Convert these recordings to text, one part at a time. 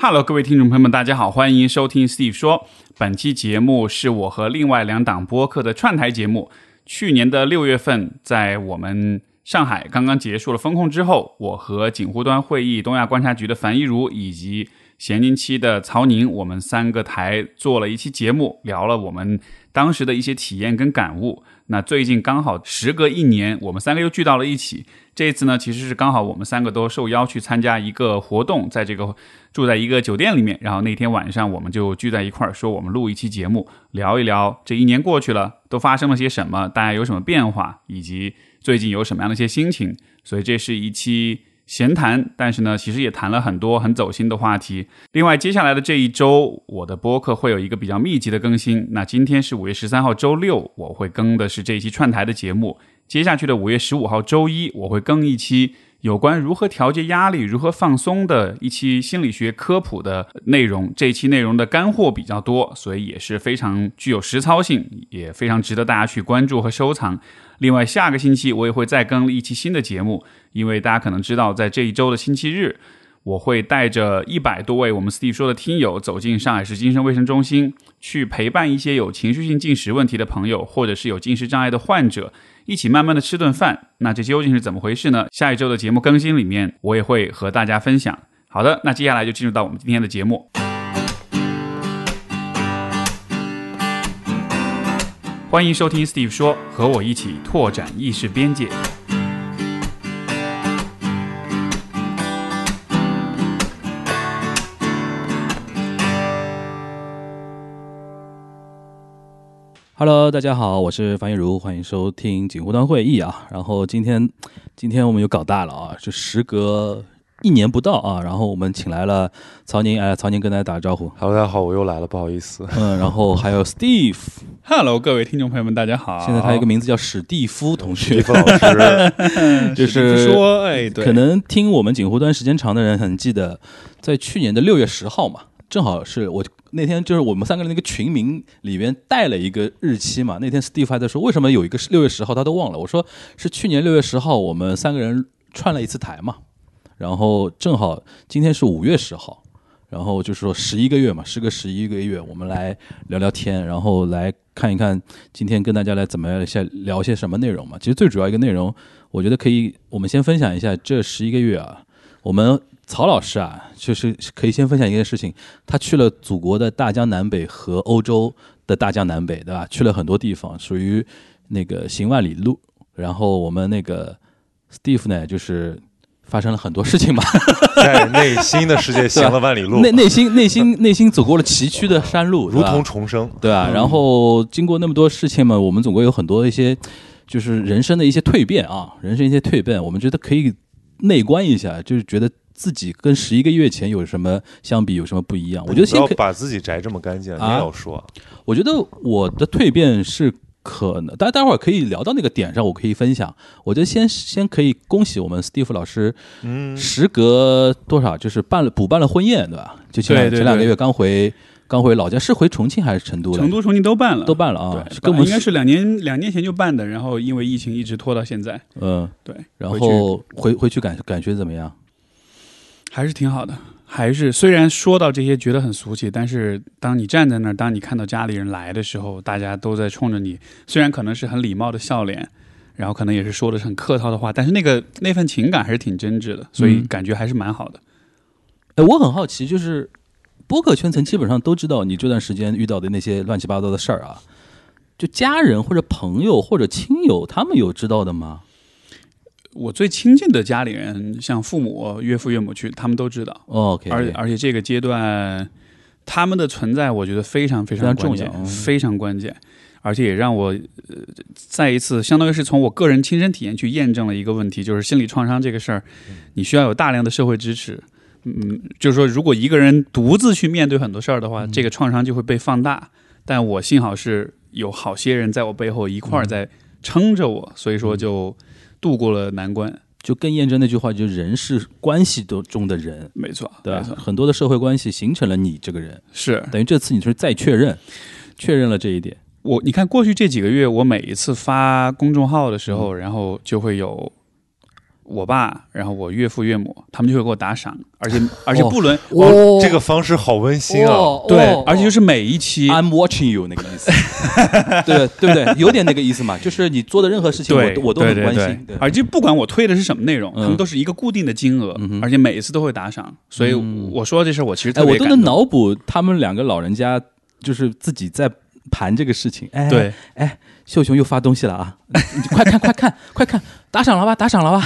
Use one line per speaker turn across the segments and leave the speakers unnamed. Hello，各位听众朋友们，大家好，欢迎收听 Steve 说。本期节目是我和另外两档播客的串台节目。去年的六月份，在我们上海刚刚结束了风控之后，我和警湖端会议东亚观察局的樊一茹以及咸宁期的曹宁，我们三个台做了一期节目，聊了我们当时的一些体验跟感悟。那最近刚好时隔一年，我们三个又聚到了一起。这一次呢，其实是刚好我们三个都受邀去参加一个活动，在这个住在一个酒店里面，然后那天晚上我们就聚在一块儿，说我们录一期节目，聊一聊这一年过去了都发生了些什么，大家有什么变化，以及最近有什么样的一些心情。所以这是一期闲谈，但是呢，其实也谈了很多很走心的话题。另外，接下来的这一周，我的播客会有一个比较密集的更新。那今天是五月十三号周六，我会更的是这一期串台的节目。接下去的五月十五号周一，我会更一期有关如何调节压力、如何放松的一期心理学科普的内容。这一期内容的干货比较多，所以也是非常具有实操性，也非常值得大家去关注和收藏。另外，下个星期我也会再更一期新的节目，因为大家可能知道，在这一周的星期日，我会带着一百多位我们 Steve 说的听友走进上海市精神卫生中心，去陪伴一些有情绪性进食问题的朋友，或者是有进食障碍的患者，一起慢慢的吃顿饭。那这究竟是怎么回事呢？下一周的节目更新里面，我也会和大家分享。好的，那接下来就进入到我们今天的节目。欢迎收听 Steve 说，和我一起拓展意识边界。
Hello，大家好，我是樊一茹，欢迎收听警湖端会议啊。然后今天，今天我们又搞大了啊，就时隔一年不到啊，然后我们请来了曹宁，哎，曹宁跟大家打个招呼。
Hello，大家好，我又来了，不好意思。
嗯，然后还有 Steve，
Hello，各位听众朋友们，大家好。
现在他有一个名字叫史蒂夫同
李
学，
夫老师，
就
就是说，哎，对，
可能听我们警湖端时间长的人很记得，在去年的六月十号嘛，正好是我那天就是我们三个人那个群名里边带了一个日期嘛。那天 Steve 还在说为什么有一个六月十号他都忘了，我说是去年六月十号我们三个人串了一次台嘛，然后正好今天是五月十号。然后就是说十一个月嘛，时隔十一个月，我们来聊聊天，然后来看一看今天跟大家来怎么样先聊些什么内容嘛。其实最主要一个内容，我觉得可以，我们先分享一下这十一个月啊，我们曹老师啊，就是可以先分享一件事情，他去了祖国的大江南北和欧洲的大江南北，对吧？去了很多地方，属于那个行万里路。然后我们那个 Steve 呢，就是发生了很多事 情嘛，
在内心的 世界行了万里路
内，内心内心内心走过了崎岖的山路，
如
对吧
同重生。
对啊，然后经过那么多事情嘛，我们总归有很多一些，就是人生的一些蜕变啊，人生一些蜕变，我们觉得可以内观一下，就是觉得自己跟十一个月前有什么相比，有什么不一样。我觉得
不
先
要
可以，
把自己摘这么干净，你
啊
也要说。
我觉得我的蜕变是可能，大家待会儿可以聊到那个点上，我可以分享。我觉得先先可以恭喜我们 Steve 老师，
嗯，
时隔多少就是办了补办了婚宴，对吧？就前
对
两
对
前两个
对
月刚回刚回老家，是回重庆还是成都来着？
成都、重庆都办了，
都办了啊，
对，
跟我们
应该是两年两年前就办的，然后因为疫情一直拖到现在，
嗯。
对，
然
回去
后回回去感感觉怎么样？
还是挺好的。还是虽然说到这些觉得很俗气，但是当你站在那儿，当你看到家里人来的时候，大家都在冲着你，虽然可能是很礼貌的笑脸，然后可能也是说的是很客套的话，但是那个那份情感还是挺真挚的，所以
嗯
感觉还是蛮好的。
哎，我很好奇，就是播客圈层基本上都知道你这段时间遇到的那些乱七八糟的事儿啊，就家人或者朋友或者亲友，他们有知道的吗？
我最亲近的家里人，像父母、岳父、岳母去，他们都知道。
哦，OK，
而而且这个阶段，他们的存在我觉得非常非常
非常重
关键
要嗯
非常关键，而且也让我呃再一次，相当于是从我个人亲身体验去验证了一个问题，就是心理创伤这个事儿，
嗯
你需要有大量的社会支持。嗯，就是说，如果一个人独自去面对很多事儿的话，
嗯
这个创伤就会被放大。但我幸好是有好些人在我背后一
嗯
块儿在撑着我，所以说就度过了难关。
就更验证那句话，就是人是关系都中的人，
没错，
对啊
没
吧
错，？
很多的社会关系形成了你这个人，
是
等于这次你就是再确认，确认了这一点。
我你看
嗯
过去这几个月，我每一次发公众号的时候，然后就会有我爸，然后我岳父岳母，他们就会给我打赏，而 且而且
哦
不论
哦，这个方式好温馨啊！
对，而且
哦
就是每一期
I'm watching you 那个意思，对对不对？有点那个意思嘛，就是你做的任何事情，我
对
都我都很关
对
心嗯
对。对而且不管我推的是什么内容，他们都是一个固定的金额，而且每一次都会打赏，所以我说这事儿我其实
哎，
特别
我都
感
能
动
脑补他们两个老人家就是自己在盘这个事情。哎，
对，
哎，秀雄又发东西了啊！你快看，快看，快看，打赏了吧，打赏了吧！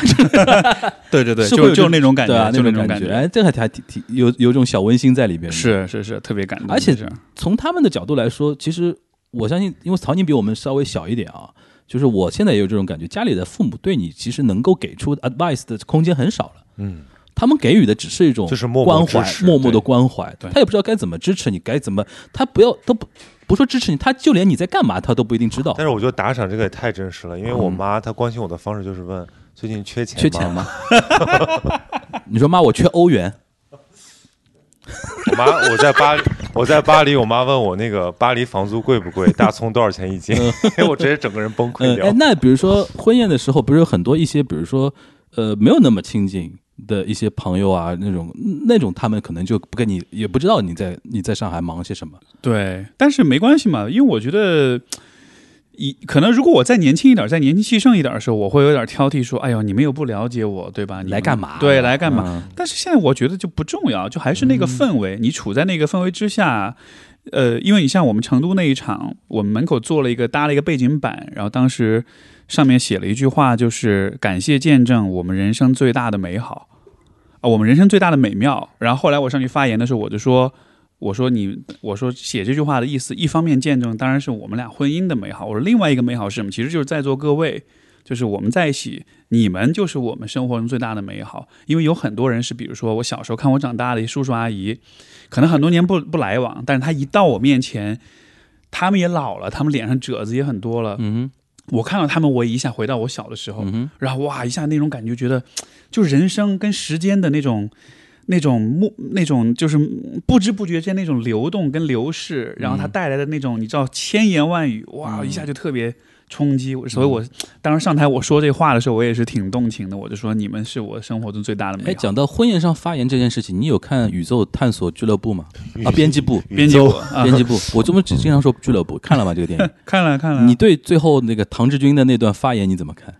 对对对，
是会
就
有
就那种感
对啊
觉，，就
那
种
感
觉，
哎，这还挺还挺挺有有种小温馨在里边。，
是是是，特别感动。
而且
这事儿
从他们的角度来说，其实我相信，因为曹宁比我们稍微小一点啊，就是我现在也有这种感觉，家里的父母对你其实能够给出 advice 的空间很少了。
嗯，
他们给予的只是一种
就是默默
关
支
怀，
持
默默的关怀，
对
他也不知道该怎么支持你，该怎么，他不要都不不说支持你，他就连你在干嘛，他都不一定知道
啊
但。是我觉得打赏这个也太真实了，因为我妈她关心我的方式就是问最近缺钱
嗯缺钱？吗？ 你说妈，我缺欧元，
我妈我在巴 黎，我在巴黎，我妈问我那个巴黎房租贵不贵，大葱多少钱一斤？ 我直接整个人崩
嗯，
溃
哎
掉，。
那比如说婚宴的时候，不是有很多一些，比如说呃，没有那么亲近的一些朋友啊，那种那种他们可能就不跟你，也不知道你在你在上海忙些什么。
对，但是没关系嘛，因为我觉得。一可能，如果我再年轻一点，再年轻气盛一点的时候，我会有点挑剔，说：“哎呦，你们又不了解我，对吧？啊你们
来干嘛
对，来干嘛？
嗯
但是现在我觉得就不重要，就还是那个氛围，你处在那个氛围之下。呃，因为你像我们成都那一场，我们门口做了一个搭了一个背景板，然后当时上面写了一句话，就是感谢见证我们人生最大的美好啊、我们人生最大的美妙。然后后来我上去发言的时候，我就说，我说你，我说写这句话的意思，一方面见证当然是我们俩婚姻的美好，我说另外一个美好是什么？其实就是在座各位，就是我们在一起，你们就是我们生活中最大的美好。因为有很多人是，比如说我小时候看我长大的叔叔阿姨，可能很多年不不来往，但是他一到我面前，他们也老了，他们脸上褶子也很多了。
嗯
我看到他们，我一下回到我小的时候，
哼，嗯哼，
然后哇，一下那种感觉，觉得就人生跟时间的那种。那种目，那种就是不知不觉间那种流动跟流逝，然后它带来的那种你知道千言万语，
嗯
哇，一下就特别冲击。我所以我当时上台我说这话的时候，我也是挺动情的。我就说你们是我生活中最大的
哎，
美好。
讲到婚宴上发言这件事情，你有看《宇宙探索俱乐部》 吗？啊，编辑部，
编辑部啊
编，辑部，我这么只经常说俱乐部，看了吗？这个 电影，
看了看了，
你对最后那个唐志军的那段发言你怎么看？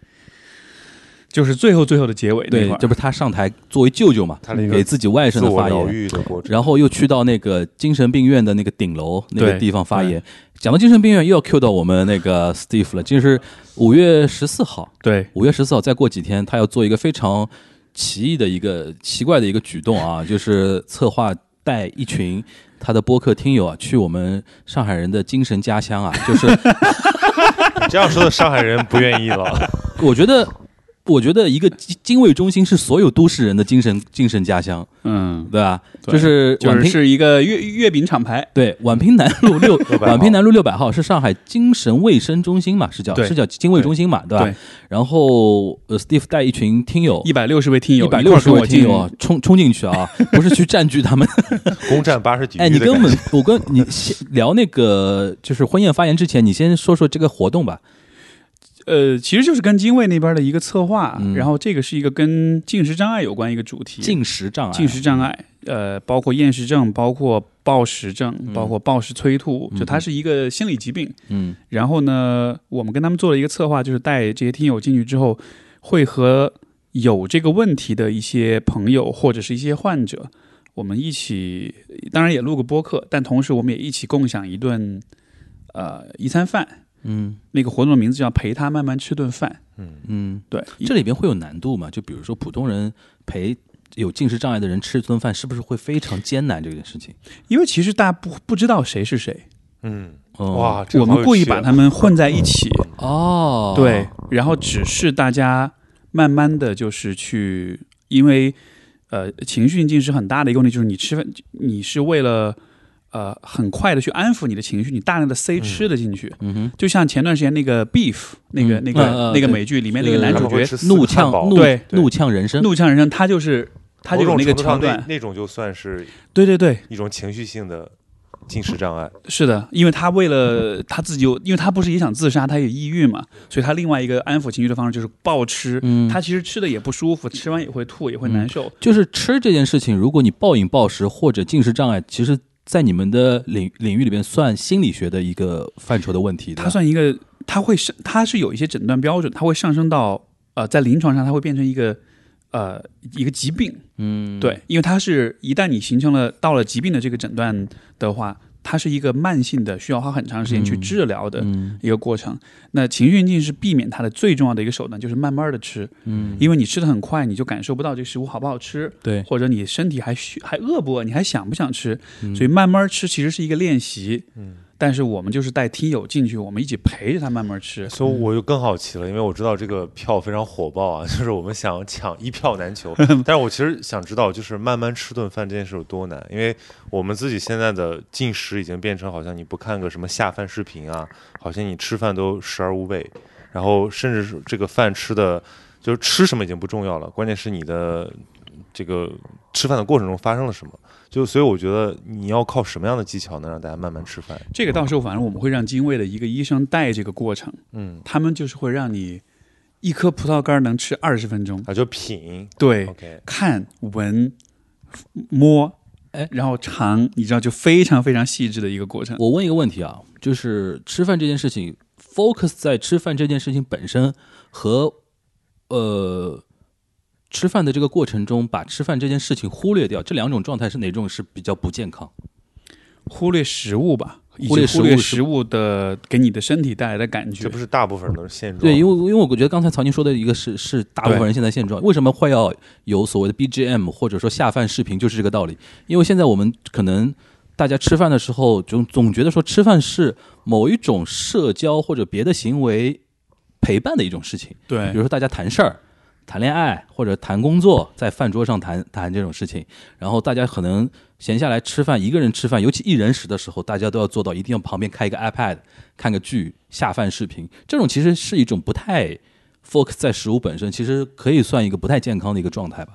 就是最后最后的结尾那
对
块，
这
儿，
不是他上台作为舅舅嘛
他那，个
给自己外甥
自
的
我
发
疗
言，
愈的过程，
然后又去到那个精神病院的那个顶楼那个
对
地方发言。讲到精神病院，又要 Q 到我们那个 Steve 了，就是五月十四号，
对
五月十四号再过几天，他要做一个非常奇异的一个奇怪的一个举动啊，就是策划带一群。他的播客听友啊，去我们上海人的精神家乡啊，就是
这样说的上海人不愿意 了。
我觉得，我觉得一个精精卫中心是所有都市人的精神精神家乡，
嗯，
对吧？
对
就是
就
宛
是
平
是一个月月饼厂牌，
对，宛平南 路六，
600号
宛平南路六百号是上海精神卫生中心嘛，是叫
对
是叫精卫中心嘛，对吧
对？
然后呃，Steve 带一群听友，
一百六十位听友，
一百
一块
六
儿
十
跟
位
我
听
进
友啊冲冲进 去啊，不是去占据他们。
攻占八十几
哎，
亿
你
的
跟我
感觉
们，我跟你先聊那个就是婚宴发言之前，你先说说这个活动吧。
呃，其实就是跟精卫那边的一个策划，
嗯
然后这个是一个跟进食障碍有关一个主题，
进食障碍，
进食障碍，呃，包括厌食症，包括暴食症，包括暴食催吐，就它是一个心理疾病。
嗯，
然后呢，我们跟他们做了一个策划，就是带这些听友进去之后，会和有这个问题的一些朋友或者是一些患者，我们一起，当然也录个播客，但同时我们也一起共享一顿呃一餐饭。
嗯
那个活动的名字叫“陪他慢慢吃顿饭”。
嗯。
对，
这里边会有难度吗？就比如说普通人陪有进食障碍的人吃一顿饭，是不是会非常艰难这件事情？
因为其实大家不不知道谁是谁，
嗯，
哦
哇，这个
我
好
们
有
故意
趣啊
把他们混在一起，
哦，
对，然后只是大家慢慢的就是去，因为呃，情绪进食很大的一个问题就是你吃饭，你是为了呃很快的去安抚你的情绪，你大量的塞吃的进去，
嗯哼，
就像前段时间那个 Beef 那个、
嗯
那个、
嗯嗯
那个
对
美剧里面那个
呃
男
他
主
们会
角
吃四个
怒
汉
呛
堡
怒
对
怒呛人生，
怒呛人生，他就是他
某
就有那
种
个
程度
桥
上那
段，
那种就算是
对对对。
一种情绪性的进食障碍。
是的，因为他为了他自己有，因为他不是也想自杀，他也抑郁嘛，所以他另外一个安抚情绪的方式就是暴吃。
嗯
他其实吃的也不舒服，吃完也会吐，也会难受。
就是吃这件事情，如果你暴饮暴食或者进食障碍，其实，在你们的领领域里边算心理学的一个范畴的问题的。
它算一个，它会上，它是有一些诊断标准，它会上升到呃，在临床上它会变成一个呃一个疾病。
嗯，
对，因为它是一旦你形成了到了疾病的这个诊断的话，它是一个慢性的，需要花很长时间去治疗的
嗯
一个过程。那情绪进是避免它的最重要的一个手段，就是慢慢的吃，
嗯，
因为你吃的很快，你就感受不到这个食物好不好吃，
对，
或者你身体还需还饿不饿，你还想不想吃？所以慢慢吃其实是一个练习。
嗯，
但是我们就是带听友进去，我们一起陪着他慢慢吃。
所以我就更好奇了，因为我知道这个票非常火爆啊， 就是我们想抢一票难求。但是我其实想知道，就是慢慢吃顿饭这件事有多难，因为我们自己现在的进食已经变成好像你不看个什么下饭视频啊，好像你吃饭都食而无味，然后甚至是这个饭吃的就是吃什么已经不重要了，关键是你的这个吃饭的过程中发生了什么。就所以我觉得你要靠什么样的技巧能让大家慢慢吃饭？
这个到时候反正我们会让精卫的一个医生带这个过程，
嗯，
他们就是会让你一颗葡萄干能吃二十分钟，
啊，就品
对，
，OK，
看、闻、摸，
哎
然后尝，你知道，就非常非常细致的一个过程。
我问一个问题啊，就是吃饭这件事情，focus 在吃饭这件事情本身和呃吃饭的这个过程中，把吃饭这件事情忽略掉，这两种状态是哪种是比较不健康？
忽略食物吧，以及
忽略食物
忽略
是
食物的给你的身体带来的感觉
这不。是大部分人都是现状。
对，因为因为我觉得刚才曹宁说的一个是是大部分人现在现状，为什么会要有所谓的 BGM 或者说下饭视频，就是这个道理。因为现在我们可能大家吃饭的时候，总总觉得说吃饭是某一种社交或者别的行为陪伴的一种事情，比
对
如，说大家谈事儿。谈恋爱或者谈工作，在饭桌上谈谈这种事情，然后大家可能闲下来吃饭，一个人吃饭，尤其一人食的时候，大家都要做到一定要旁边开一个 iPad 看个剧、下饭视频，这种其实是一种不太 focus 在食物本身，其实可以算一个不太健康的一个状态吧。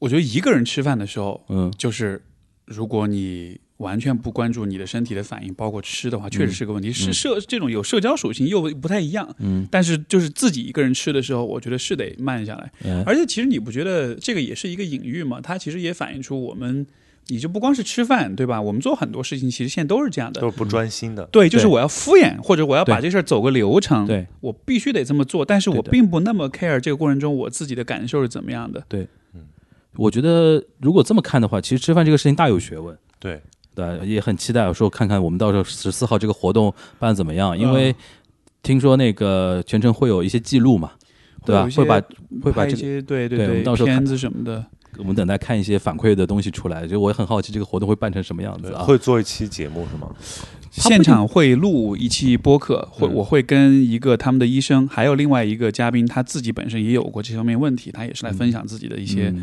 我觉得一个人吃饭的时候，
嗯
就是如果你完全不关注你的身体的反应，包括吃的话，确实是个问题。是社这种有社交属性又不太一样，
嗯，
但是就是自己一个人吃的时候，我觉得是得慢下来。
嗯
而且其实你不觉得这个也是一个隐喻吗？它其实也反映出我们，你就不光是吃饭，对吧？我们做很多事情其实现在都是这样的
都。是不专心的。
对，就是
对
我要敷衍，或者我要把
对
这事儿走个流程，
嗯对
我必须得这么做，但是我
对的
并不那么 care 这个过程中我自己的感受是怎么样的。
我觉得如果这么看的话，其实吃饭这个事情大有学问。
对，
对，也很期待说看看我们到时候十四号这个活动办得怎么样，因为听说那个全程会有一些记录嘛，对吧？
有一些
会把会把
拍一
这个
些对
对我
对
们到时候
片
看
子什么的，
我们等待看一些反馈的东西出来，就我也很好奇这个活动会办成什么样子啊？
会做一期节目是吗？
他不
现场会录一期播客，会
嗯
我会跟一个他们的医生，还有另外一个嘉宾，他自己本身也有过这方面问题，他也是来分享自己的一
一
些，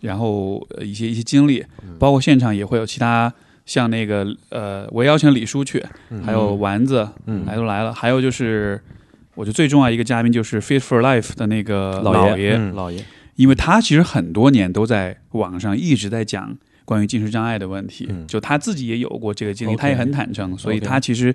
然后呃一些一些经历，包括现场也会有其他像那个呃，我也邀请李叔去，还有丸子
嗯
来都来了，还有就是。我觉得最重要一个嘉宾就是 Fit for Life 的那个
老
呃爷，
爷
嗯
老爷，
因为他其实很多年都在网上一直在讲关于进食障碍的问题，
嗯
就他自己也有过这个经历，
OK
他也很坦诚，所以
OK
他其实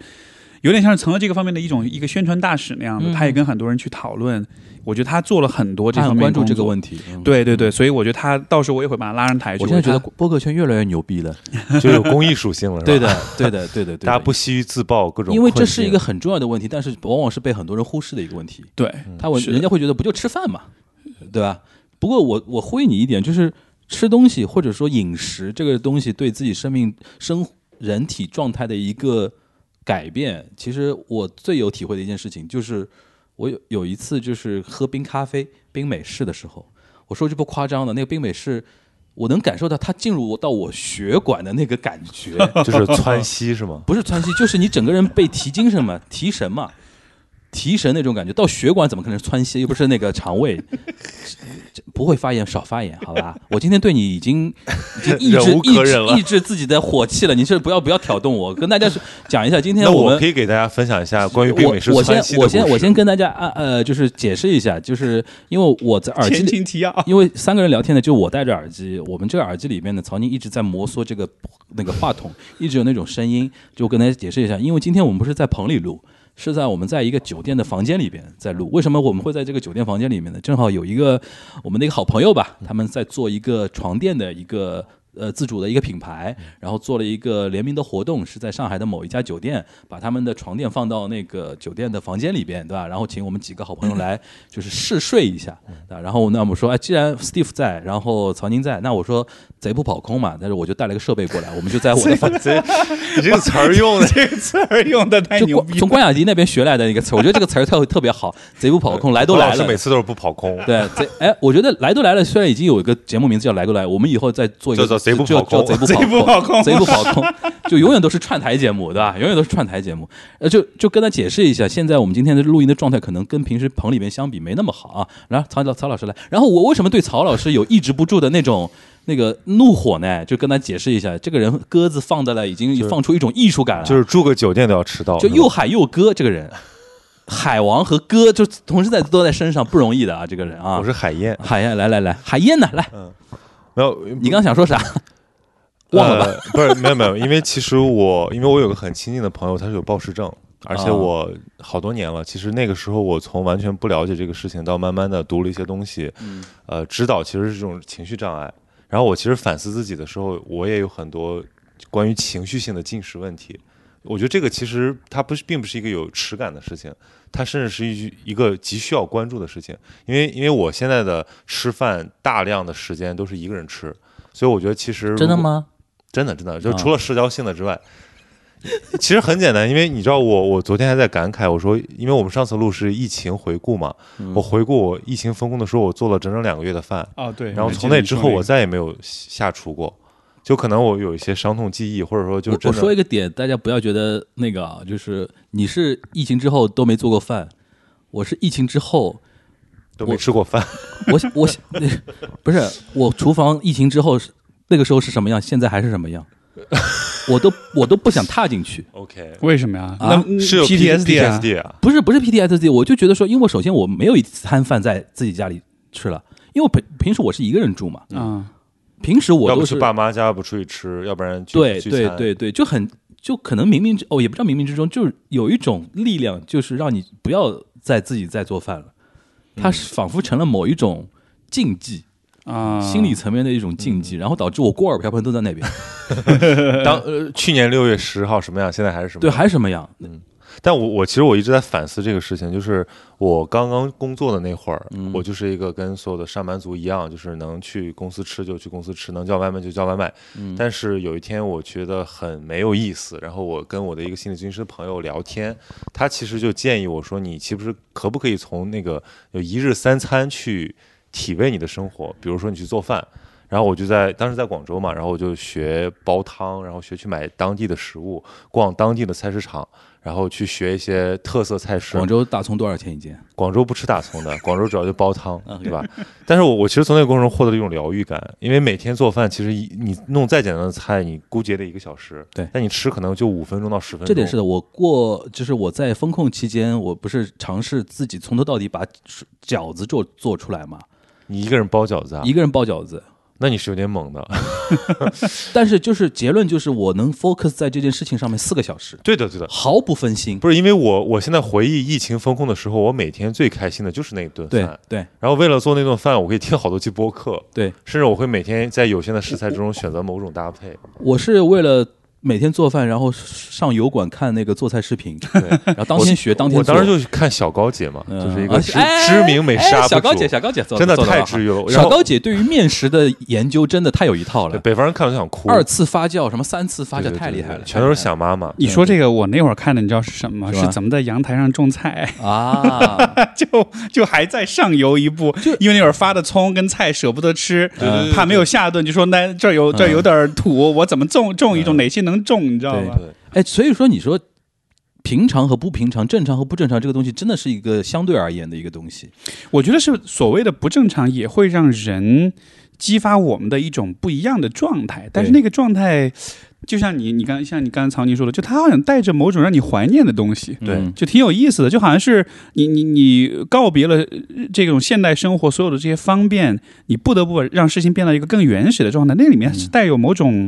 有点像是成了这个方面的一种一个宣传大使那样的，
嗯
他也跟很多人去讨论。我觉得他做了很多这
他
方
很
面
关注这个
题。
问题。嗯，
对对对，所以我觉得他到时候我也会把他拉上台去。
我现在觉得
他
播客圈越来越牛逼了。
就有公益属性了，是吧
对，的，对的，对的，对的。
大家不惜于自曝各种困境，
因为这是一 个很重要的问题，但是往往是被很多人忽视的一个问题。
对，
他我
嗯是的
人家会觉得不就吃饭嘛，对吧？不过我我呼吁你一点，就是吃东西或者说饮食这个东西对自己生命生人体状态的一个改变，其实我最有体会的一件事情就是，我有有一次就是喝冰咖啡、冰美式的时候，我说句不夸张的，那个冰美式。我能感受到它进入到我血管的那个感觉，
就是窜稀是 吗？
不是窜稀，就是你整个人被提精神嘛，提神嘛，提神那种感觉，到血管怎么可能穿鞋？又不是那个肠胃， 这不会发炎少发炎，好 吧？我今天对你已经已经抑制
忍无
抑
可忍了
制抑制自己的火气了，你是不要不要挑动我。跟大家说讲一下，今天
那
们
可以给大家分享一下关于病
我
美式
我
窜
先
稀的
我
故事。
先我先跟大家啊呃，就是解释一下，就是因为我在耳机
前
里，
情提要，
因为三个人聊天呢，就我戴着耳机，我们这个耳机里面呢，曹宁一直在摩挲这个那个话筒，一直有那种声音。就我跟大家解释一下，因为今天我们不是在棚里录，是在我们在一个酒店的房间里边在录。为什么我们会在这个酒店房间里面呢？正好有一个我们的一个好朋友吧，他们在做一个床垫的一个。呃，自主的一个品牌，
嗯
然后做了一个联名的活动，是在上海的某一家酒店，把他们的床垫放到那个酒店的房间里边，对吧？然后请我们几个好朋友 来，就是试睡一下，
嗯
啊。然后那我们说，哎，既然 Steve 在，然后曹宁在，那我说贼不跑空嘛，但是我就带了个设备过来，我们就在我的房
这你这个词儿用的
这个词儿用的太
就
牛
关
逼啊
从关雅迪那边学来的一个词，我觉得这个词儿特特别好，贼不跑 空， 来都
何
来
老
哦
师
了
每。次都是不跑空，
对，贼哎，我觉得来都来了，虽然已经有一个节目名字叫来都来，我们以后再做一个
叫做贼不
就
跑空
就
贼
贼
不
不
跑
跑
空
空，贼不跑空， 就永远都是串台节目，对吧？永远都是串台节目。呃，就就跟他解释一下，现在我们今天的录音的状态可能跟平时棚里面相比没那么好啊。然后曹老曹老师来，然后我为什么对曹老师有抑制不住的那种？那个怒火呢，就跟他解释一下，这个人鸽子放的了，已经放出一种艺术感了，
就是住个酒店都要迟到，
就是
吧
又海又歌这个人，海王和歌就同时在都在身上不容易的啊，这个人啊
我。是海燕，
海燕，来来来，海燕呢？
嗯
来，
没有
你刚想说啥？忘了吧？
吧？呃不是，没有没有，因为其实我 因为我有个很亲近的朋友，他是有暴食症，而且
啊
我好多年了。其实那个时候我从完全不了解这个事情，到慢慢的读了一些东西，
嗯
呃，知道其实是这种情绪障碍。然后我其实反思自己的时候，我也有很多关于情绪性的进食问题。我觉得这个其实它不是，并不是一个有耻感的事情，它甚至是一一个极需要关注的事情。因为因为我现在的吃饭大量的时间都是一个人吃，所以我觉得其实
真的
如果
吗？
真的真的，就
啊
除了社交性的之外， 其实很简单，因为你知道我，我昨天还在感慨，我说，因为我们上次录是疫情回顾嘛，我回顾我疫情封控的时候，我做了整整两个月的饭，
哦，对。
然后
我记
从
得
那
你
之
说
后
那
我
个
再也没有下厨过，就可能我有一些伤痛记忆，或者说就
我
真
我
的
说一个点，大家不要觉得那个啊，就是你是疫情之后都没做过饭，我是疫情之后，
都没吃过饭，
我我 不是我厨房疫情之后是那个时候是什么样，现在还是什么样，我都我都不想踏进去。
OK，
为什么呀？
啊
那
是有
PTSD 啊
PTSD 啊，
不是不是 PTSD，我就觉得说，因为我首先我没有一餐饭在自己家里吃了，因为我平平时我是一个人住嘛，
啊，
平时我
要
都
不
是
去爸妈家，要不出去吃，要不然聚
对
聚
对
餐
对对，就很就可能冥冥之哦，也不知道冥冥之中，就是有一种力量，就是让你不要再自己再做饭了，
嗯
它是仿佛成了某一种禁忌，
啊，
心理层面的一种禁
嗯
忌，然后导致我锅碗瓢盆都在那边，
当呃去年六月十号什么样，现在还是什么
对，
样？
还是什么样？
但我我其实我一直在反思这个事情，就是我刚刚工作的那会儿，我就是一个跟所有的上班族一样，就是能去公司吃就去公司吃，能叫外卖就叫外卖。但是有一天我觉得很没有意思，然后我跟我的一个心理咨询师朋友聊天，他其实就建议我说，你其实可不可以从那个有一日三餐去体味你的生活，比如说你去做饭。然后我就在当时在广州嘛，然后我就学煲汤，然后学去买当地的食物，逛当地的菜市场，然后去学一些特色菜式。
广州大葱多少钱一斤？
广州不吃大葱的， 广州主要就煲汤，
嗯
对吧？但是我我其实从那个过程中获得了一种疗愈感，因为每天做饭，其实一你弄再简单的菜，你估计也得一个小时，
对
但你吃可能就五分钟到十分钟。
这点是的，我过就是我在风控期间，我不是尝试自己从头到底把饺子做做出来嘛，
你一个人包饺子啊
一，个人包饺子，
那你是有点猛的。
但是就是结论就是我能 focus 在这件事情上面四个小时，
对的，对的，
毫不分心。
不是因为我我现在回忆疫情风控的时候，我每天最开心的就是那一顿
对
饭。
对
然后为了做那顿饭，我可以听好多期播客，
对，
甚至我会每天在有限的食材之中选择某种搭配。
我是为了每天做饭，然后上油管看那个做菜视 频，
对，
然后当天学当天
我
做。
当时就看小高姐嘛，
嗯
就是一个
而
知
且哎
知名美食
哎
UP
小高
主
姐，小高姐做
真的
做得
太
好
治愈了然
小
后
高姐对于面食的研究真的太有一套
对
了，
北方人看了就想哭。
二次发酵什么三次发酵
对对
太
对
厉
对
害了，
全都是想妈妈。
你说这个，我那会儿看的，你知道是什么吗？
是吧
是咱们在阳台上种菜，
啊。
就就还在上游一步，因为那会儿发的葱跟菜舍不得吃，
对对嗯
怕没有下顿，就说那这儿有这儿有点土，我怎么种种一种，哪些能种，你知道
对
吗？
对，
哎，所以说你说平常和不平常、正常和不正常这个东西，真的是一个相对而言的一个东西。
我觉得是所谓的不正常，也会让人激发我们的一种不一样的状态。但是那个状态，就像你你刚像你刚才曹宁说的，就它好像带着某种让你怀念的东西。
对
嗯
就挺有意思的，就好像是你你你告别了呃这种现代生活所有的这些方便，你不得不让事情变到一个更原始的状态。那里面是带有某种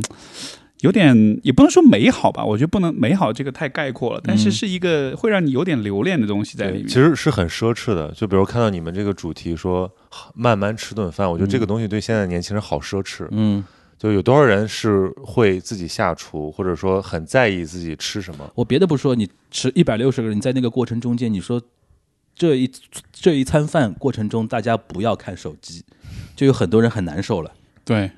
有点也不能说美好吧，我觉得不能美好这个太概括了，但是是一个会让你有点留恋的东西在里
对，
面。
其实是很奢侈的。就比如看到你们这个主题说慢慢吃顿饭，我觉得这个东西对现在的年轻人好奢侈。
嗯，
就有多少人是会自己下厨，或者说很在意自己吃什么？
我别的不说，你吃一百六十个人，你在那个过程中间，你说这一这一餐饭过程中，大家不要看手机，就有很多人很难受了，
对，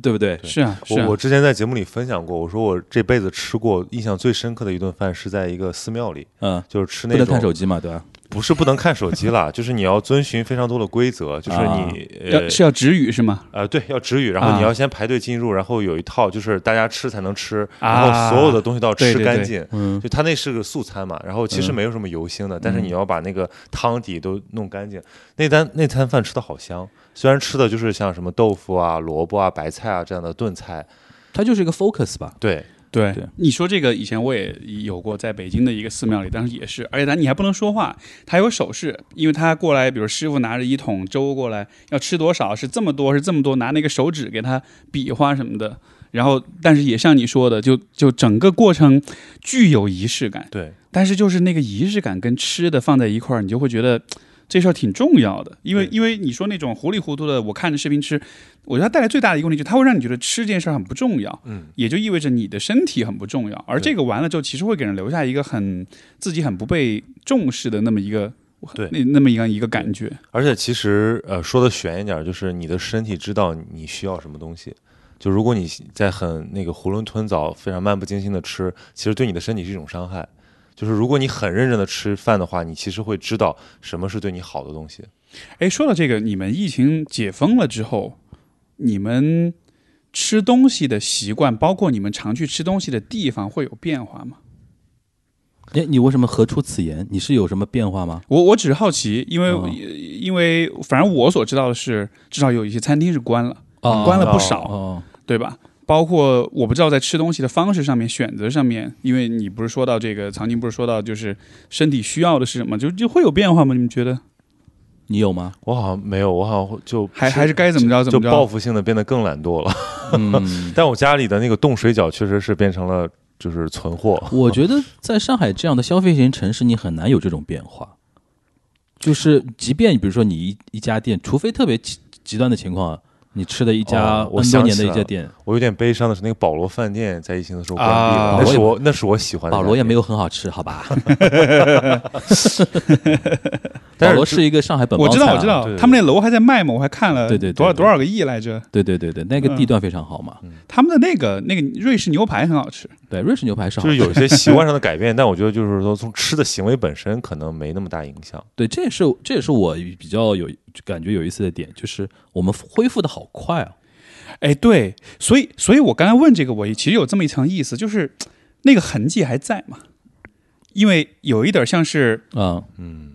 对不对？
是啊，是
我
啊
我，之前在节目里分享过，我说我这辈子吃过印象最深刻的一顿饭是在一个寺庙里，
嗯，
就是吃
不
那
能
种
看手机嘛，对吧？
不是不能看手机啦，就是你要遵循非常多的规则，就是
啊
你、
要是要止语是吗？
呃呃对要止语，然后
啊
你要先排队进入，然后有一套就是大家吃才能吃，
啊
然后所有的东西都要
对
吃
对对
干净。
嗯，
就它那是个素餐嘛，然后其实
嗯
没有什么油腥的，但
嗯
是你要把那个汤底都弄干净。那单那餐饭吃的好香，虽然吃的就是像什么豆腐啊、萝卜啊、白菜啊这样的炖菜，
它就是一个 focus 吧。
对，
对
对
你说这个以前我也有过，在北京的一个寺庙里，当时也是，而且他你还不能说话，他有手势，因为他过来，比如师傅拿着一桶粥过来，要吃多少是这么多是这么多，拿那个手指给他比划什么的，然后但是也像你说的，就就整个过程具有仪式感，
对，
但是就是那个仪式感跟吃的放在一块儿，你就会觉得嘖这事儿挺重要的。因为
对
因为你说那种糊里糊涂的，我看着视频吃，我觉得它带来最大的一个问题就是它会让你觉得吃这件事儿很不重要，
嗯，
也就意味着你的身体很不重要。而
对
这个完了之后，其实会给人留下一个很自己很不被重视的那么一个
对
那那么一个一个感觉。
而且其实呃说的玄一点儿，就是你的身体知道你需要什么东西。就如果你在很那个囫囵吞枣、非常漫不经心的吃，其实对你的身体是一种伤害。就是如果你很认真的吃饭的话，你其实会知道什么是对你好的东西。
哎，说到这个，你们疫情解封了之后，你们吃东西的习惯，包括你们常去吃东西的地方，会有变化吗？
哎，你为什么何出此言？你是有什么变化吗？
我我只是好奇，因为、
哦
因为反正我所知道的是，至少有一些餐厅是关了，
哦
关了不
哦
少，
哦，
对吧？包括我不知道在吃东西的方式上面、选择上面，因为你不是说到这个，曾经不是说到就是身体需要的是什么，就就会有变化吗？你们觉得
你有吗？
我好像没有，我好像会就
还还是该怎么着怎
就
么
报
着？
复性的变得更懒惰了。
嗯，
但我家里的那个冻水饺确实是变成了就是存货。
我觉得在上海这样的消费型城市，你很难有这种变化。就是，即便比如说你一一家店，除非特别极极端的情况啊，你吃的一家
哦我
N 多年的
想起
一
来
家
了
店，
我有点悲伤的是，那个保罗饭店在疫情的时候关闭了，
啊
那是我那是我喜欢的
保罗也
饭店
没有很好吃，好 吧？
但
保
是
罗
就是
一个上海本帮
我
菜
知
啊、
道，我知道
对，对
他们那楼还在卖嘛，我还看了，
对对对
多少
对
多少个亿来着？
对对对对，那个地段非常好嘛。
他们的那个那个瑞士牛排很好吃，
对，瑞士牛排是好
就是
吃
有一些习惯上的改变， 但我觉得就是说，从吃的行为本身可能没那么大影响。
对，这也是这也是我比较有感觉有意思的点，就是我们恢复的好快啊。
哎，对，所以，所以我刚才问这个，我其实有这么一层意思，就是那个痕迹还在嘛？因为有一点像是
嗯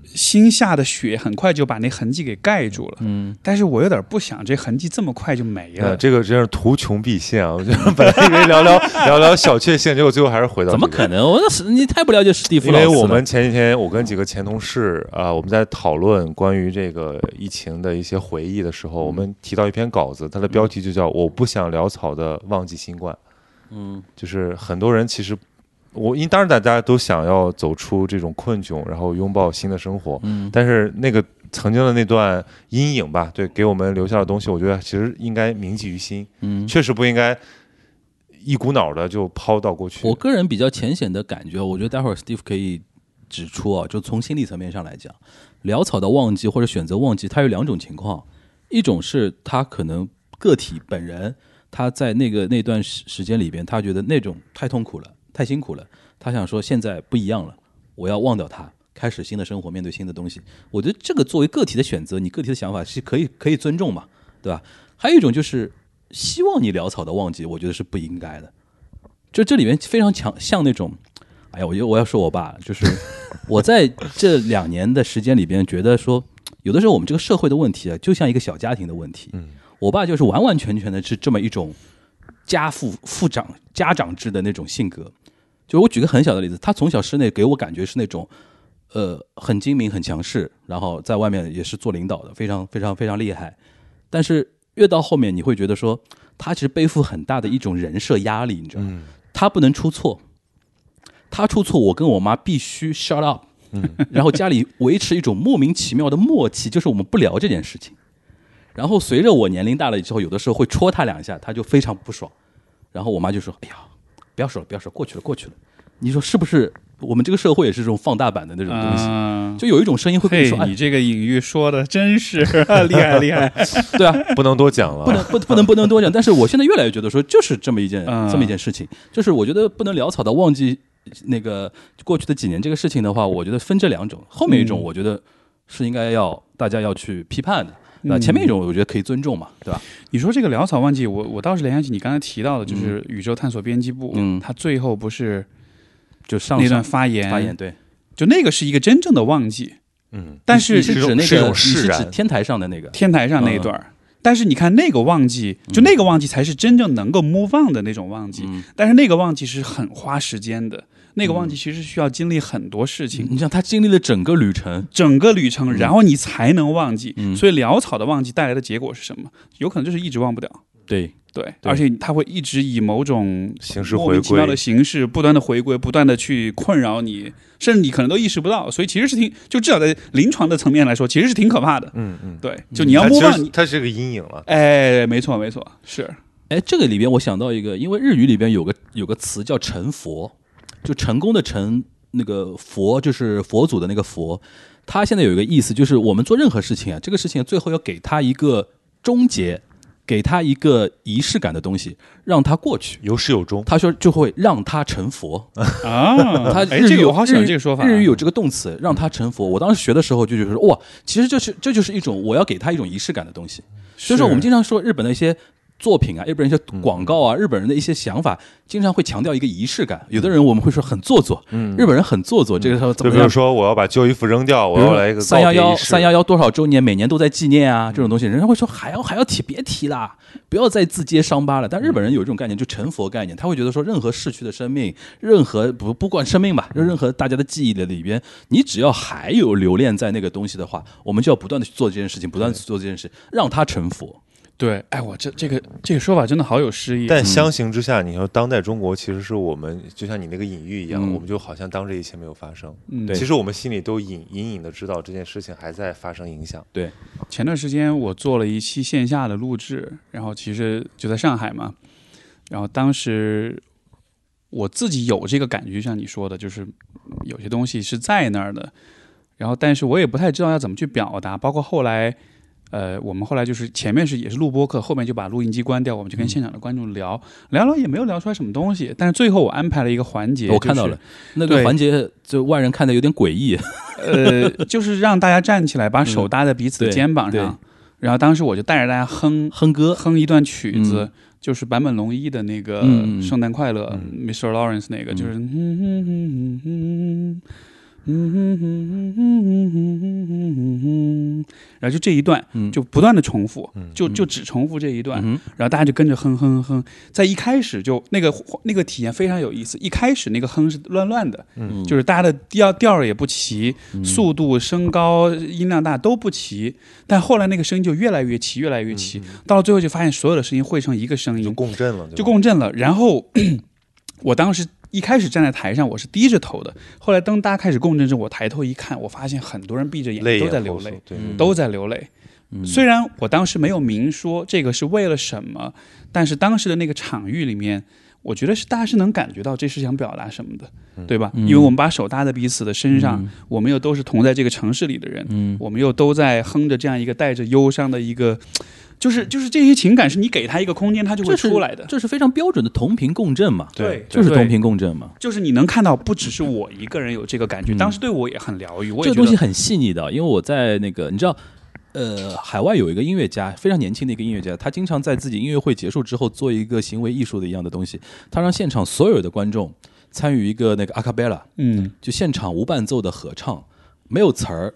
新下的雪，很快就把那痕迹给盖住了。
嗯，
但是我有点不想这痕迹这么快就没
呃，
了。
这个真是图穷匕见啊！我觉得本来以为聊 聊聊聊小确幸，结果最后还是回到、
怎么可？能？我那是你太不了解史蒂夫
因
老师
为
了。
我们前几天，我跟几个前同事啊、我们在讨论关于这个疫情的一些回忆的时候，我
嗯
们提到一篇稿子，它的标题就叫《我不想潦草的忘记新冠》。
嗯，
就是很多人其实，我因为当然大家都想要走出这种困窘，然后拥抱新的生活，
嗯
但是那个曾经的那段阴影吧，对，给我们留下的东西，我觉得其实应该铭记于心，
嗯，
确实不应该一股脑的就抛到过去。
我个人比较浅显的感觉，我觉得待会儿 Steve 可以指出啊，就从心理层面上来讲，潦草的忘记或者选择忘记，它有两种情况，一种是他可能个体本人他在那个那段时时间里边，他觉得那种太痛苦了，太辛苦了，他想说现在不一样了，我要忘掉它。开始新的生活，面对新的东西，我觉得这个作为个体的选择，你个体的想法是可以可以尊重嘛，对吧？还有一种就是希望你潦草的忘记，我觉得是不应该的。就这里面非常强，像那种哎呀，我又我要说我爸，就是我在这两年的时间里边，觉得说，有的时候我们这个社会的问题啊，就像一个小家庭的问题。
嗯，
我爸就是完完全全的是这么一种家父父长家长制的那种性格。就我举个很小的例子，他从小室内给我感觉是那种，呃，很精明、很强势，然后在外面也是做领导的，非常非常非常厉害。但是越到后面，你会觉得说，他其实背负很大的一种人设压力，你知道吗？
嗯
他不能出错，他出错，我跟我妈必须 shut up，、然后
嗯
家里维持一种莫名其妙的默契，就是我们不聊这件事情。然后随着我年龄大了之后，有的时候会戳他两下，他就非常不爽。然后我妈就说：“哎呀，不要说了，不要说了，过去了，过去了。”你说是不是？我们这个社会也是呃这种放大版的那种东西，
嗯，
就有一种声音会跟你
嘿
说：“，哎
你，这个隐喻说的真是啊厉害厉害，
对啊，
不能多讲
不
了。
能不不能不能多讲，但是我现在越来越觉得说，就是这么一件、
嗯
这么一件事情，就是我觉得不能潦草的忘记那个过去的几年这个事情的话，我觉得分这两种，后面一种我觉得是应该要大家要去批判的，对吧？前面一种我觉得可以尊重嘛，对吧？
你说这个潦草忘记，我我倒是联想起你刚才提到的，就是宇宙探索编辑部，
嗯
他最后不是
就上
那
上
段发言，
发言，对，
就那个是一个真正的忘记，
嗯，
但
你
是
是
这
指
种
那
是一
个
种
你是
释然
指天台上的那个，
天台上那
嗯
一段儿。但是你看那个忘记，就那个忘记才是真正能够 move on 的那种忘记，
嗯
但是那个忘记是很花时间的，那个忘
嗯
记其实需要经历很多事情，
你像他经历了整个旅程，
整个旅
嗯
程，然后你才能忘记。
嗯
所以潦草的忘记带来的结果是什么？有可能就是一直忘不掉。
对，
对，
对
而且它会一直以某种
形式
莫
回
名其妙的
归，
形式不断的回归，不断的去困扰你，甚至你可能都意识不到。所以其实是挺，就至少在临床的层面来说，其实是挺可怕的。
嗯嗯，
对，就你要
它
摸
其
到
实
你，
它是个阴影了。
哎，没错没错，是
哎，这个里边我想到一个，因为日语里边有个有个词叫成佛，就成功的成，那个佛就是佛祖的那个佛。他现在有一个意思，就是我们做任何事情啊，这个事情最后要给他一个终结，给他一个仪式感的东西，让他过去。
有始有终，
他说就会让他成佛。
啊，
他
哎，
日语
这个
有
我好喜欢这个说法啊。
日语有这个动词让他成佛。我当时学的时候就觉得说哇，其实这是这就是一种我要给他一种仪式感的东西。所以说我们经常说日本的一些作品啊，日本人一
嗯
些广告啊，日本人的一些想法，经常会强调一个仪式感。有的人我们会说很做作，日本人很做作，这个时候怎
嗯就
么
比
样
嗯
如？说我要把旧衣服扔掉，我要来一个
三幺幺三幺
幺，
幺多少周年，每年都在纪念啊，这种东西，人家会说还要还要提，别提啦，不要再自揭伤疤了。但日本人有一种概念，就成佛概念，他会觉得说，任何逝去的生命，任何不不管生命吧，
嗯
就任何大家的记忆的里边，你只要还有留恋在那个东西的话，我们就要不断的去做这件事情，不断的去做这件事，让它成佛。
对，哎，我这这个这个说法真的好有诗意。啊
但相形之下，你说当代中国其实是我们就像你那个隐喻一样，
嗯
我们就好像当这一切没有发生。
嗯
对
其实我们心里都隐隐隐的知道这件事情还在发生影响。
对，
前段时间我做了一期线下的录制，然后其实就在上海嘛，然后当时我自己有这个感觉，像你说的，就是有些东西是在那儿的，然后但是我也不太知道要怎么去表达，包括后来。呃，我们后来就是前面是也是录播课，后面就把录音机关掉，我们就跟现场的观众聊、聊聊，也没有聊出来什么东西。但是最后我安排了一个环节，
哦我看到了、那个
对
环节，就外人看的有点诡异。
呃，就是让大家站起来，把手搭在彼此的
嗯对
肩膀
对
上。然后当时我就带着大家哼
哼歌，
哼一段曲子
嗯，
就是坂本龙一的那个
嗯嗯嗯
《圣诞快乐》
嗯
m r Lawrence 那个，
嗯
就是嗯。然后就这一段，
嗯
就不断的重复，
嗯
就就只重复这一段，
嗯哼，
然后大家就跟着哼哼哼。在一开始就那个那个体验非常有意思，一开始那个哼是乱乱的，
嗯
就是大家的调调儿也不齐，
嗯
速度、升高、音量大都不齐。但后来那个声音就越来越齐，越来越齐，到了最后就发现所有的声音汇成一个声
就
音，
共振嗯了，对
嗯
吧
就共振了。然后 我当时一开始站在台上，我是低着头的，后来当大家开始共振之后，我抬头一看，我发现很多人闭着眼
泪
都
眼
在
婆
流
娑
泪，，
对，
嗯
都在流泪。虽然我当时没有明说这个是为了什么，但是当时的那个场域里面，我觉得是大家是能感觉到这是想表达什么
嗯
的，对吧？因为我们把手搭在彼此的身上，我们又都是同在这个城市里的人，
嗯
我们又都在哼着这样一个带着忧伤的一个，就是就是这些情感是你给他一个空间， 他就会
这是
出来的。
这是非常标准的同频共振嘛，
对，
就是
对
同频共振嘛。
就是你能看到，不只是我一个人有这个感觉，
嗯
当时对我也很疗愈。我
这
也觉
个东西
得，
很细腻的，因为我在那个你知道，呃，海外有一个音乐家，非常年轻的一个音乐家，他经常在自己音乐会结束之后做一个行为艺术的一样的东西，他让现场所有的观众。参与一个那个阿卡贝拉，
嗯
就现场无伴奏的合唱，没有词儿，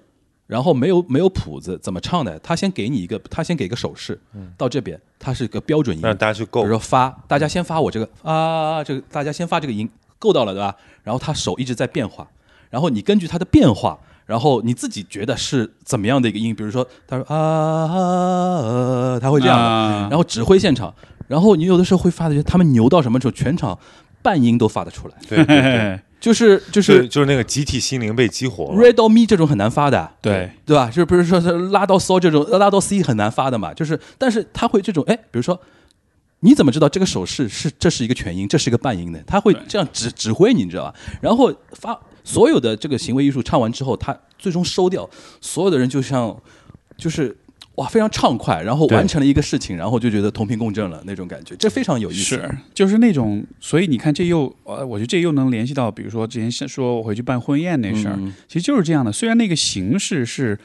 然后没有没有谱子，怎么唱的？他先给你一个，他先给一个手势，
嗯
到这边它是一个标准音，
让大家去
比
够
如。说发，大家先发我这个啊，这个大家先发这个音，够到了对吧？然后他手一直在变化，然后你根据它的变化，然后你自己觉得是怎么样的一个音，比如说他说啊啊，啊他会这样的，
啊
然后指挥现场，然后你有的时候会发觉他们牛到什么时候，全场半音都发得出来，
对 对对，
就是就
就是就是那个集体心灵被激活了。
Red or Me 这种很难发的，
对
对吧？就是不是说是拉到 So 这种拉到 C 很难发的嘛？就是，但是他会这种，哎，比如说，你怎么知道这个手势是这是一个全音，这是一个半音呢？他会这样指指挥你，你知道吧？然后发所有的这个行为艺术唱完之后，他最终收掉，所有的人就像就是。哇，非常畅快，然后
对
完成了一个事情，然后就觉得同频共振了那种感觉，这非常有意思。
是，就是那种，所以你看，这又呃，我觉得这又能联系到，比如说之前是说我回去办婚宴那事儿，
嗯
嗯
其实就是这样的。虽然那个形式是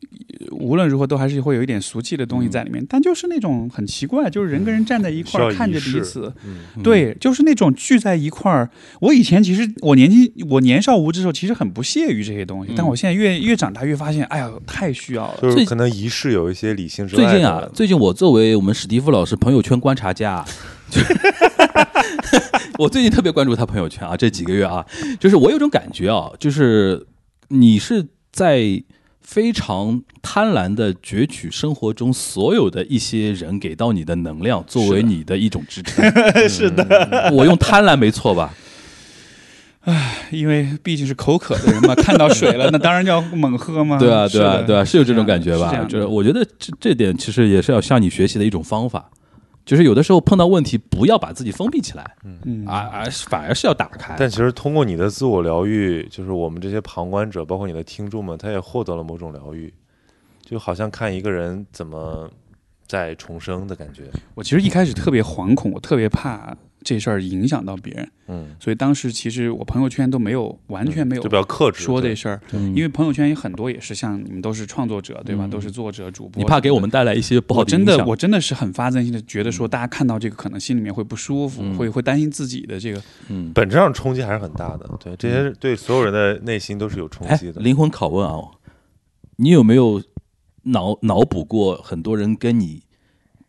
呃无论如何都还是会有一点俗气的东西在里面，但就是那种很奇怪，就是人跟人站在一块
嗯需要
儿
仪
看着彼
式
此，
嗯，
对，就是那种聚在一块儿。我以前其实我年轻，我年少无知的时候，其实很不屑于这些
嗯
东西，但我现在越越长大越发现，哎呀，太需要了。
就是
最
可能仪式有一些理性之
最
外
近
的
啊，最近我作为我们史蒂夫老师朋友圈观察家啊，就我最近特别关注他朋友圈啊，这几个月啊，就是我有种感觉啊，就是你是在非常贪婪的攫取生活中所有的一些人给到你的能量，作为你的一种支撑。嗯
是的，
我用贪婪没错吧？
因为毕竟是口渴的人嘛，看到水 了，那当然要猛喝嘛。
对啊，
是
对啊，
的
对啊，是有这种感觉
是这
吧？
样
就
的
是我觉得这这点其实也是要向你学习的一种方法，就是有的时候碰到问题，不要把自己封闭起来，
嗯
而而是反而是要打开。
但其实通过你的自我疗愈，就是我们这些旁观者，包括你的听众们，他也获得了某种疗愈，就好像看一个人怎么在重生的感觉。
我其实一开始特别惶恐，我特别怕这事儿影响到别人，
嗯，
所以当时其实我朋友圈都没有完全没有
就比较克制。
说这
对
事儿，
嗯
因为朋友圈有很多也是像你们都是创作者对吧？都是作者主播，
你怕给我们带来一些不好
我
的
真
影
的
响嗯
我真的是很发自内心的觉得说，大家看到这个可能心里面会不舒服，会会担心自己的这个。
嗯，
本质上冲击还是很大的，对这些对所有人的内心都是有冲
哎
击，的。
灵魂拷问啊，你有没有脑脑补过很多人跟你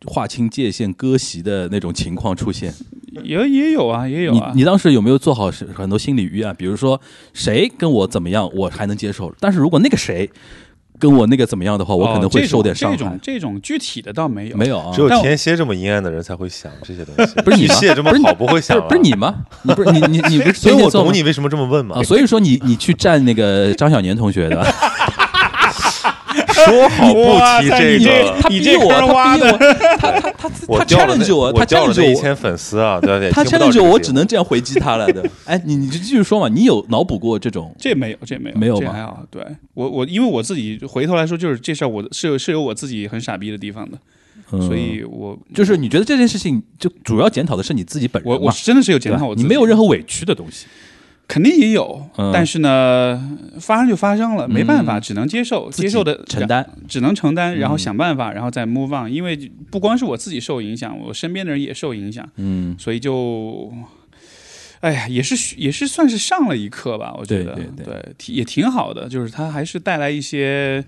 划清界限、割席的那种情况出现？
也也有啊，也有
你
啊。
你当时有没有做好是很多心理预案？比如说谁跟我怎么样，我还能接受；但是如果那个谁跟我那个怎么样的话，我可能会受点
哦
伤害。
这种这种这种具体的倒没有，
没有啊
只，有
但我
天蝎这么阴暗的人才会想这些东西，
不是你
巨
吗
蟹这么好不会
不
想
是
啊
不是你吗？你不是你你你不是
所以
天蝎
我
座吗
懂你为什么这么问嘛
啊，。所以说你你去站那个张小年同学的。
说好不提
你
这个
这，
他
你
逼我，
坑儿挖
他逼
的
我，他他他
我
他
掉了
challenge
那
我，他
掉了
challenge
那一
我，
千粉丝啊，对对，
他
听不到
challenge
这个
我，我
节
只
目
能这样回击他了的。 哎，你你就继续说嘛，你有脑补过这种？
这没有，这没有，
没有
这
吗
还好。对我我因为我自己回头来说，就是这事儿我是有是有我自己很傻逼的地方的，
嗯
所以我
就是你觉得这件事情，就主要检讨的是你自己本人
我
嘛
我真的是有
对
检
吧
讨我自
你
己，
没有任何委屈的东西。
肯定也有，
嗯
但是呢，发生就发生了，没办法，只能接受，
自己
接受的
承，担，
只能承担，
嗯
然后想办法，然后再 move on。因为不光是我自己受影响，我身边的人也受影响，
嗯，
所以就。哎呀，也是也是算是上了一课吧，我觉得
对对对
挺也挺好的，就是它还是带来一些，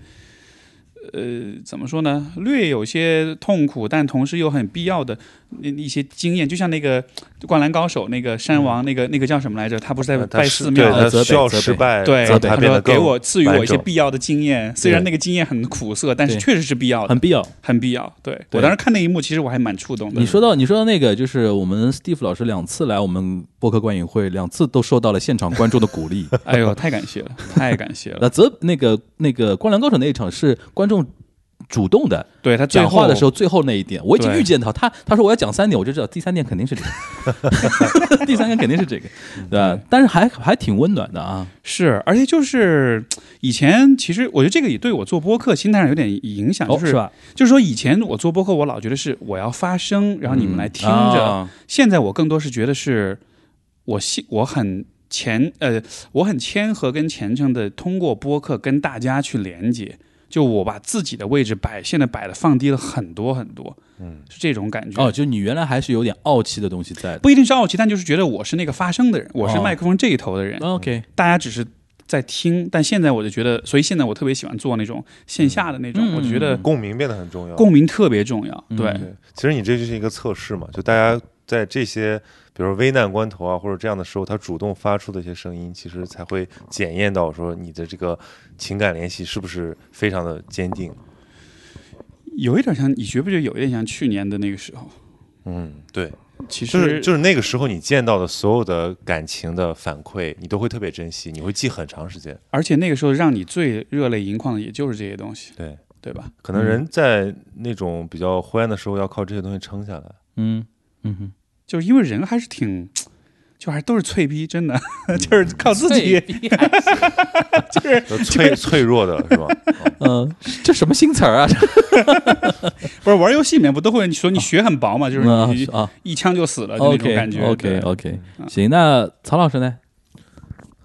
呃，怎么说呢，略有些痛苦，但同时又很必要的那一些经验，就像那个《灌篮高手》那个山王，那个那个叫什么来着？他不是在
嗯呃他
拜
是
寺庙
呃
对他
责备
需要
责备
失败，
对，
让
他
他变
说
得更
给我赐予我一
完
些
整
必要的经验，虽然
对
那个经验很苦涩，但是
对
确实是必要的，
很必要。
很必要。对我
对
当时看那一幕，其实我还蛮触动的。
你说到你说到那个，就是我们 Steve 老师两次来我们播客观影会，两次都受到了现场观众的鼓 励。
哎呦，太感 谢了，太感谢了。
那则那个那个《灌篮高手》那一场是观众主动的
对他最
讲话
后
的时候，最后那一点我已经
对
预见到他，他说我要讲三点，我就知道第三点肯定是这个， 第三点肯定是这个，对吧？但是还还挺温暖的啊，
是，而且就是以前，其实我觉得这个也对我做播客心态上有点影响，
哦，
就是
吧？
就是说以前我做播客，我老觉得是我要发声，然后你们来听着。
啊
现在我更多是觉得是我信我很。虔呃，我很谦和跟虔诚的通过播客跟大家去连接，就我把自己的位置摆现在摆的放低了很多很多，
嗯，
是这种感觉。
哦，就你原来还是有点傲气的东西在的。
不一定是傲气，但就是觉得我是那个发声的人，我是
哦
麦克风这一头的人，
OK，
大家只是在听。但现在我就觉得，所以现在我特别喜欢做那种线下的那种，
嗯
我觉得
共鸣变得很重要。
共鸣特别重要。对，
嗯
对，其实你这就是一个测试嘛，就大家在这些比如说危难关头啊，或者这样的时候，他主动发出的一些声音，其实才会检验到说你的这个情感联系是不是非常的坚定。
有一点像，你觉不觉得有一点像去年的那个时候？
嗯，对，
其实
就是就是那个时候你见到的所有的感情的反馈，你都会特别珍惜，你会记很长时间。
而且那个时候让你最热泪盈眶的，也就是这些东西，
对，
对吧？
可能人在那种比较灰暗的时候，要靠这些东西撑下来。
嗯嗯哼，
就是因为人还是挺，就还都是脆逼，真的，
嗯
就是靠自己，就是
就脆脆弱的是吧？
嗯，这什么新词儿啊？
不是玩游戏里面不都会说你血很薄嘛，就是你
嗯啊
一枪就死了就那种感觉。
，OK OK
哦
对嗯
OK，行，那曹老师呢？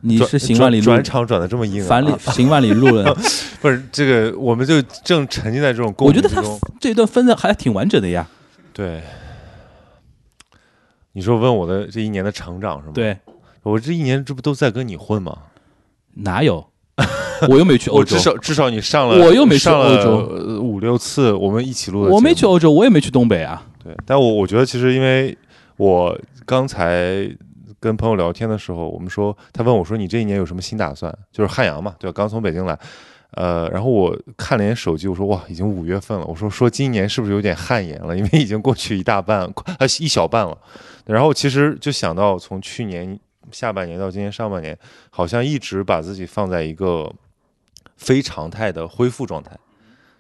你
转
是行万里路
转转，场转的这么硬、啊，
反里行万里路 了。
不是这个，我们就正沉浸在这种共
我觉
鸣
得
之
他
中。
这一段分的还挺完整的呀。
对，你说问我的这一年的成长是吗？，
对，
我这一年这不都在跟你混吗？
哪有？我又没去欧
我
洲
至，少至少你上了，
我又没去
上了
欧洲
呃五六次，我们一起录的。
我没去。欧洲，我也没去东北啊。
对，但我我觉得其实因为我刚才跟朋友聊天的时候，我们说他问我说你这一年有什么新打算？就是汉阳嘛，对吧，刚从北京来。呃，然后我看了眼手机，我说哇，已经五月份了。我说说今年是不是有点汗颜了？因为已经过去一大半，快呃一小半了。然后其实就想到从去年下半年到今年上半年，好像一直把自己放在一个非常态的恢复状态，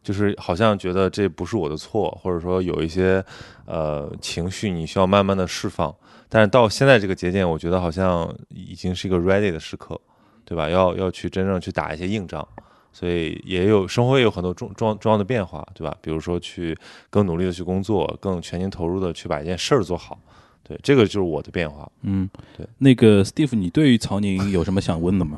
就是好像觉得这不是我的错，或者说有一些呃情绪你需要慢慢的释放。但是到现在这个节点，我觉得好像已经是一个 ready 的时刻，对吧？要要去真正去打一些硬仗，所以也有生活也有很多重重重要的变化，对吧？比如说去更努力的去工作，更全心投入的去把一件事儿做好。对，这个就是我的变化。
嗯，
对。
那个 Steve，你对于曹宁有什么想问的 吗？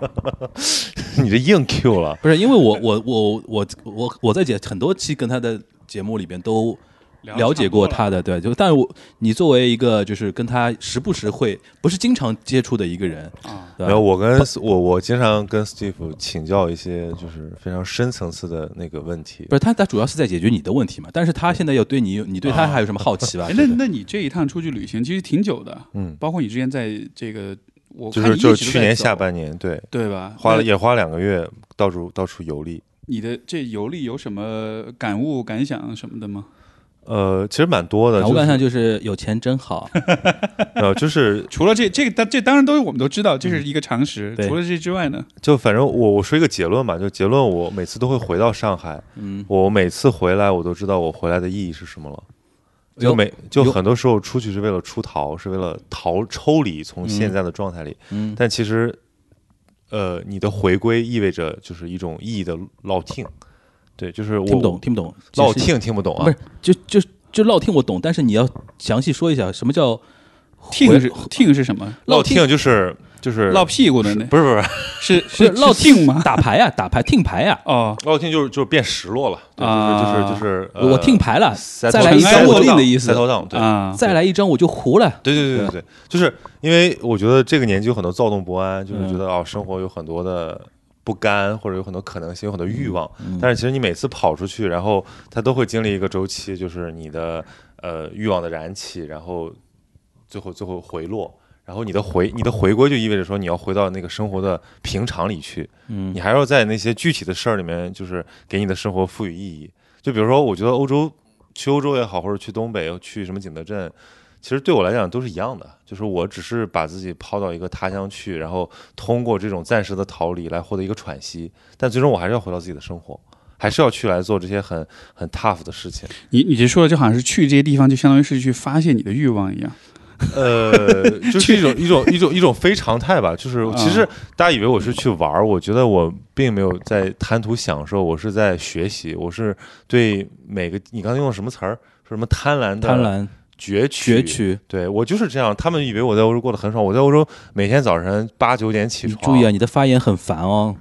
你这硬 Q 了，
不是，因为我我我我我我在节很多期跟他的节目里边都了解过他的，对，就但我你作为一个就是跟他时不时会不是经常接触的一个人，
啊，
对吧
然后我跟我我经常跟 Steve 请教一些就是非常深层次的那个问题
不。是他他主要是在解决你的问题嘛，但是他现在要对你有你对他还有什么好奇吧
哎？那那你这一趟出去旅行其实挺久的，
嗯，
包括你之前在这个，我
就
看
是
你一
就是
直
去
在
年
走
下半年，对，
对吧？
花了
那
也花两个月，到处到处游历。
你的这游历有什么感悟、感想什么的吗？
呃，其实蛮多的，
啊我感想
就是
就是有钱真 好，
呃，就是
除了这这个，这当然都是我们都知道，
嗯
这是一个常识。
对
除了这之外呢，
就反正我我说一个结论吧，就结论我每次都会回到上海，
嗯，
我每次回来我都知道我回来的意义是什么了。就每就
哎有
很多时候出去是为了出逃，是为了逃抽离从现在的状态里，
嗯
但其实，呃，你的回归意味着就是一种意义的落听，对，就是我
听不懂听不懂，
落
解释
听听不懂啊，
不是就就就落听我懂，但是你要详细说一下什么叫
听
回
是听是什么？
落
落听
听就是就是
落屁股的那
不是不是
是
不是落
听吗？
打牌呀，打牌听牌啊呀，
哦，
落听就是就是变失落了，对，
啊
就是就是就是、呃、
我听牌了，
塞
再
头
来一
塞
张
头
我
档
定的意思
塞，头档，对。
啊，
再来一张我就糊了。
对对对对对，就是因为我觉得这个年纪有很多躁动不安，就是
嗯
觉得哦，生活有很多的不甘，或者有很多可能性，有很多欲望。
嗯
但是其实你每次跑出去，然后它都会经历一个周期，就是你的呃欲望的燃起，然后最后最后回落，然后你的回你的回归就意味着说你要回到那个生活的平常里去，
嗯
你还要在那些具体的事儿里面，就是给你的生活赋予意义。就比如说，我觉得欧洲去欧洲也好，或者去东北，去什么景德镇，其实对我来讲都是一样的，就是我只是把自己抛到一个他乡去，然后通过这种暂时的逃离来获得一个喘息，但最终我还是要回到自己的生活，还是要去来做这些很很 tough 的事情。
你你这说的就好像是去这些地方，就相当于是去发泄你的欲望一样。
呃，就是一种一种一种一种非常态吧。
啊
就是其实大家以为我是去玩儿，我觉得我并没有在贪图享受，我是在学习，我是对每个你刚才用的什么词儿？说什么贪婪的
贪婪
攫取，
攫取。
嗯对我就是这样，他们以为我在欧洲过得很爽。我在欧洲每天早晨八九点起
你
床，
注意啊，你的发言很烦 哦，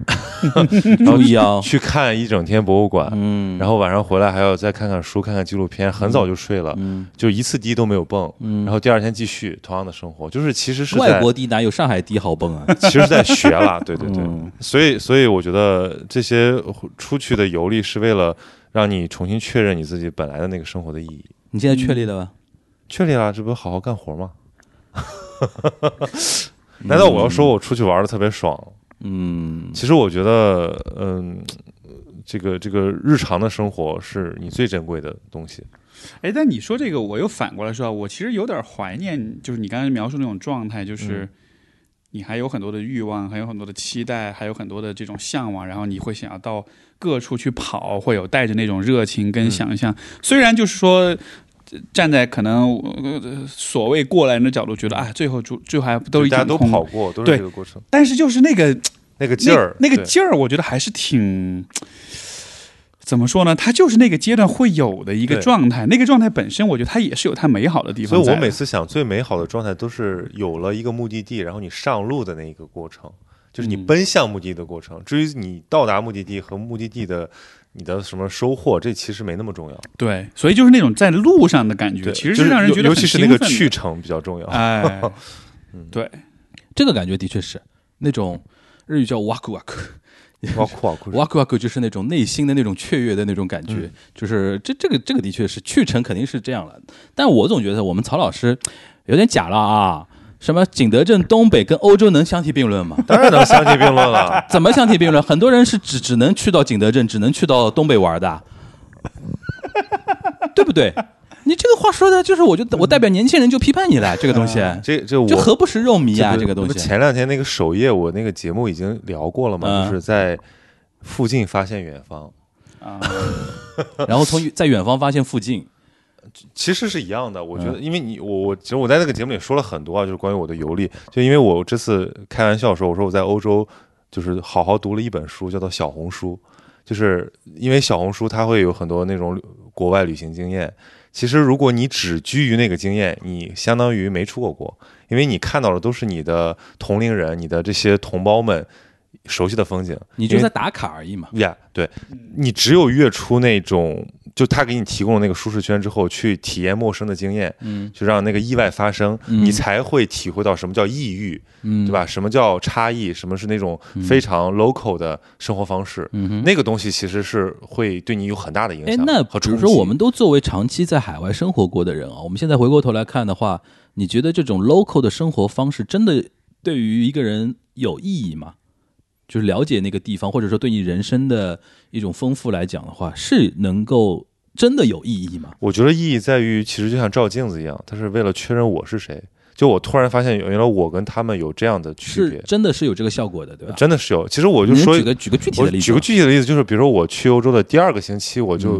注意啊，
去看一整天博物馆，
嗯，
然后晚上回来还要再看看书、看看纪录片，很早就睡了，
嗯
就一次地都没有蹦。
嗯
然，后第二天继续同样的生活，就是其实是
外
在
国地哪有上海地好蹦啊？
其实是在学了，对对对。
嗯
所以所以我觉得这些出去的游历是为了让你重新确认你自己本来的那个生活的意义。
你现在确立了吧？
确立了，这不好好干活吗？ 难道我要说我出去玩的特别爽？
嗯，
其实我觉得，嗯，这个这个日常的生活是你最珍贵的东西。
哎，但你说这个，我又反过来说啊，我其实有点怀念，就是你刚才描述那种状态，就是你还有很多的欲望，还有很多的期待，还有很多的这种向往，然后你会想要到各处去跑，会有带着那种热情跟想象。虽然就是说。呃站在可能、呃、所谓过来人的角度，觉得啊、哎，最后最最后还不都
就
一
大家
场
都
空，
跑过，都
对
是这个过程，
但是就是那个
那个劲儿，
那那个
对
劲儿，我觉得还是挺。怎么说呢？它就是那个阶段会有的一个
对
状态，那个状态本身，我觉得它也是有它美好的地
所以
方在的。
我每次想最美好的状态都是有了一个目的地，然后你上路的那一个过程，就是你
嗯
奔向目的地的过程。至于你到达目的地和目的地的你的什么收获，这其实没那么重要。
对，所以就是那种在路上的感觉，
对，
其实
就是
让人觉得
尤尤
很
其是
兴
那个
奋的
去，程比较重要。
哎，对，
这个感觉的确是那种日语叫哇酷哇酷。
哇酷 哇酷！？
哇酷哇酷就是那嗯种内心的那种雀跃的那种感觉，就是这这个这个的确是去程肯定是这样了，但我总觉得我们曹老师有点假了啊，什么景德镇东北跟欧洲能相提并论吗
当然能相提并论了。
怎么相提并论？很多人是只只能去到景德镇，只能去到东北玩的，对不对？你这个话说的，就是我就我代表年轻人就批判你了，这个东西
这这我
就何不食肉糜啊，
不
嗯这个东
不
西。
前两天那个首页，我那个节目已经聊过了嘛，
嗯
就是在附近发现远方，
啊，，
然后从在远方发现附近，
其实是一样的。我觉得，因为你我我其实我在那个节目里说了很多啊，就是关于我的游历。就因为我这次开玩笑说，我说我在欧洲就是好好读了一本书，叫做《小红书》，就是因为小红书它会有很多那种国外旅行经验。其实如果你只居于那个经验，你相当于没出过国，因为你看到的都是你的同龄人、你的这些同胞们熟悉的风景。
你
因
就
为
在打卡而已嘛。
呀对
嗯
你只有跃出那种，就他给你提供了那个舒适圈之后，去体验陌生的经验，
嗯
就让那个意外发生，
嗯
你才会体会到什么叫异域，
嗯，
对吧？什么叫差异？什么是那种非常 local 的生活方式？
嗯哼
那个东西其实是会对你有很大的影
哎
响，
那
和
比
冲
如
击。
说，我们都作为长期在海外生活过的人啊，我们现在回过头来看的话，你觉得这种 local 的生活方式真的对于一个人有意义吗？就是了解那个地方，或者说对你人生的一种丰富来讲的话，是能够真的有意义吗？
我觉得意义在于，其实就像照镜子一样，它是为了确认我是谁。就我突然发现，原来我跟他们有这样的区
是
别，
真的是有这个效果的，对吧？
真的是有。其实我就
你能
说，
举个举个具体
我
的例子啊嗯
举
吗，
个具体的例子，就是比如说我去欧洲的第二个星期，我就、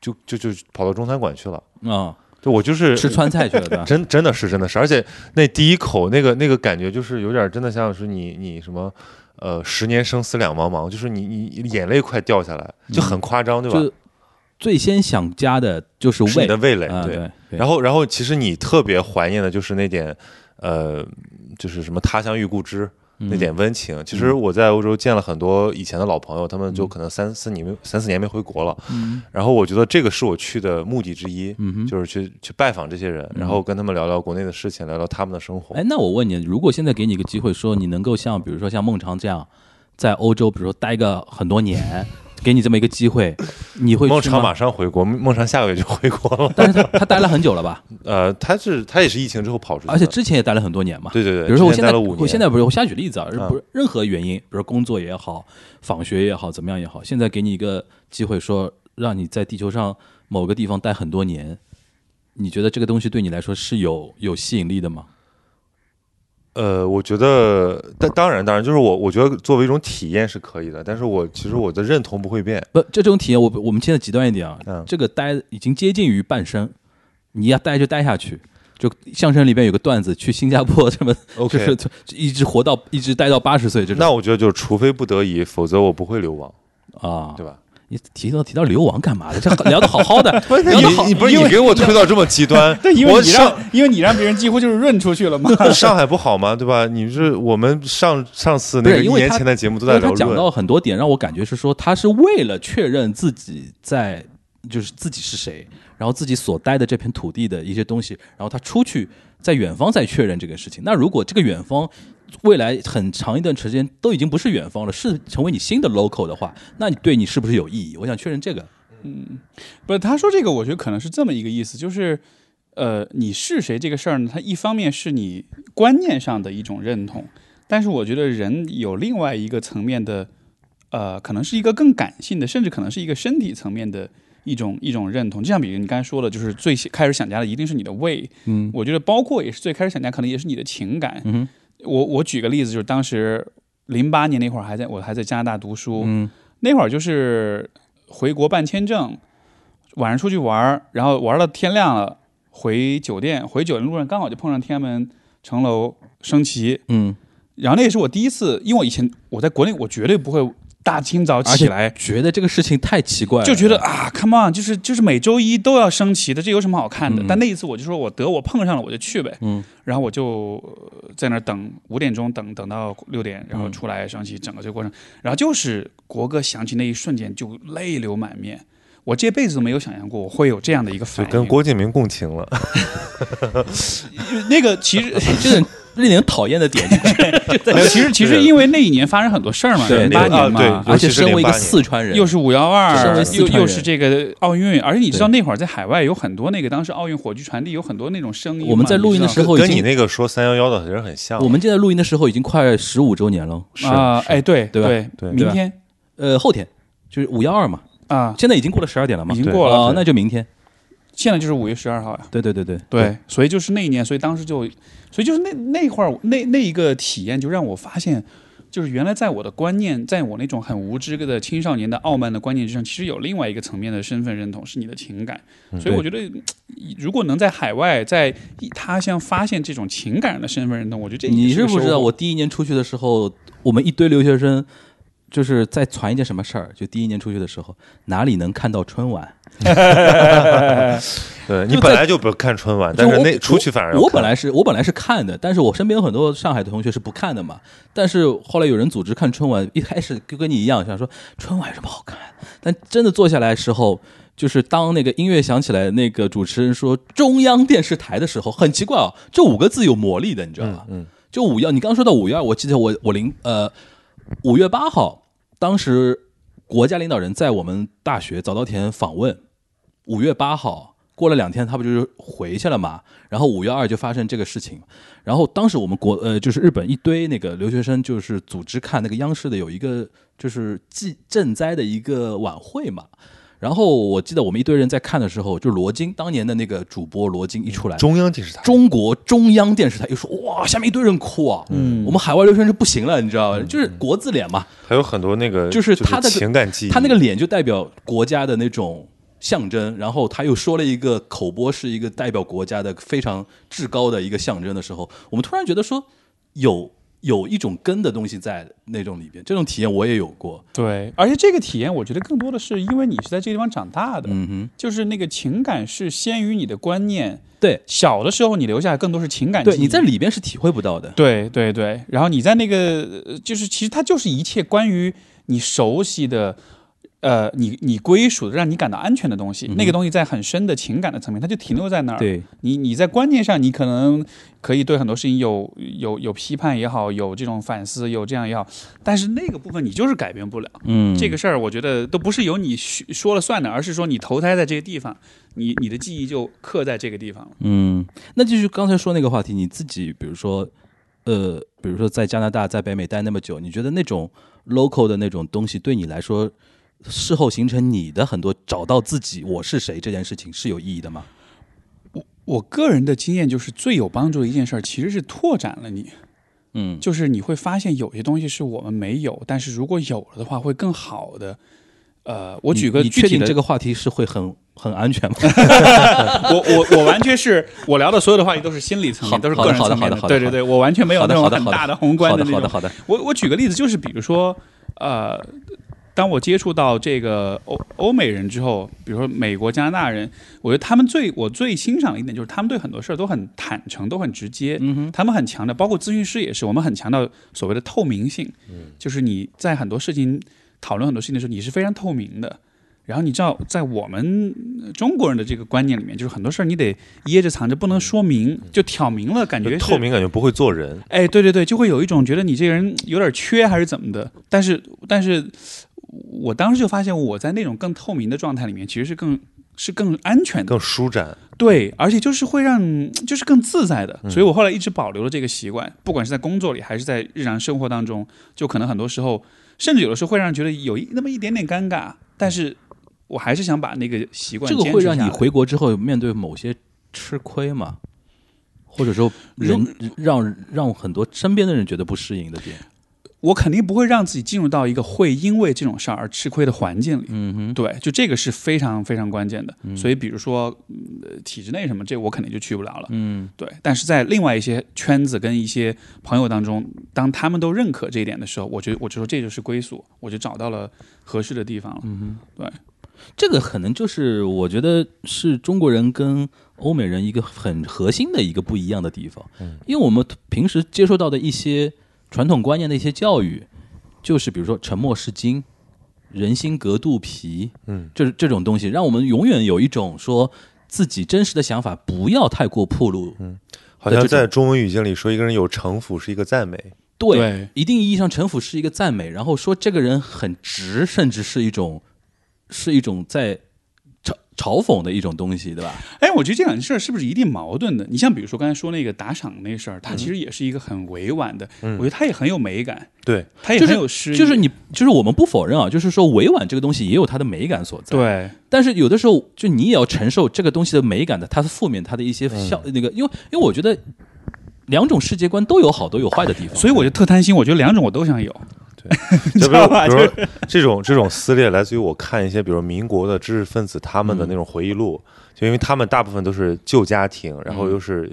就就就跑到中餐馆去了，
啊、
就我就是
吃川菜去了，对吧？
真真的是真的是，而且那第一口那个那个感觉就是有点真的像是你你什么。呃，十年生死两茫茫，就是你你眼泪快掉下来，就很夸张，对吧？
嗯就最先想家的就是
是你
胃，
的味蕾，
啊
对。
对。对
然后，然后其实你特别怀念的就是那点，呃，就是什么他乡遇故知
嗯
那点温情。其实我在欧洲见了很多以前的老朋友，他们
嗯
就可能三四年没三四年没回国了。然后我觉得这个是我去的目的之
嗯
一，就是去去拜访这些人，然后跟他们聊聊国内的事情，聊聊他们的生活
哎，。那我问你，如果现在给你一个机会，说你能够像比如说像孟尝这样，在欧洲，比如说待个很多年，给你这么一个机会，你会
孟
去
尝
吗
马？上回国，孟尝下个月就回国 了。
但是他他待了很久了 吧？
呃，他是他也是疫情之后跑出去的，
而且之前也待了很多年嘛。
对对对，
比如说我
之
现在
前待了五年，嗯
我现在不是我瞎举例子啊，不是任何原因，比如说工作也好，访学也好，怎么样也好，现在给你一个机会，说让你在地球上某个地方待很多年，你觉得这个东西对你来说是有有吸引力的吗？
呃，我觉得，但当然，当然，就是我，我觉得作为一种体验是可以的，但是我其实我的认同不会变。
不，这种体验我我们现在极端一点啊，
嗯
这个待已经接近于半生，你要待就待下去。就相声里边有个段子，去新加坡什么
OK
就是就一直活到一直待到八十岁这种
那我觉得就是，除非不得已，否则我不会流亡，
啊
对，吧？
你提到提到流亡干嘛的？这聊的好好的，聊的好，
你你不是你给我推到这么极 端
对，因为
我
你
上
让因为你让别人几乎就是润出去了嘛。
上海不好吗？对吧？你是我们上上次
不
那个
是
一
因为
年
他
前的节目都
因
在
为他
聊
讲
论，
到很多点，让我感觉是说他是为了确认自己在就是自己是谁，然后自己所待的这片土地的一些东西，然后他出去在远方再确认这个事情。那如果这个远方未来很长一段时间都已经不是远方了，是成为你新的 local 的话，那你对你是不是有意义？我想确认这个。
不是，他说这个，我觉得可能是这么一个意思，就是，呃，你是谁这个事儿呢，它一方面是你观念上的一种认同，但是我觉得人有另外一个层面的，呃，可能是一个更感性的，甚至可能是一个身体层面的一种一种认同。就像比如你刚才说的，就是最先开始想家的一定是你的胃，
嗯，
我觉得包括也是最开始想家，可能也是你的情感。
嗯哼
我我举个例子，就是当时零八年那会儿还在我还在加拿大读书，
嗯
那会儿就是回国办签证，晚上出去玩儿，然后玩到天亮了，回酒店，回酒店路上刚好就碰上天安门城楼升旗，
嗯，
然后那也是我第一次，因为我以前我在国内我绝对不会大清早
而
起
且
来。
觉 得这个事情太奇
哎
怪了，
就觉得啊，come on，就是就是每周一都要升旗的，这有什么好看的？
嗯
但那一次我就说我得我碰上了我就去呗，
嗯
然后我就呃在那儿等五点钟等等到六点，然
嗯
后出来上去整个这个过程，然后就是国歌响起那一瞬间就泪流满面，我这辈子都没有想象过我会有这样的一个
就
反应。
哎
跟郭敬明共情 了。
那个其 实
这种令人讨厌的点，
没有其实其实因为那一年发生很多事儿嘛，
是
零八年嘛，
啊对
而且身为一个
尤其是08年
四川人，
又是五幺
身
二
为，四
又
川人
又是这个奥运，而且你知道那会儿在海外有很多那个当时奥运火炬传递有很多那种声音嘛。
我们在录音的
你知
时候已
跟你
经
那个说三幺幺的人很像，
我们现在录音的时候已经快十五周年了，
道啊，哎对
对吧
对
对
明天
呃，后天就是五幺二嘛，
啊，
现在已经过了十二点了嘛，
已经
对
过了，
啊那就明天。
现在就是五月十二号呀。
对对对对，
对，所以就是那一年，所以当时就，所以就是那那会儿那那一个体验，就让我发现，就是原来在我的观念，在我那种很无知的青少年的傲慢的观念之上，其实有另外一个层面的身份认同，是你的情感。
嗯
所以我觉得，如果能在海外，在异他乡发现这种情感的身份认同，我觉得这
你
也
是
是
不知道，我第一年出去的时候，我们一堆留学生就是在传一件什么事儿，就第一年出去的时候，哪里能看到春晚？
对你
就
本
在
来就不看春晚，但
就是我
那出去反而要
我我
看
本来是我本来是看的，但是我身边有很多上海的同学是不看的嘛。但是后来有人组织看春晚，一开始就跟你一样，想说春晚有什么好看？但真的坐下来的时候，就是当那个音乐响起来，那个主持人说中央电视台的时候，很奇怪啊，这五个字有魔力的，你知道吗？嗯，就五幺，你刚说到五幺，我记得我我零呃五月八号，当时国家领导人在我们大学早稻田访问，五月八号过了两天，他不就是回去了嘛？然后五幺二就发生这个事情，然后当时我们国呃就是日本一堆那个留学生就是组织看那个央视的有一个就是祭赈灾的一个晚会嘛。然后我记得我们一堆人在看的时候，就罗京当年的那个主播罗京一出来，
中央电视台，
中国中央电视台又说哇，下面一堆人哭啊，嗯，我们海外留学生就不行了，你知道吧？就是国字脸嘛，
还有很多那个
就是他那个
情感记忆，
他那个脸就代表国家的那种象征，然后他又说了一个口播是一个代表国家的非常至高的一个象征的时候，我们突然觉得说有有一种根的东西在那种里边，这种体验我也有过。
对，而且这个体验，我觉得更多的是因为你是在这个地方长大的，
嗯哼，
就是那个情感是先于你的观念。
对
小的时候，你留下来更多是情感记忆。
对，你在里边是体会不到的。
对对对，然后你在那个呃就是其实它就是一切关于你熟悉的。呃，你你归属的，让你感到安全的东西，那个东西在很深的情感的层面，它就停留在那儿。，
嗯对，
你你在观念上，你可能可以对很多事情有有有批判也好，有这种反思，有这样也好，但是那个部分你就是改变不了。
嗯，
这个事儿，我觉得都不是由你说说了算的，而是说你投胎在这个地方，你你的记忆就刻在这个地方了。
嗯，那就是刚才说那个话题，你自己比如说，呃，比如说在加拿大、在北美待那么久，你觉得那种 local 的那种东西对你来说，事后形成你的很多找到自己我是谁这件事情是有意义的吗？
我个人的经验就是，最有帮助的一件事儿，其实是拓展了你，
嗯，
就是你会发现有些东西是我们没有，但是如果有了的话，会更好的。呃，我
我
举个
你
具
确
体
定
的，
这个话题是会很 很安全吗？
我我我完全 是我聊的所有的话题都是心理层面，
好
都是个人
好的
层面
好的好的
对对对，我完全没有
好
那
的
种
好的
很
好的
大的宏观
好
的
的
那
好
种
的好的，
我我举个例子，就是比如说，呃，当我接触到这个欧欧美人之后，比如说美国、加拿大人，我觉得他们最我最欣赏的一点就是他们对很多事儿都很坦诚，都很直接。嗯、他们很强调，包括咨询师也是，我们很强调所谓的透明性，
嗯
就是你在很多事情讨论很多事情的时候，你是非常透明的。然后你知道，在我们呃中国人的这个观念里面，就是很多事儿你得掖着藏着，不能说明，就挑明了，感觉是
嗯就透明感觉不会做人，
哎，对对对，就会有一种觉得你这个人有点缺还是怎么的。但是，但是我当时就发现，我在那种更透明的状态里面，其实是更是更安全的，
更舒展。
对，而且就是会让就是更自在的。
嗯
所以我后来一直保留了这个习惯，不管是在工作里还是在日常生活当中，就可能很多时候，甚至有的时候会让人觉得有一那么一点点尴尬，但是我还是想把那个习惯
这个
坚
会
持
让
下
你
来
回国之后面对某些吃亏吗？或者说人让让很多身边的人觉得不适应的点，
我肯定不会让自己进入到一个会因为这种事儿而吃亏的环境里。
嗯哼，
对，就这个是非常非常关键的。所以比如说、嗯呃体制内什么，这我肯定就去不了了。
嗯，
对，但是在另外一些圈子跟一些朋友当中，当他们都认可这一点的时候，我觉得我就说这就是归宿，我就找到了合适的地方了。
嗯这个可能就是我觉得是中国人跟欧美人一个很核心的一个不一样的地方，因为我们平时接受到的一些传统观念的一些教育，就是比如说沉默是金，人心隔肚皮，
嗯，
这这种东西让我们永远有一种说自己真实的想法不要太过暴露，
好像
这种
在中文语境里说一个人有城府是一个赞美，
对，
对
一定意义上城府是一个赞美，然后说这个人很直，甚至是一种是一种在嘲嘲讽的一种东西，对吧？
哎，我觉得这两件事儿是不是一定矛盾的？你像比如说刚才说那个打赏那事儿，它其实也是一个很委婉的，我觉得它也很有美感，
对，
它也
就是
很有诗意，
就是你，就是我们不否认啊，就是说委婉这个东西也有它的美感所在。，
对
但是有的时候就你也要承受这个东西的美感的，它是负面，它的一些效、那个，因为因为我觉得两种世界观都有好，都有坏的地方。
所以我就特贪心，我觉得两种我都想有。
就
知
比
道
如
吧
比如说这种这种撕裂来自于我看一些，比如民国的知识分子他
嗯
们的那种回忆录，就因为他们大部分都是旧家庭，然
嗯
后又是。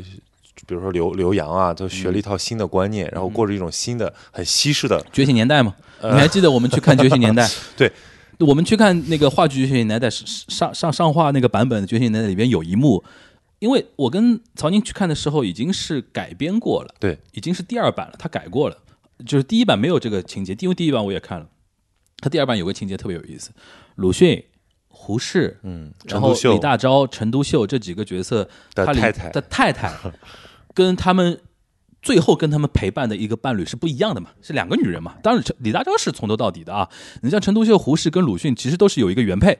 比如说留留洋啊，都学了一套新的观念，
嗯
然后过着一种新的、很西式的，？
觉醒年代嘛，你还记得我们去看《觉醒年代》
呃 对，
我们去看那个话剧《觉醒年代》是是上上上画那个版本的《觉醒年代》里边有一幕，因为我跟曹宁去看的时候已经是改编过了，
对，
已经是第二版了，他改过了，就是第一版没有这个情节，因为第一版我也看了，他第二版有个情节特别有意思，鲁迅、胡适，
嗯，
然
陈
后
独
李
秀
大钊、陈独秀这几个角色
的
他里
太太
的太 太，跟他们最后跟他们陪伴的一个伴侣是不一样的嘛，是两个女人嘛。当然，陈李大钊是从头到底的啊。你像陈独秀、胡适跟鲁迅，其实都是有一个原配，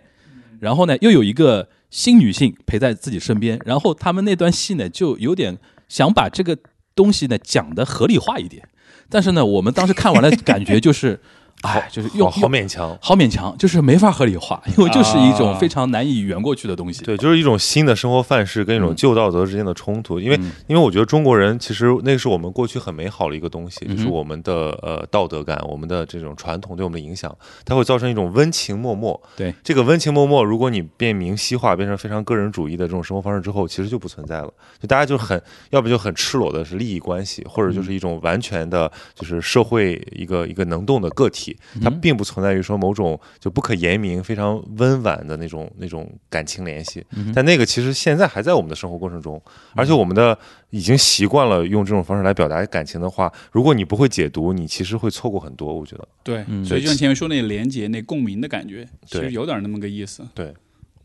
然后呢又有一个新女性陪在自己身边，然后他们那段戏呢就有点想把这个东西呢讲的合理化一点，但是呢，我们当时看完了感觉 就是，哎，就是
好
用
好。勉强，
好勉强，就是没法合理化，因为就是一种
啊
非常难以圆过去的东西。嗯
对，就是一种新的生活范式跟一种旧道德之间的冲突，因为因为我觉得中国人其实那是我们过去很美好的一个东
嗯
西，就是我们的呃道德感，我们的这种传统对我们的影响，它会造成一种温情脉脉。
对，
这个温情脉脉，如果你变明晰化，变成非常个人主义的这种生活方式之后，其实就不存在了。就大家就很，要不就很赤裸的是利益关系，或者
嗯
就是一种完全的，就是社会一个一个能动的个体，它
嗯
并不存在于说某种就不可言明、非常温婉的那种那种感情联系。
嗯
但那个其实现在还在我们的生活过程中，而且我们的已经习惯了用这种方式来表达感情的话，如果你不会解读，你其实会错过很多。我觉得，
嗯对，所以就像前面说那连接、那共鸣的感觉，其实
对
有点那么个意思。
对，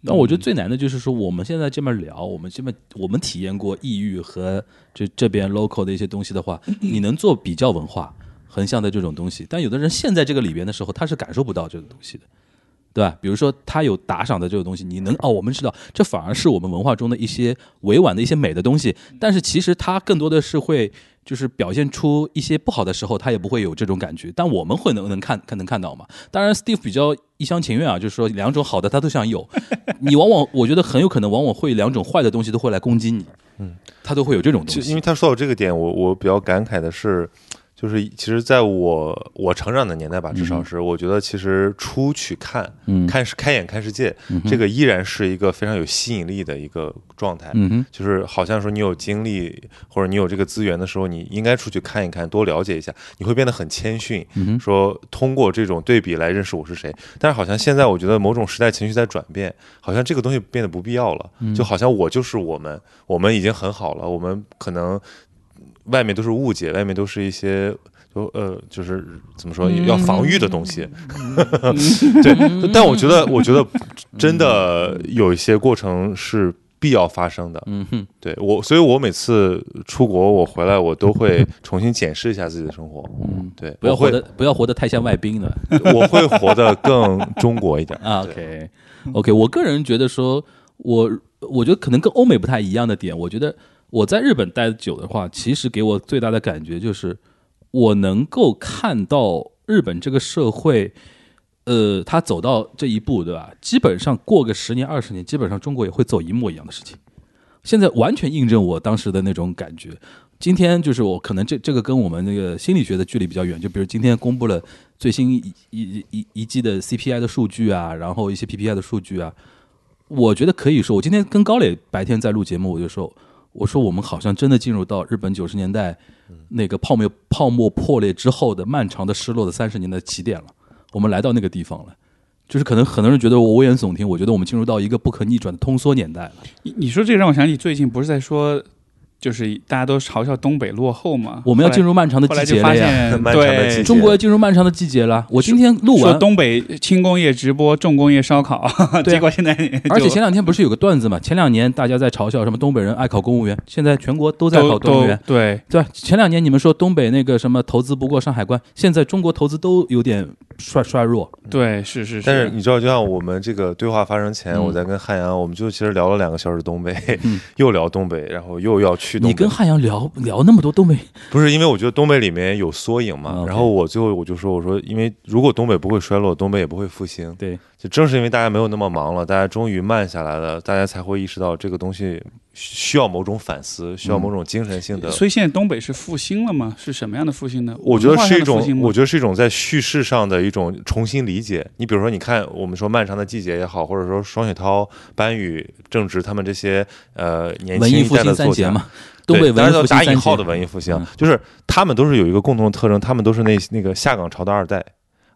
但我觉得最难的就是说，我们现在这么聊，我们这么我们体验过异域和这这边 local 的一些东西的话，你能做比较文化横向的这种东西，但有的人现在这个里边的时候，他是感受不到这个东西的，对吧？比如说他有打赏的这个东西，你能哦，我们知道这反而是我们文化中的一些委婉的一些美的东西，但是其实它更多的是会就是表现出一些不好的时候，他也不会有这种感觉，但我们会能能看看能看到嘛？当然，Steve 比较一厢情愿啊，就是说两种好的他都想有， 你往往我觉得很有可能往往会两种坏的东西都会来攻击你，嗯，他都会有这种东
其实因
西，
为他说到这个点，我我比较感慨的是，就是其实在我我成长的年代吧，至少
嗯
是、我觉得其实出去看
嗯
看世开眼看世界，这个依然是一个非常有吸引力的一个状态。
嗯哼，
就是好像说你有精力或者你有这个资源的时候，你应该出去看一看，多了解一下，你会变得很谦逊，说通过这种对比来认识我是谁。但是好像现在我觉得某种时代情绪在转变，好像这个东西变得不必要了，就好像我就是我们，我们已经很好了，我们可能外面都是误解，外面都是一些。就呃，就是怎么说，要防御的东西， 对。但我觉得，我觉得真的有一些过程是必要发生的，
嗯哼，
对我，所以我每次出国，我回来我都 会重新检视一下自己的生活。嗯，对，
不要
我
活
会
得不要活得太像外宾了。。
我会活得更中国一点
啊
对
OK OK，我个人觉得说，我我觉得可能跟欧美不太一样的点，我觉得我在日本待得久的话，其实给我最大的感觉就是，我能够看到日本这个社会，呃，他走到这一步，对吧？基本上过个十年二十年，基本上中国也会走一模一样的事情。现在完全印证我当时的那种感觉。今天就是我可能这这个跟我们那个心理学的距离比较远，就比如今天公布了最新一一一一季的 CPI 的数据啊，然后一些 PPI 的数据啊，我觉得可以说，我今天跟高磊白天在录节目，我就说，我说我们好像真的进入到日本九十年代那个泡沫泡沫破裂之后的漫长的失落的三十年的起点了，我们来到那个地方了。就是可能很多人觉得我危言耸听，我觉得我们进入到一个不可逆转的通缩年代了。
你你说这个让我想起最近不是在说，就是大家都嘲笑东北落后吗？
我们要进
入
入漫长的
后来
季
就
节
发
了呀！
现，
漫长的季
对
节
中国要进入漫长的季节了。我今天录
说
完，
东北轻工业直播、重工业烧烤，
对啊
结果现在就
而且前两天不是有个段子嘛？前两年大家在嘲笑什么东北人爱考公务员，现在全国都在考
都
公务员
都。对，
对吧？前两年你们说东北那个什么投资不过上海关，现在中国投资都有点衰衰弱。
对，是是
但是你知道，就像我们这个对话发生前，
嗯
我在跟汉阳，我们就其实聊了两个小时东北，
嗯
又聊东北，然后又要去东
你
北
跟。汉阳聊聊那么多东北，
不是因为我觉得东北里面有缩影嘛
啊，，OK
然后我最后我就说，我说因为如果东北不会衰落，东北也不会复兴。
对，
就正是因为大家没有那么忙了，大家终于慢下来了，大家才会意识到这个东西需要某种反思，需要
嗯
某种精神性的
所以现在东北是复兴了吗？是什么样的复兴呢？
我觉得
文化上
是一
的复兴
种，
吗
我觉得是一种在叙事上的一种重新理解。你比如说，你看我们说《漫长的季节》也好，或者说双雪涛、班宇、正直他们这些呃年
文
轻
艺
一
复
代
兴
的
三
作
杰
家，
嘛，东
对，
北文
当
艺
然要
复兴
打
三杰
引号的文艺复兴，
嗯
就是他们都是有一个共同特征，他们都是那那个下岗潮的二代，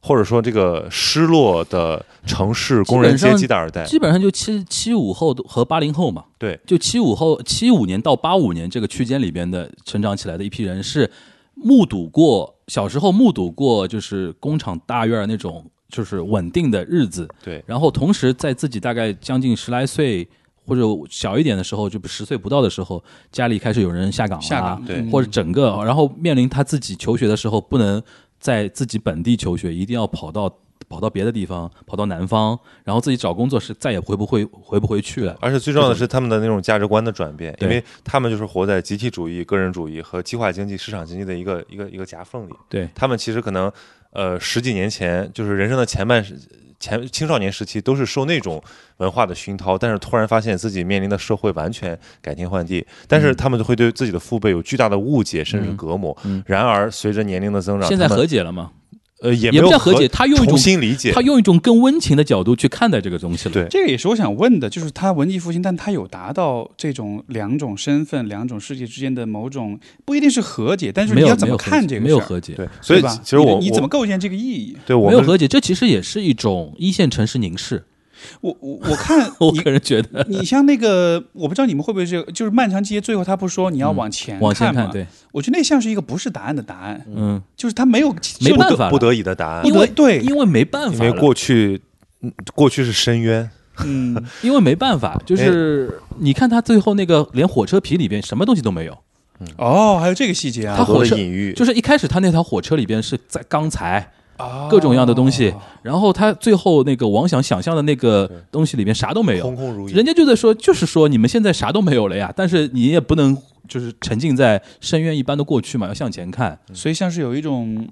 或者说这个失落的城市工人阶级的二代。
基本上就七七五后和八零后嘛，
对，
就七五后七五年到八五年这个区间里边的成长起来的一批人，是目睹过小时候目睹过就是工厂大院儿那种就是稳定的日子，
对
然后同时在自己大概将近十来岁或者小一点的时候，就不十岁不到的时候，家里开始有人下岗了，啊
下岗
对
嗯
或者整个，然后面临他自己求学的时候，不能在自己本地求学，一定要跑到跑到别的地方，跑到南方，然后自己找工作是再也回不回回不回去了。
而且最重要的是他们的那种价值观的转变，
对
因为他们就是活在集体主义、个人主义和计划经济、市场经济的一个一个一个夹缝里。
对，
他们其实可能呃十几年前，就是人生的前半时前青少年时期都是受那种文化的熏陶，但是突然发现自己面临的社会完全改天换地，但是他们就会对自己的父辈有巨大的误解甚至隔膜。
嗯
然而随着年龄的增长，
现在
他们
和解了嘛？
呃也没
也不
有
叫和解，他用一种
重新理解
他。用一种更温情的角度去看待这个东西了。
对
这个也是我想问的，就是它文艺复兴，但它有达到这种两种身份、两种世界之间的某种不一定是和解，但是
没
你
有
要怎么
没有和
看这
解
个
没
事
有
儿？
和解，
对，所以
吧
其其实我
你你怎么
我
构建这个意义？
对我
没有
们
和解，这其实也是一种一线城市凝视。
我我我 看
我
你
个人觉得，
你像那个，我不知道你们会不会这个，就是漫长季节最后他不是说你要往前
嗯往前
看
看，
吗？
对，
我觉得那像是一个不是答案的答案，
嗯，
就是他没有
没
就
办
不
法
得
了
不得已的答案
不，
因为
得对，
因为没办
因
法
为
了，
过去嗯过去是深渊。
嗯，
因为没办法，就是
哎
你看他最后那个连火车皮里边什么东西都没有，
哦，还有这个细节啊，
他
很多
火
的
车
隐喻
就是一开始他那条火车里边是在钢材
哦
各种各样的东西，然后他最后那个王想想象的那个东西里边啥都没
空
有，
空如也
哦人。家就在说，就是说你们现在啥都没有了呀，但是你也不能就是沉浸在深渊一般的过去嘛，要向前看。
所以像是有一种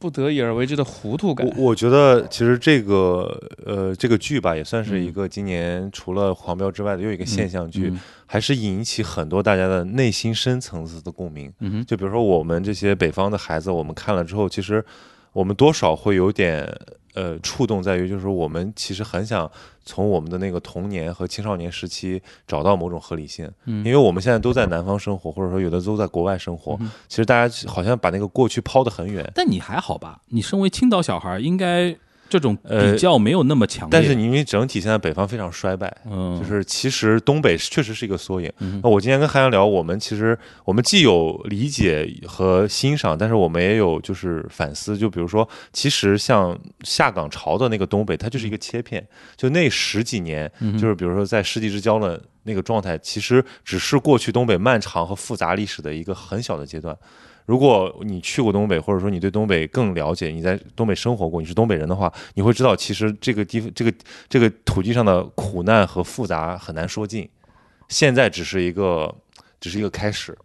不得已而为之的糊涂感
我。我觉得其实这个呃这个剧吧，也算是一个今年除了《狂飙》之外的又一个现象剧，
嗯
还是引起很多大家的内心深层次的共鸣。
嗯哼，
就比如说我们这些北方的孩子，我们看了之后，其实我们多少会有点呃触动，在于就是我们其实很想从我们的那个童年和青少年时期找到某种合理性，
嗯
因为我们现在都在南方生活，或者说有的都在国外生活，
嗯
其实大家好像把那个过去抛得很远。
但你还好吧？你身为青岛小孩儿，应该这种
呃
比较没有那么强烈。
但是，你因为整体现在北方非常衰败，
嗯，
就是其实东北是确实是一个缩影。
嗯哼
那我今天跟韩阳聊，我们其实我们既有理解和欣赏，但是我们也有就是反思。就比如说，其实像下岗潮的那个东北，它就是一个切
嗯
片，就那十几年，就是比如说在世纪之交的那个状态，其实只是过去东北漫长和复杂历史的一个很小的阶段。如果你去过东北，或者说你对东北更了解，你在东北生活过，你是东北人的话，你会知道，其实这个地这个这个土地上的苦难和复杂很难说尽。现在只是一个，只是一个开始。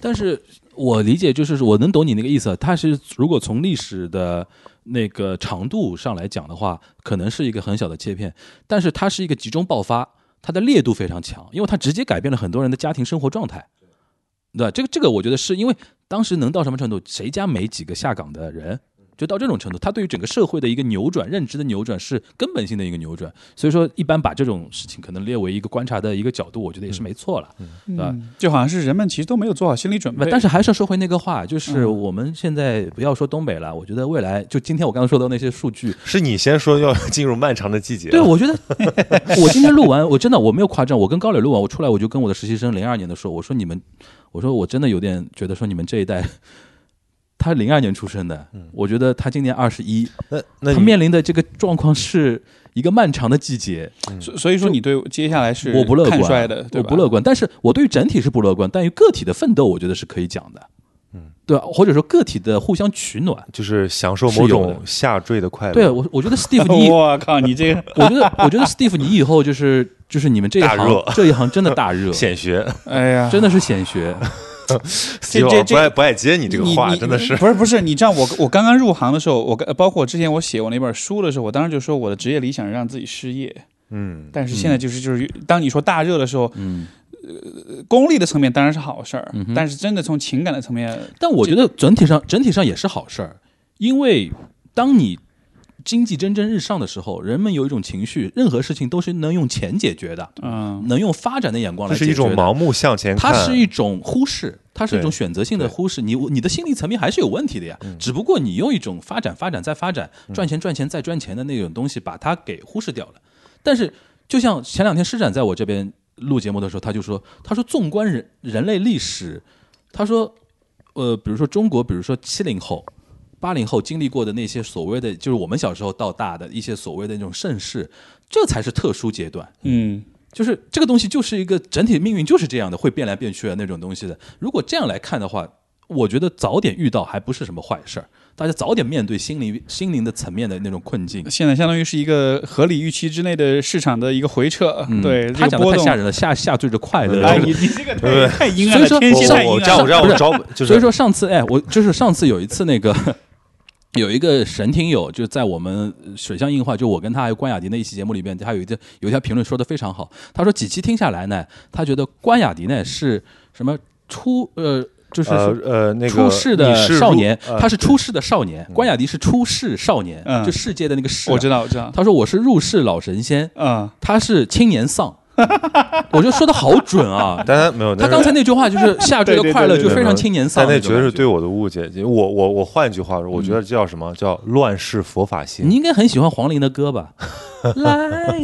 但是我理解就是我能懂你那个意思，它是如果从历史的那个长度上来讲的话，可能是一个很小的切片，但是它是一个集中爆发，它的烈度非常强，因为它直接改变了很多人的家庭生活状态。对吧？这个这个，我觉得是因为当时能到什么程度，谁家没几个下岗的人，就到这种程度。他对于整个社会的一个扭转、认知的扭转是根本性的一个扭转。所以说，一般把这种事情可能列为一个观察的一个角度，我觉得也是没错了。吧
嗯，就好像是人们其实都没有做好心理准
不
备，
但是还是要说回那个话，就是
嗯
我们现在不要说东北了，我觉得未来就今天我刚刚说到那些数据，
是你先说要进入漫长的季节，啊
啊
对我觉得 我今天录完，我真的我没有夸张，我跟高磊录完，我出来我就跟我的实习生零二年的说，我说你们，我说我真的有点觉得说你们这一代，他零二年出生的，
嗯
我觉得他今年二十一，
那那
他
你
面临的这个状况是一个漫长的季节，
所所以说你对接下来是
我不乐
看衰
观
的，对
我
吧？
不乐观。但是我对于整体是不乐观，但于个体的奋斗，我觉得是可以讲的。嗯，对吧，或者说个体的互相取暖，
就是享受
是
某
有的
种下坠的快乐。
对我，我觉得 Steve 你，
我靠，你这个
我觉得我觉得 Steve 你以后就是就是你们这一
大热
行这一行真的大热，
显学，
哎呀，
真的是显 学。
希
这
望
这
不爱不爱接你这个
你
话，
你
真的是。
不是不是？你知道我我刚刚入行的时候，我刚包括之前我写我那本书的时候，我当时就说我的职业理想是让自己失业，
嗯，
但是现在就是就是当你说大热的时候，呃
嗯，
功利的层面当然是好事儿
嗯，哼
但是真的从情感的层面，
但我觉得整体上整体上也是好事儿，因为当你经济蒸蒸日上的时候，人们有一种情绪，任何事情都是能用钱解决的，
嗯，
能用发展的眼光
这
来解
是
决
一
的。
种盲目向前看。
它是一种忽视，它是一种
对
选择性的
对嗯
忽视。你你的心理层面还是有问题的呀，只不过你用一种发展、发展再发展、赚钱、赚钱再赚钱的那种东西，把它给忽视掉了。但是，就像前两天施展在我这边录节目的时候，他就说，他说纵观人人类历史，他说，呃，比如说中国，比如说七零后。八零后经历过的那些所谓的，就是我们小时候到大的一些所谓的那种盛世，这才是特殊阶段。
嗯，
就是这个东西就是一个整体命运就是这样的，会变来变去的那种东西的。如果这样来看的话，我觉得早点遇到还不是什么坏事儿，大家早点面对心灵心灵的层面的那种困境。
现在相当于是一个合理预期之内的市场的一个回撤，
嗯
对，
他
这个
讲的
波
太
动
吓。人了，下下坠着快乐。
哎，
这个
你你这个太太阴暗
所以
了，
说
天蝎
我
太阴暗
我我
了。
这样我这样
不
我
是
招就是
所以说上次哎，我就是上次有一次那个 有一个神听友，就在我们呃水乡映画，就我跟他还有关雅迪那一期节目里边，他有一条有一条评论说的非常好，他说几期听下来呢，他觉得关雅迪呢是什么出呃就是
呃
说
呃那个
出世的
你是入
少年，
呃
他是出世的少年，关雅迪是出世少年，
嗯
就世界的那个世啊、
我知道，我知道，
他说我是入世老神仙，
嗯，
他是青年丧，我觉得说的好准啊。
当然没有。
他
但是
刚才那句话就是下坠的快乐，
对对对
就非常青年丧
但
种感
那
觉。嗯
绝对是对我的误解。我我我换句话说，我觉得叫什么叫乱世佛法心
你？应该很喜欢黄龄的歌吧？来，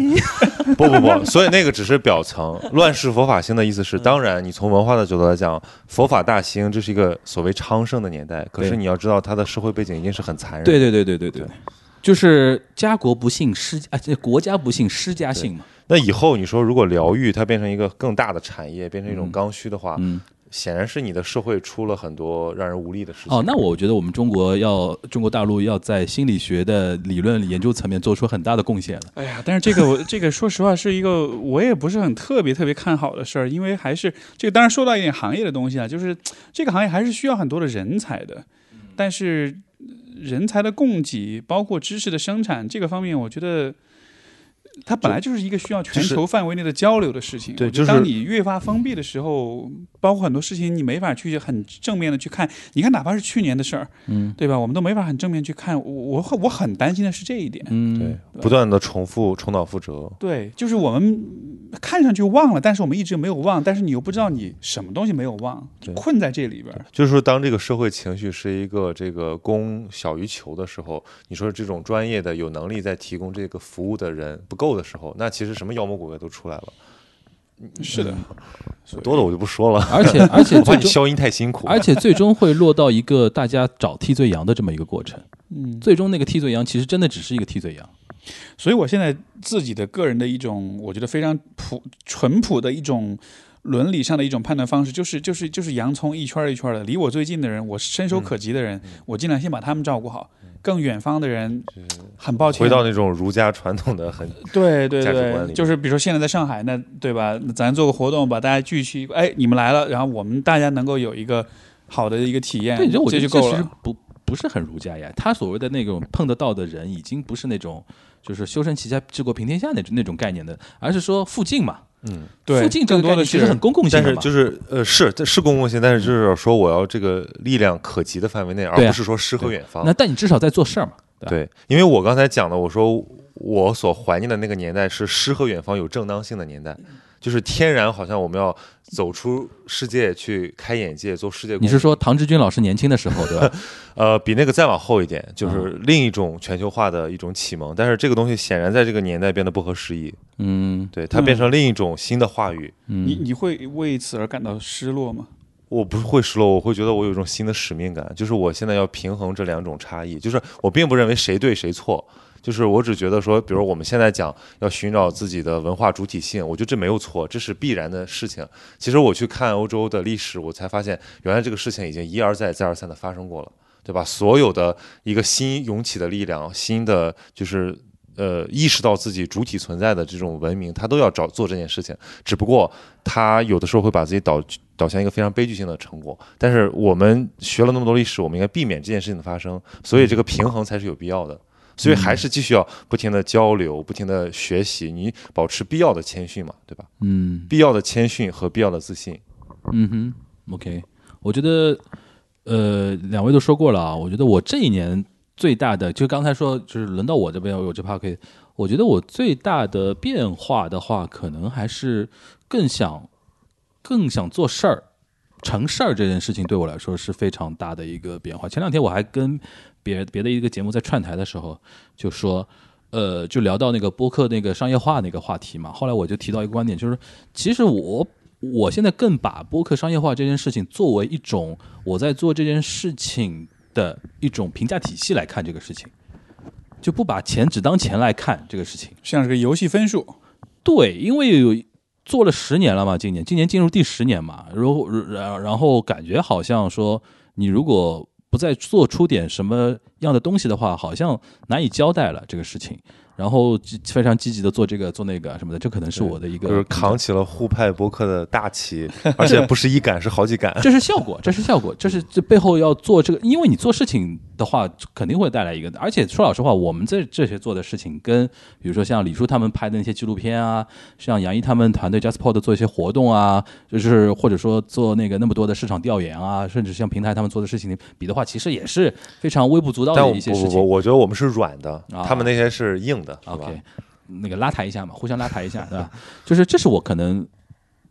不不不，所以那个只是表层。乱世佛法兴的意思
嗯
是，当然你从文化的角度来讲，佛法大兴，这是一个所谓昌盛的年代。可是
对
你要知道，它的社会背景一定是很残忍。
对，对对对对对，就是家国不幸施啊，这国家不幸施家幸嘛。
那以后你说如果疗愈它变成一个更大的产业，变成一种刚需的话，
嗯，
显然是你的社会出了很多让人无力的事情。
哦，那我觉得我们中国要中国大陆要在心理学的理论研究层面做出很大的贡献了。
哎呀，但是这个 我这个说实话是一个我也不是很特别特别看好的事儿，因为还是这个当然
嗯
说到一点行业的东西啊，就是这个行业还是需要很多的人才的，但是人才的供给，包括知识的生产这个方面，我觉得它本来就是一个需要全
就是
球范围内的交流的事情。
对
我觉得
就是
当你越发封闭的时候，包括很多事情你没法去很正面的去看。你看，哪怕是去年的事儿，
嗯，
对吧？我们都没法很正面去看。我我我很担心的是这一点。
嗯，
对，不断的重复、重蹈覆辙。
对，就是我们看上去忘了，但是我们一直没有忘，但是你又不知道你什么东西没有忘，就
对
困在这里边儿。
就是说，当这个社会情绪是一个这个供小于求的时候，你说这种专业的、有能力在提供这个服务的人不够的时候，那其实什么妖魔鬼怪都出来了，嗯
是的，
多了我就不说 了，
而且而且
我怕
最
你
终
消音太辛苦。
而且最终会落到一个大家找替罪羊的这么一个过程。
嗯，
最终那个替罪羊其实真的只是一个替罪羊。
所以我现在自己的个人的一种，我觉得非常朴淳朴的一种伦理上的一种判断方式，就是就是就是洋葱一圈儿一圈儿的，离我最近的人，我伸
嗯
手可及的人，我尽量先把他们照顾好。更远方的人，很抱歉，
回到那种儒家传统 的很
对对
价值观里
对，
面
就是比如说现在在上海，那对吧？那咱做个活动，把大家聚齐，哎，你们来了，然后我们大家能够有一个好的一个体验，
对，这我觉
这
得
就
这
够
其实
了。
不不是很儒家呀。他所谓的那种碰得到的人，已经不是那种就是修身齐家治国平天下那种那种概念的，而是说附近嘛，
嗯，
对，
附近这
更
个概
多的
念其实很公共性
但
的
是
嘛。
就是呃是这是公共性，但是就是说我要这个力量可及的范围内，而
对啊
不是说诗和
对
远方。
那但你至少在做事儿嘛，对吧？
对，因为我刚才讲的，我说我所怀念的那个年代是诗和远方有正当性的年代，
嗯
就是天然好像我们要走出世界去开眼界，做世界公
你
民。
是说唐志军老师年轻的时候，对 吧？
呃，比那个再往后一点，就是
嗯
另一种全球化的一种启蒙，但是这个东西显然在这个年代变得不合时宜，
嗯
对，它变成另一种新的话语。
你
嗯，
你会为此而感到失落吗？
我不会失落，我会觉得我有一种新的使命感，就是我现在要平衡这两种差异，就是我并不认为谁对谁错，就是我只觉得说，比如我们现在讲要寻找自己的文化主体性，我觉得这没有错，这是必然的事情。其实我去看欧洲的历史，我才发现原来这个事情已经一而再、再而三的发生过了，对吧？所有的一个新涌起的力量，新的就是。呃，意识到自己主体存在的这种文明，它都要找做这件事情，只不过它有的时候会把自己导导向一个非常悲剧性的成果。但是我们学了那么多历史，我们应该避免这件事情的发生，所以这个平衡才是有必要的。所以还是继续要不停的交流，不停的学习，你保持必要的谦逊嘛，对吧？
嗯
必要的谦逊和必要的自信。
嗯哼，OK，我觉得呃，两位都说过了啊，我觉得我这一年最大的，就刚才说，就是轮到我这边，我这趴可以，我觉得我最大的变化的话，可能还是更想更想做事儿。成事儿这件事情对我来说是非常大的一个变化。前两天我还跟别别的一个节目在串台的时候，就说，呃，就聊到那个播客那个商业化那个话题嘛。后来我就提到一个观点，就是其实我我现在更把播客商业化这件事情作为一种我在做这件事情的一种评价体系来看这个事情，就不把钱只当钱来看这个事情。
像是个游戏分数，
对，因为有做了十年了嘛，今年今年进入第十年嘛，然后然然后感觉好像说，你如果不再做出点什么样的东西的话，好像难以交代了这个事情。然后积非常积极的做这个做那个什么的，这可能是我的一个
就是扛起了互派博客的大旗，而且不是一杆，是好 几杆。
这是效果，这是效果，这是这背后要做这个，因为你做事情的话，肯定会带来一个。而且说老实话，我们这这些做的事情，跟比如说像李叔他们拍的那些纪录片啊，像杨毅他们团队 JustPod 做一些活动啊，就是或者说做那个那么多的市场调研啊，甚至像平台他们做的事情比的话，其实也是非常微不足道
但
的
我
一些
不
事
不不，
情。
我觉得我们是软的，
啊
他们那些是硬的，是吧
OK，？那个拉抬一下嘛，互相拉抬一下，对吧？ 就是这是我可能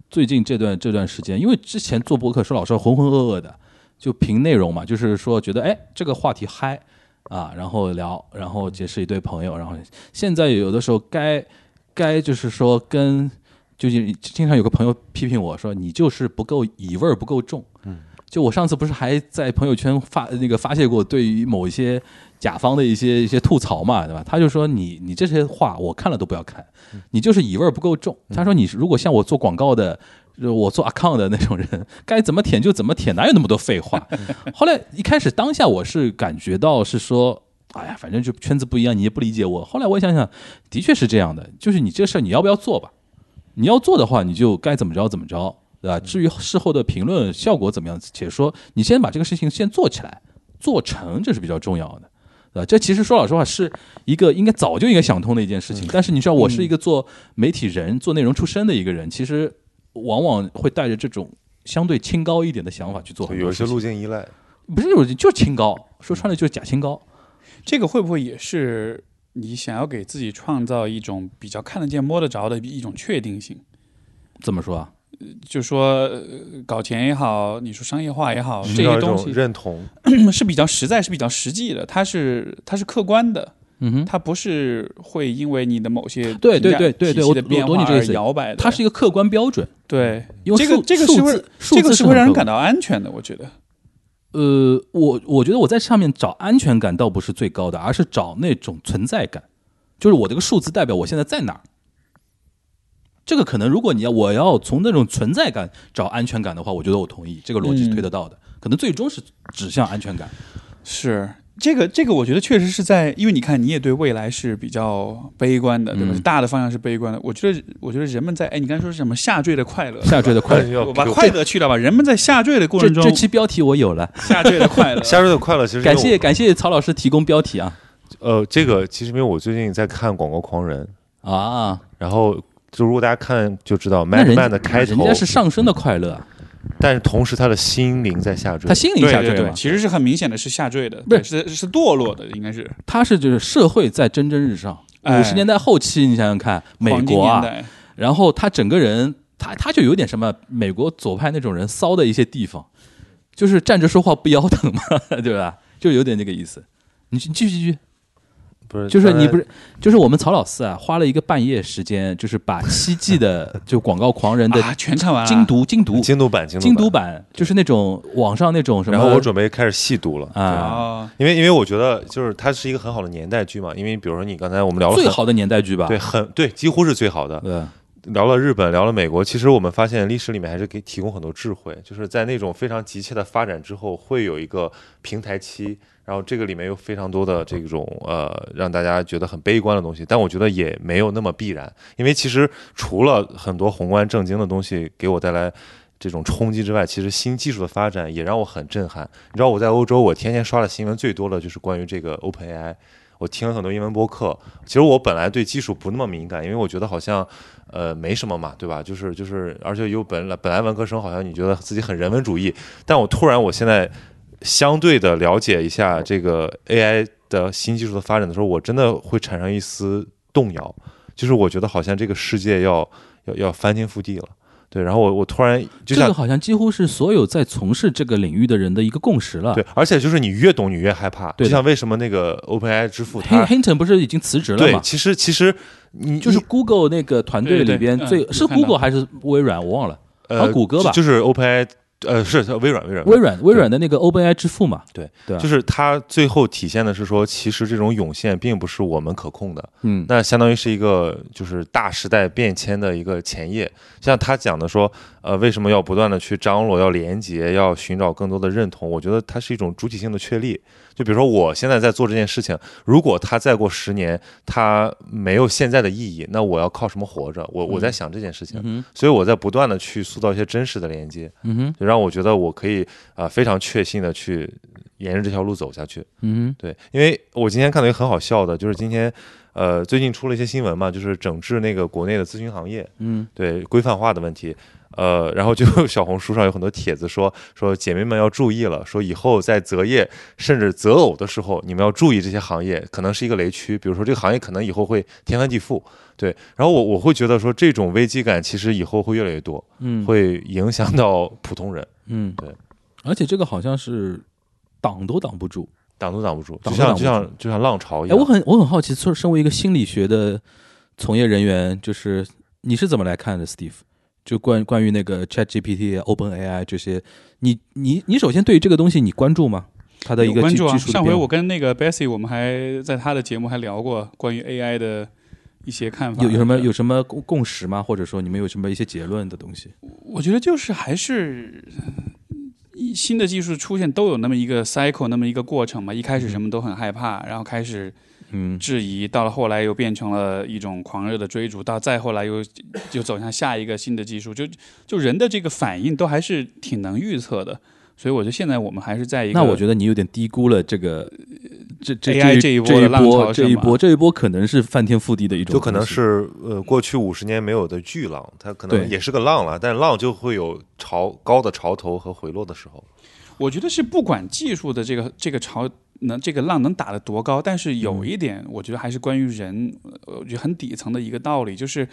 最近这段这段时间，因为之前做播客，说老实话，浑浑噩噩的，就凭内容嘛，就是说觉得哎这个话题嗨啊，然后聊，然后结识一堆朋友，然后现在有的时候该该就是说跟就是经常有个朋友批评我说你就是不够乙味儿不够重，嗯。就我上次不是还在朋友圈发那个发泄过对于某一些甲方的一些一些吐槽嘛，对吧？他就说你你这些话我看了都不要看，你就是乙味儿不够重。他说你如果像我做广告的，呃我做 account 的那种人，该怎么舔就怎么舔，哪有那么多废话？后来一开始当下我是感觉到是说。哎呀，反正就圈子不一样，你也不理解我。后来我想想，的确是这样的，就是你这事儿你要不要做吧？你要做的话，你就该怎么着怎么着，对吧？至于事后的评论效果怎么样，且说，你先把这个事情先做起来，做成，这是比较重要的。对吧？这其实说老实话是一个应该早就应该想通的一件事情，但是你知道我是一个做媒体人、做内容出身的一个人，其实往往会带着这种相对清高一点的想法去做
就
很
有
多
一些
事情，
路径依赖，
不是有就是清高，说穿了就是假清高。
这个会不会也是你想要给自己创造一种比较看得见、摸得着的一种确定性？
怎么说啊？
就说、呃搞钱也好，你说商业化也好，这
需嗯要
些
一
东
种
西
认同。
是比较实在、是比较实际的，它是它是客观的，
嗯哼，
它不是会因为你的某些
对
评
对
价
对对对
体系
我
的
我
变
懂
化
你这个
而
意思
摇摆的，
它是一个客观标准，
对
因为
这个
数
这个是
数
会
字数
这个
字
是
是
会
很
让人
客
感
观
到安全的，我觉得。
呃，我我觉得我在上面找安全感倒不是最高的，而是找那种存在感，就是我这个数字代表我现在在哪儿。这个可能，如果你要我要从那种存在感找安全感的话，我觉得我同意这个逻辑是推得到的，可能最终是指向安全感。
是这个，这个我觉得确实是在，因为你看，你也对未来是比较悲观的，对吧？
嗯
大的方向是悲观的。我觉得，我觉得人们在，哎，你刚才说是什么下坠的快乐？
下坠的快乐，
乐。
我把快乐去掉吧。人们在下坠的过
这
程中
这，期标题我有了，
下坠的快乐
夏日的快乐，其实因为
感
我
谢感谢曹老师提供标题啊
呃，这个其实因为我最近在看《广告狂人》，
啊！
然后就如果大家看就知道
那人
，Madman 的开
人
头
家，是上升的快乐啊，
但是同时他的心灵在下坠
他。心灵
对
下
对
坠
对，
嘛，
其实是很明显的，是下坠的，
不是
对是是堕落的，应该是
他是就是社会在蒸蒸日上。
哎
五十年代后期，你想想看，美
黄金
国
年
啊，
代。
然后他整个人，他他就有点什么美国左派那种人骚的一些地方，就是站着说话不腰疼嘛， 对吧？就有点那个意思。你继继续继续，
不是，
就是你不
是
是，就是我们曹老四啊，花了一个半夜时间，就是把七季的 就广告狂人的
啊，全看完了。
精读精读
精读版，精
精读
版。
版，就是那种网上那种什么，
然后我准备开始细读了，
啊，
啊，
因为因为我觉得就是它是一个很好的年代剧嘛，因为比如说你刚才我们聊了
最
很
好的年代剧吧，
对很对几乎是最好的，
对，
聊了日本，聊了美国，其实我们发现历史里面还是给提供很多智慧，就是在那种非常急切的发展之后，会有一个平台期，然后这个里面有非常多的这种呃让大家觉得很悲观的东西，但我觉得也没有那么必然，因为其实除了很多宏观正经的东西给我带来。这种冲击之外，其实新技术的发展也让我很震撼。你知道我在欧洲，我天天刷的新闻最多的就是关于这个 OpenAI，我听了很多英文播客。其实我本来对技术不那么敏感，因为我觉得好像呃没什么嘛，对吧？就是就是，而且有本来本来文科生，好像你觉得自己很人文主义，但我突然我现在相对的了解一下这个 AI 的新技术的发展的时候，我真的会产生一丝动摇，就是我觉得好像这个世界要要要翻天覆地了。对，然后我我突然就
这
像
个好像几乎是所有在从事这个领域的人的一个共识了。
对，而且就是你越懂，你越害怕。
啊对
就
的
像为什么那个 OpenAI 之父
Hin-
他，
，Hinton 不是已经辞职了
对，
吗？
其实其实你
就是
你
Google 那个团队里边
对对对
最
嗯
是
我看到
Google 还是微软，我忘了，啊
呃，
谷歌吧
就就是 OpenAI，呃，是微软，微软，
微软微软的那个 OpenAI 之父嘛。
对
对啊，
就是它最后体现的是说，其实这种涌现并不是我们可控的，
嗯，
那相当于是一个就是大时代变迁的一个前夜。像他讲的说，呃，为什么要不断的去张罗，要连接，要寻找更多的认同？我觉得它是一种主体性的确立。就比如说我现在在做这件事情，如果它再过十年，它没有现在的意义，那我要靠什么活着？我我在想这件事情，
嗯
所以我在不断的去塑造一些真实的连接，
嗯哼，
就让我觉得我可以啊、呃非常确信的去沿着这条路走下去。
嗯
对，因为我今天看到一个很好笑的，就是今天，呃，最近出了一些新闻嘛，就是整治那个国内的咨询行业，
嗯，
对规范化的问题，呃，然后就 小红书上有很多帖子说说姐妹们要注意了，说以后在择业甚至择偶的时候，你们要注意这些行业可能是一个雷区，比如说这个行业可能以后会天翻地覆，对，然后我我会觉得说这种危机感其实以后会越来越多，
嗯
会影响到普通人，
嗯，
对。
而且这个好像是挡都挡不住。
挡都挡不住，就
挡都
像
挡
就
不
像就像浪潮一
哎，
样。
我很我很好奇，作身为一个心理学的从业人员，就是你是怎么来看的，Steve？就关关于那个 Chat GPT、Open AI 这些，你你你首先对于这个东西你关注吗？它的一
有
个
关
技
注啊！
技术的
上回
变化
我跟那个 Bessy，我们还在他的节目还聊过关于 AI 的一些看法。啊
有有什么有什么共共识吗？或者说你们有什么一些结论的东西？
我觉得就是还是一新的技术出现都有那么一个 cycle，那么一个过程嘛。一开始什么都很害怕，然后开始
嗯
质疑，到了后来又变成了一种狂热的追逐，到再后来又就走向下一个新的技术，就就人的这个反应都还是挺能预测的。所以我觉得现在我们还是在一个，
那我觉得你有点低估了这个这这
AI
这
这一波
这一
的浪
波
潮
这一
是吗
波这一波可能是翻天覆地的一种东
就
西，
可能是呃过去五十年没有的巨浪，它可
对
能也是个浪了，但浪就会有潮高的潮头和回落的时候。
我觉得是不管技术的这个这个潮能这个浪能打得多高，但是有一点，我觉得还是关于人，呃我觉得很底层的一个道理就是。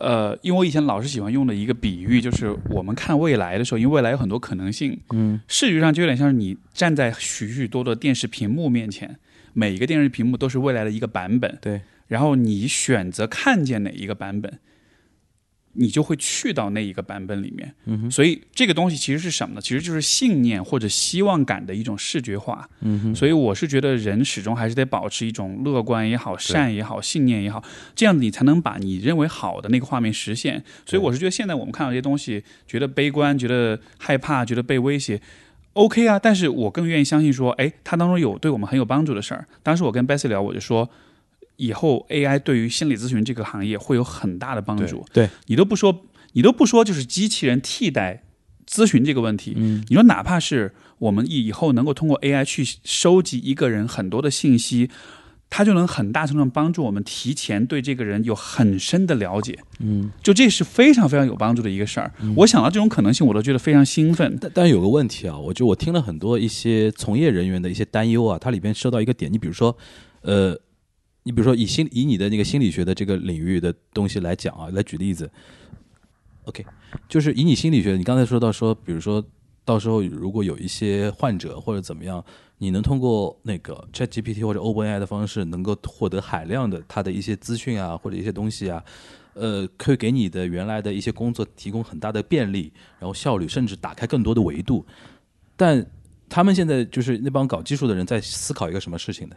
呃，因为我以前老是喜欢用的一个比喻，就是我们看未来的时候，因为未来有很多可能性，嗯，视觉上就有点像是你站在许许多多的电视屏幕面前，每一个电视屏幕都是未来的一个版本，
对，
然后你选择看见哪一个版本，你就会去到那一个版本里面，所以这个东西其实是什么呢？其实就是信念或者希望感的一种视觉化。嗯，所以我是觉得人始终还是得保持一种乐观也好、善也好、信念也好，这样子你才能把你认为好的那个画面实现。所以我是觉得现在我们看到这些东西，觉得悲观、觉得害怕、觉得被威胁。OK 啊，但是我更愿意相信说，哎，它当中有对我们很有帮助的事儿。当时我跟 Bessy 聊，我就说，以后 AI 对于心理咨询这个行业会有很大的帮助。
对对
你都不说你都不说就是机器人替代咨询这个问题，你说哪怕是我们以以后能够通过 AI 去收集一个人很多的信息。它就能很大程度上帮助我们提前对这个人有很深的了解，嗯，就这是非常非常有帮助的一个事儿。我想到这种可能性，我都觉得非常兴奋。
但但有个问题啊，我觉得我听了很多一些从业人员的一些担忧啊，它里边说到一个点，你比如说，呃，你比如说以心以你的那个心理学的这个领域的东西来讲啊，来举例子，OK，就是以你心理学，你刚才说到说，比如说到时候如果有一些患者或者怎么样，你能通过那个 ChatGPT 或者 OpenAI 的方式，能够获得海量的它的一些资讯啊，或者一些东西啊，呃，可以给你的原来的一些工作提供很大的便利，然后效率，甚至打开更多的维度。但他们现在就是那帮搞技术的人在思考一个什么事情呢？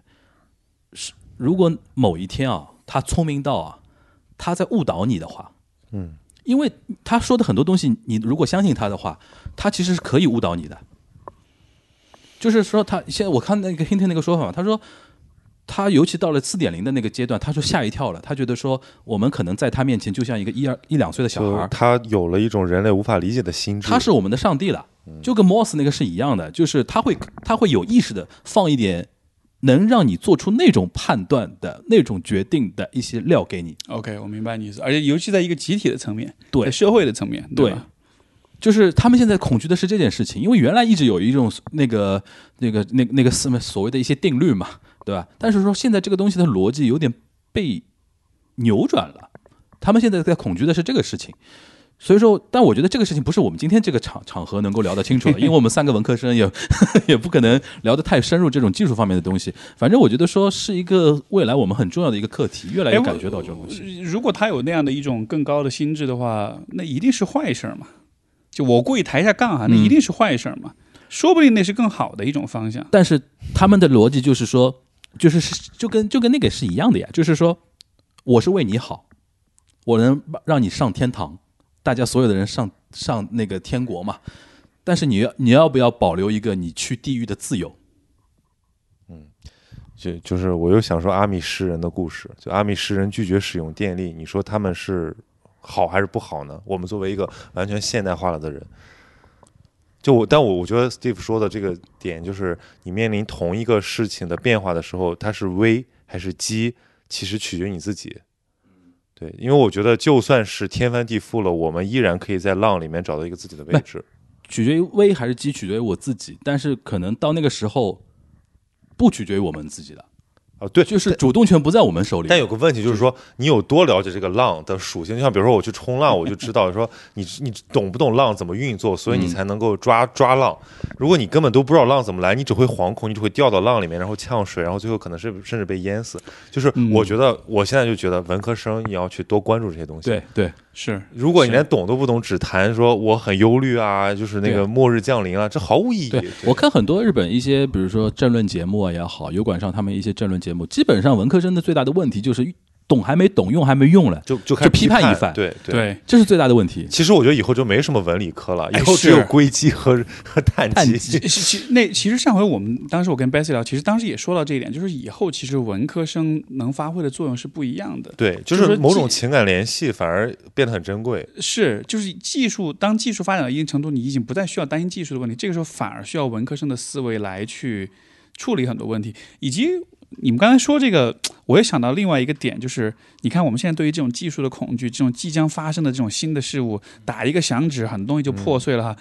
是如果某一天啊，他聪明到啊，他在误导你的话，嗯，因为他说的很多东西，你如果相信他的话，他其实是可以误导你的。就是说他，现在我看那个 Hint 那个说法嘛，他说他尤其到了四点零的那个阶段，他说吓一跳了，他觉得说我们可能在他面前就像一个一二一两岁的小孩
就
儿，
它有了一种人类无法理解的心智，嗯
他是我们的上帝了，就跟 Moss 那个是一样的，就是他会他会有意识的放一点能让你做出那种判断的那种决定的一些料给你，
OK，我明白你意思，而且尤其在一个集体的层面，
对
在社会的层面，
对
吧
就是他们现在恐惧的是这件事情，因为原来一直有一种那个那个那那个什么所谓的一些定律嘛，对吧？但是说现在这个东西的逻辑有点被扭转了，他们现在在恐惧的是这个事情。所以说，但我觉得这个事情不是我们今天这个场场合能够聊得清楚的，因为我们三个文科生也 也不可能聊得太深入这种技术方面的东西。反正我觉得说是一个未来我们很重要的一个课题，越来越
哎我
感觉到这种东西。
如果他有那样的一种更高的心智的话，那一定是坏事儿嘛。就我故意抬一下杠啊，那一定是坏事儿嘛。说不定那是更好的一种方向。
但是他们的逻辑就是说，就是是就跟就跟那个是一样的呀，就是说我是为你好，我能把让你上天堂，大家所有的人上上那个天国嘛。但是你要你要不要保留一个你去地狱的自由？
就就是我又想说阿米诗人的故事，就阿米诗人拒绝使用电力，你说他们是好还是不好呢？我们作为一个完全现代化了的人，就我，但我我觉得 Steve 说的这个点就是，你面临同一个事情的变化的时候，它是危还是机，其实取决于你自己。对，因为我觉得就算是天翻地覆了，我们依然可以在浪里面找到一个自己的位置。
取决于威还是鸡，取决于我自己。但是可能到那个时候，不取决于我们自己的，
啊，对，
就是主动权不在我们手里。
但有个问题就是说，你有多了解这个浪的属性？就像比如说我去冲浪，我就知道说你你懂不懂浪怎么运作，所以
嗯
你才能够抓抓浪。如果你根本都不知道浪怎么来，你只会惶恐，你只会掉到浪里面，然后呛水，然后最后可能是甚至被淹死。就是
嗯
我觉得我现在就觉得文科生你要去多关注这些东西。
对对，
是，
如果你连懂都不懂，只谈说我很忧虑啊，就是那
对
个末日降临啊，这毫无意义。
对，我看很多日本一些，比如说政论节目啊也好，油管上他们一些政论节目，基本上文科生的最大的问题就是懂还没懂，用还没用了，
就就开始
就批判一番
对对。
对，
这是最大的问题。
其实我觉得以后就没什么文理科了，以
哎
后只有
是
硅基和和碳
碳
基。
基
其其那其实上回我们当时我跟 Bessy 聊，其实当时也说到这一点，就是以后其实文科生能发挥的作用是不一样的。
对，
就
就
是是
某种
技
情感联系反而变得很珍贵。
是，就是技术，当技术发展到一定程度，你已经不再需要担心技术的问题，这个时候反而需要文科生的思维来去处理很多问题，以及你们刚才说这个，我也想到另外一个点，就是你看我们现在对于这种技术的恐惧，这种即将发生的这种新的事物，打一个响指，很多东西就
嗯
破碎了哈。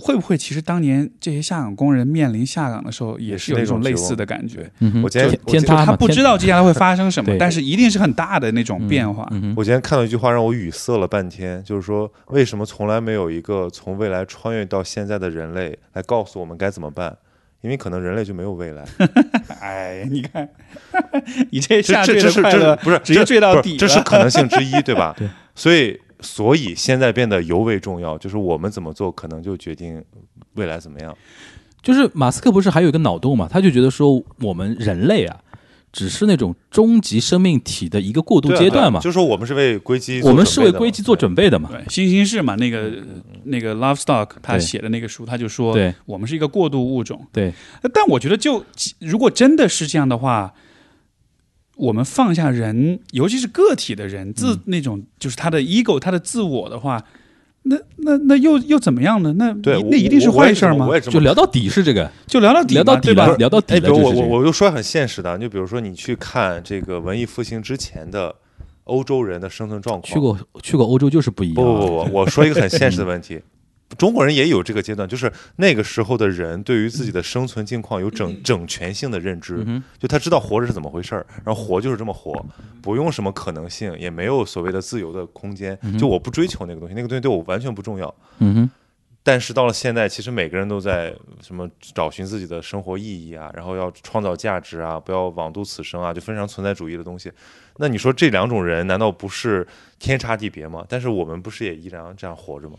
会不会其实当年这些下岗工人面临下岗的时候，也
也
是
是
有一
那种
类
绝望
似的感觉？
嗯哼
我今天
天
我今
天
天
就
塌嘛，
他不
天
知道接下来会发生什么，
对
但是一定是很大的那种变化。
嗯哼
我今天看到一句话让我语塞了半天，就是说为什么从来没有一个从未来穿越到现在的人类来告诉我们该怎么办？因为可能人类就没有 未来，
哎，你看，你这
这
下
这
坠
这
的
是
快
这
乐
不是
直接
这
坠到
不是
底
这是
了
可能性之一，对吧？
对
所以所以现在变得尤为重要，就是我们怎么做，可能就决定未来怎么样。
就是马斯克不是还有一个脑洞嘛？他就觉得说我们人类啊，只是那种终极生命体的一个过渡
对啊
阶
对啊
段嘛。
就说我们是为硅基做准
我
备的嘛，
们是为硅基做准备的嘛？
对，新兴市嘛，那个
嗯
那个 Lovestock 他
对
写的那个书，他就说，
对
我们是一个过渡物种。
对，
但我觉得就，如果真的是这样的话，我们放下人，尤其是个体的人自、
嗯
那种，就是他的 ego，他的自我的话，那那那又又怎么样呢？那
对，
那
我
一定是
我我也
坏事儿
这么
吗
我？也这么
就聊到底是这个，
就聊到底嘛，
聊到底
对吧
了，？聊到底
哎，
了
比如
就
我
是这
我
个。
我就说很现实的，就比如说你去看这个文艺复兴之前的欧洲人的生存状况，
去过去过欧洲就是不一样。啊
不不不不，我说一个很现实的问题，中国人也有这个阶段，就是那个时候的人对于自己的生存境况有整整全性的认知，
嗯
就他知道活着是怎么回事儿，然后活就是这么活，不用什么可能性，也没有所谓的自由的空间，就我不追求那个东西，那个东西对我完全不重要。
嗯哼，
但是到了现在，其实每个人都在什么找寻自己的生活意义啊，然后要创造价值啊，不要枉度此生啊，就非常存在主义的东西。那你说这两种人难道不是天差地别吗？但是我们不是也依然这样活着吗？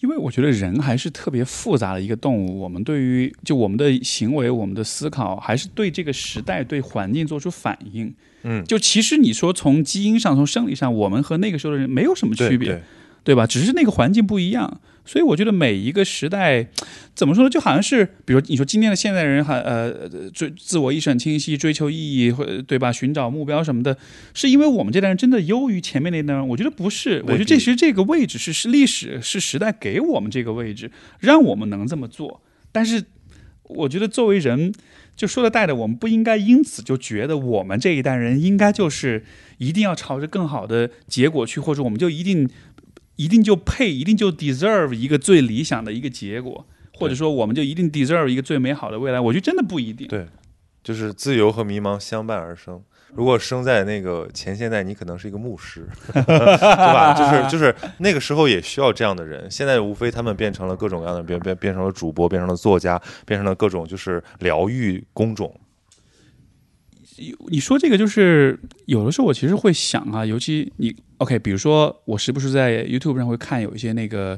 因为我觉得人还是特别复杂的一个动物，我们对于就我们的行为、我们的思考，还是对这个时代、对环境做出反应。
嗯
就其实你说从基因上、从生理上，我们和那个时候的人没有什么区别，
对
对吧？只是那个环境不一样。所以我觉得每一个时代，怎么说呢？就好像是，比如你说今天的现代人还呃呃追自我意识很清晰，追求意义，或对吧？寻找目标什么的，是因为我们这代人真的优于前面那代人？我觉得不是，我
未
觉得这
必
是这个位置是是历史是时代给我们这个位置，让我们能这么做。但是我觉得作为人，就说的带的，我们不应该因此就觉得我们这一代人应该就是一定要朝着更好的结果去，或者我们就一定一定就配，一定就 deserve 一个最理想的一个结果，或者说我们就一定 deserve 一个最美好的未来。我觉得真的不一定。
对，就是自由和迷茫相伴而生。如果生在那个前现代，你可能是一个牧师， 对吧？就是就是那个时候也需要这样的人。现在无非他们变成了各种各样的，变变变成了主播，变成了作家，变成了各种就是疗愈工种。
你说这个就是有的时候我其实会想啊，尤其你 OK，比如说我时不时在 YouTube 上会看有一些那个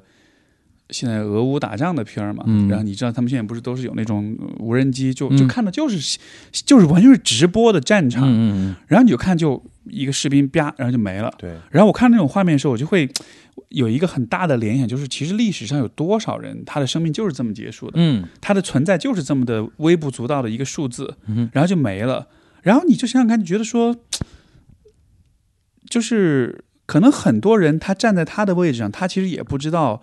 现在俄乌打仗的片儿嘛，
嗯
然后你知道他们现在不是都是有那种呃无人机，就
嗯
就看的就是、就是完全是直播的战场，
嗯嗯
然后你就看就一个士兵啪，然后就没了。
对，
然后我看那种画面的时候，我就会有一个很大的联想，就是其实历史上有多少人他的生命就是这么结束的，
嗯
它的存在就是这么的微不足道的一个数字，然后就没了。然后你就想想看，你觉得说，就是可能很多人他站在他的位置上，他其实也不知道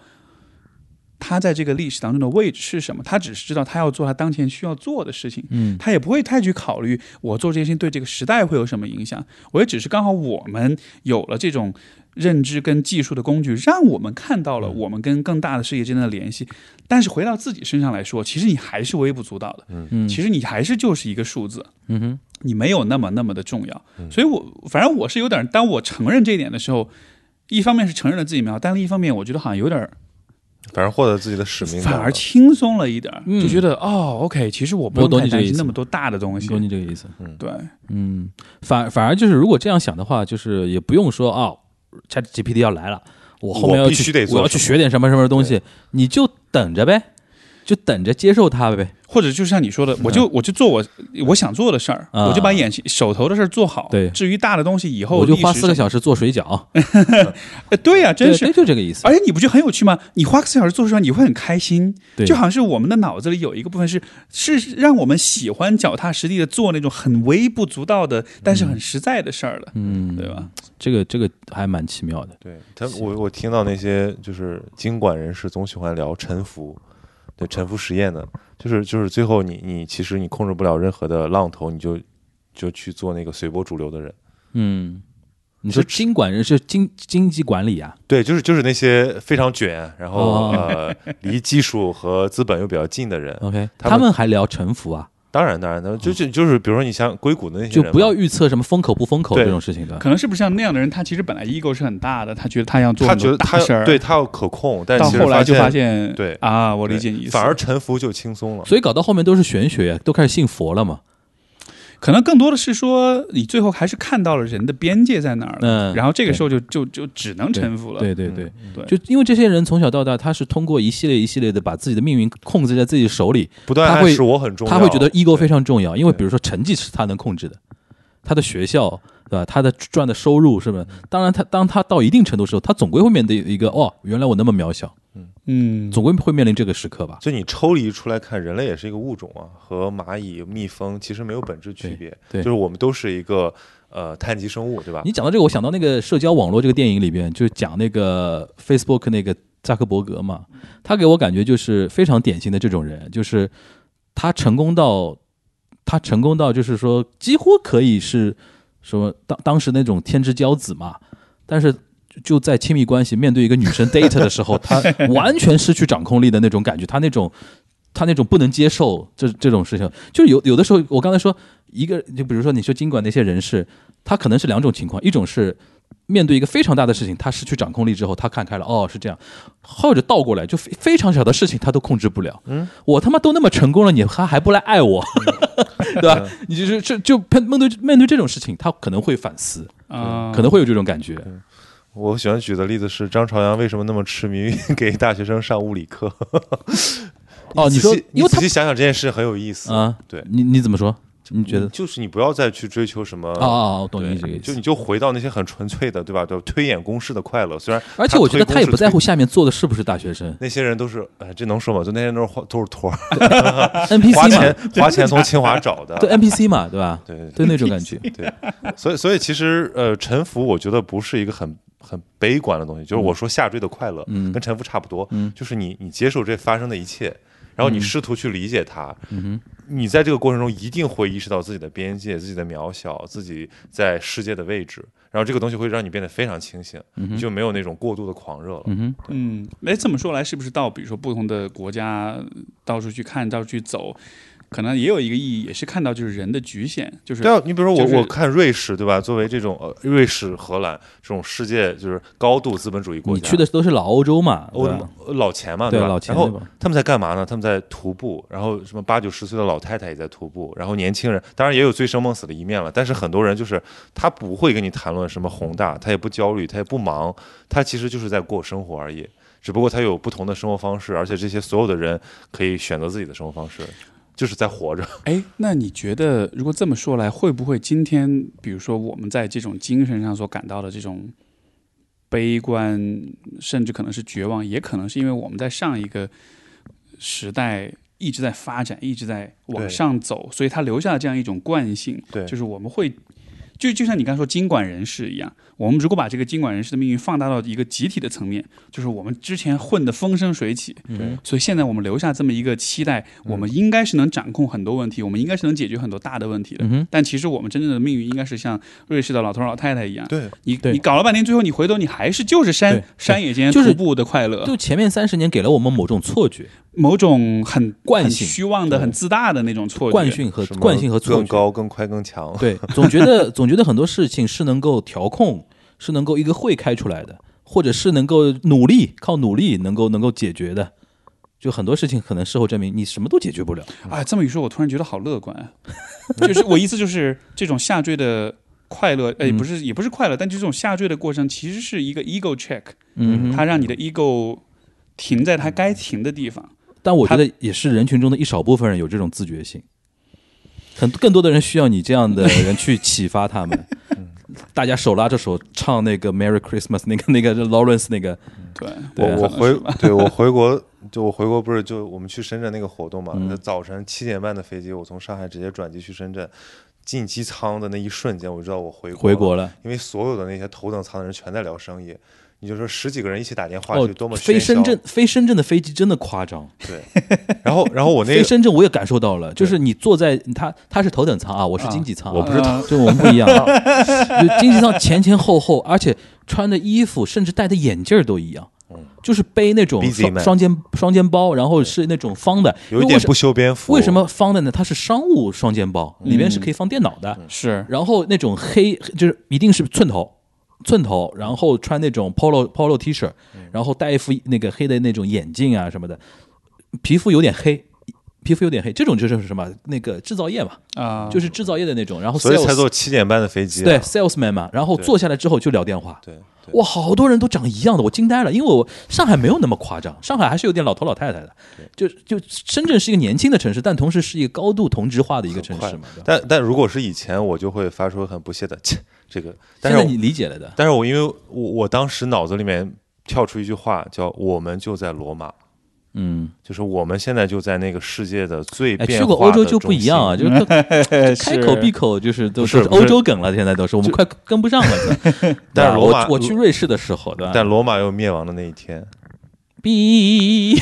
他在这个历史当中的位置是什么，他只是知道他要做他当前需要做的事情。
嗯
他也不会太去考虑我做这些事情对这个时代会有什么影响。我也只是刚好我们有了这种认知跟技术的工具，让我们看到了我们跟更大的世界之间的联系。但是回到自己身上来说，其实你还是微不足道的，
嗯
其实你还是就是一个数字。
嗯哼，
你没有那么那么的重要。
嗯
所以我反正我是有点儿，当我承认这一点的时候，一方面是承认了自己渺小，但另一方面我觉得好像有点儿
反而获得自己的使命感
反
了，
而轻松了一点儿，
嗯
就觉得哦，OK，其实我不
我懂
用太担
你这个意
心
思
那么多大的东西。
懂你这个意思。
对，
嗯，反反而就是如果这样想的话，就是也不用说啊，Chat GPT 要来了，我后面要
我
去
必须得做
我要去学点什么什么东西，你就等着呗，就等着接受它呗。
或者就像你说的，我就我就做我我想做的事儿，
啊
我就把眼前手头的事儿做好。
对
至于大的东西，以后
我就
历史
花四个
上
小时做水饺，
呃对呀，真
对
是哎
对，就这个意思。
而且你不觉得很有趣吗？你花个小时做出来，你会很开心，
对
就好像是我们的脑子里有一个部分是是让我们喜欢脚踏实地的做那种很微不足道的，但是很实在的事儿了，
嗯，
对？吧？
这个这个还蛮奇妙的。
对他，我我听到那些就是经管人士总喜欢聊沉浮，对沉浮实验的，就是就是最后你你其实你控制不了任何的浪头，你就就去做那个随波逐流的人。
嗯，你说经管人是经经济管理啊？
对，就是就是那些非常卷，然后、
哦
呃离技术和资本又比较近的人。
OK，
他
他
们
们还聊沉浮啊，
当然当然，当然就就就是比如说你像硅谷的那些
就
人嘛，
不要预测什么风口不风口
对
这种事情的。
可能是不是像那样的人，他其实本来 ego 是很大的，他觉得他要做
他
很
觉
多
得
大
他
事儿，
对，他要可控，但
到
其实
后来就发
发
现，
对
啊，我
对
理解你意思，
反而沉浮就轻松了。
所以搞到后面都是玄学呀，都开始信佛了嘛。
可能更多的是说，你最后还是看到了人的边界在哪儿了，
嗯，
然后这个
对
时候就就就只能臣服了，
对对对，
嗯
对
就因为这些人从小到大，他是通过一系列一系列的把自己的命运控制在自己手里，
不断
他
暗
会
示我很重要，
他会觉得 ego
对
非常重要，因为比如说成绩是他能控制的，他的学校对吧？他的赚的收入是不是？当然他，当他到一定程度的时候，他总归会面对一个哦，原来我那么渺小，
嗯，
总归会面临这个时刻吧。
就你抽离出来看，人类也是一个物种啊，和蚂蚁、蜜蜂其实没有本质区别，
对对
就是我们都是一个呃碳基生物，对吧
你？讲到这个，我想到那个《社交网络》这个电影里边，就是讲那个 Facebook 那个扎克伯格嘛，他给我感觉就是非常典型的这种人，就是他成功到他成功到就是说几乎可以是什么当当时那种天之骄子嘛，但是。就在亲密关系面对一个女生 date 的时候，他完全失去掌控力的那种感觉，他那种他那种不能接受这这种事情，就是有有的时候，我刚才说一个，就比如说你说经管那些人士，他可能是两种情况，一种是面对一个非常大的事情，他失去掌控力之后，他看开了，哦是这样，或者倒过来，就非非常小的事情他都控制不了，嗯，我他妈都那么成功了，你还还不来爱我，
嗯
对吧？你就是这就面对面对这种事情，他可能会反思，
啊，
可能会有这种感觉，
嗯我喜欢举的例子是张朝阳为什么那么痴迷于 给大学生上物理课？
哦，你说
仔细
因
你
为他
仔细想想这件事很有意思，
啊，
对嗯
你你怎么说？你觉得？
就是你不要再去追求什么
哦哦，我懂
对
你这个意
就
思
你。就回到那些很纯粹的，对吧？就推演公式的快乐。虽然
而且我觉得
推
他也
公
不
式
在乎
推
下面坐的是不是大学生
那些人都是，哎，这能说吗？就那些人都 是花都是托儿， 花
，NPC
钱
嘛，
花钱从清华找的。
对哎 NPC 嘛，对吧？
对对
对那种感觉，
所以，所以其实呃，沉浮我觉得不是一个很很悲观的东西，就是我说下坠的快乐，
嗯嗯
跟沉浮差不多，就是你你接受这发生的一切，然后你试图去理解它，你在这个过程中一定会意识到自己的边界、自己的渺小、自己在世界的位置，然后这个东西会让你变得非常清醒，你就没有那种过度的狂热了。
嗯
嗯，哎，这么说来，是不是到比如说不同的国家到处去看，到处去走，可能也有一个意义，也是看到就是人的局限，就是
对啊，你比如说我、
就是
我看瑞士，对吧？作为这种呃瑞士、荷兰这种世界就是高度资本主义
哼，
国
你
家，
去的都是老欧洲嘛，
欧
对吧
呃老钱嘛，
啊对
吧？
老钱
然
那
后
帮
他们在干嘛呢？他们在徒步，然后什么八九十岁的老太太也在徒步，然后年轻人当然也有醉生梦死的一面了，但是很多人就是他不会跟你谈论什么宏大，他也不焦虑，他也不忙，他其实就是在过生活而已。只不过他有不同的生活方式，而且这些所有的人可以选择自己的生活方式，就是在活着。
哎，那你觉得如果这么说来，会不会今天，比如说我们在这种精神上所感到的这种悲观，甚至可能是绝望，也可能是因为我们在上一个时代一直在发展，一直在往
对
上走，所以它留下了这样一种惯性，
对
就是我们会。就就像你刚才说经管人士一样，我们如果把这个经管人士的命运放大到一个集体的层面，就是我们之前混得风生水起，
对
所以现在我们留下这么一个期待，我们应该是能掌控很多问题，我们应该是能解决很多大的问题的。
嗯哼
但其实我们真正的命运应该是像瑞士的老头老太太一样，
对，
你
对
你搞了半天，最后你回头你还是就是
对
山
对
山野间
就是
徒步的快乐，
就前面三十年给了我们某种错觉、
某种很
惯
很
性
虚妄的、很自大的那种错觉。
惯性和
什么
惯性和错
更
觉，
高、更快、更强。
对，总觉得总觉得很多事情是能够调控，是能够一个会开出来的，或者是能够努力靠努力能够能够解决的。就很多事情可能事后证明你什么都解决不了，
啊，这么一说，我突然觉得好乐观 啊。就是我意思就是，这种下坠的快乐，呃，
嗯
不是也不是快乐，但这种下坠的过程其实是一个 ego check，
嗯，
它让你的 ego 停在它该停的地方。
但我觉得也是人群中的一少部分人有这种自觉性，很更多的人需要你这样的人去启发他 们。大家手拉着手唱那个 Merry Christmas，那个那个 Lawrence 那个，
对，
我
对啊
我回对我回国，就我回国不是就我们去深圳那个活动嘛？
嗯
那早晨七点半的飞机，我从上海直接转机去深圳，进机舱的那一瞬间，我就知道我回
回
国
国
了，
了，
因为所有的那些头等舱的人全在聊生意。你就说十几个人一起打电话
哦
去，多么
飞
喧嚣
深圳，飞深圳的飞机真的夸张。
对。然后，然后我那
飞
个
深圳我也感受到了，就是你坐在他他是头等舱啊，我是经济舱啊、
我不是
头
对我们不一样啊。 就经济舱前前后后，而且穿的衣服甚至戴的眼镜儿都一样，就是背那种
Busy
双
嗯 man
双肩双肩包，然后是那种方的，
有一
因为
点
为什
不嗯修边幅，
为什么方的呢？它是商务双肩包，里面是可以放电脑的。
嗯
是
然后那种黑就是一定是寸头，寸头，然后穿那种 polo polo T 恤，
嗯
然后戴一副那个黑的那种眼镜啊什么的，皮肤有点黑，皮肤有点黑，这种就是什么那个制造业嘛，
啊，
就是制造业的那种，然后 sales,
所以才坐七点半的飞机啊？
对 salesman 嘛，然后坐下来之后就聊电话。
对对
哇，好多人都长一样的，我惊呆了，因为我上海没有那么夸张，上海还是有点老头老太太的，就就深圳是一个年轻的城市，但同时是一个高度同质化的一个城
快
市嘛。对吧
但但如果是以前，我就会发出很不屑的切这个。但
现
是
在
我
你理解了的，
但是我因为我我当时脑子里面跳出一句话叫“我们就在罗马
嗯。”，
就是我们现在就在那个世界的最
哎，
变
去
化
过欧
的
洲就不一样
中心。
啊，就是 开口闭
口
口就是都都
不是
是
不是
欧洲梗了，现在都是我们快跟不上了。 对
但
吧啊
罗马
我我去瑞士的时候，对吧？
但罗马有灭亡的那一天，
哔，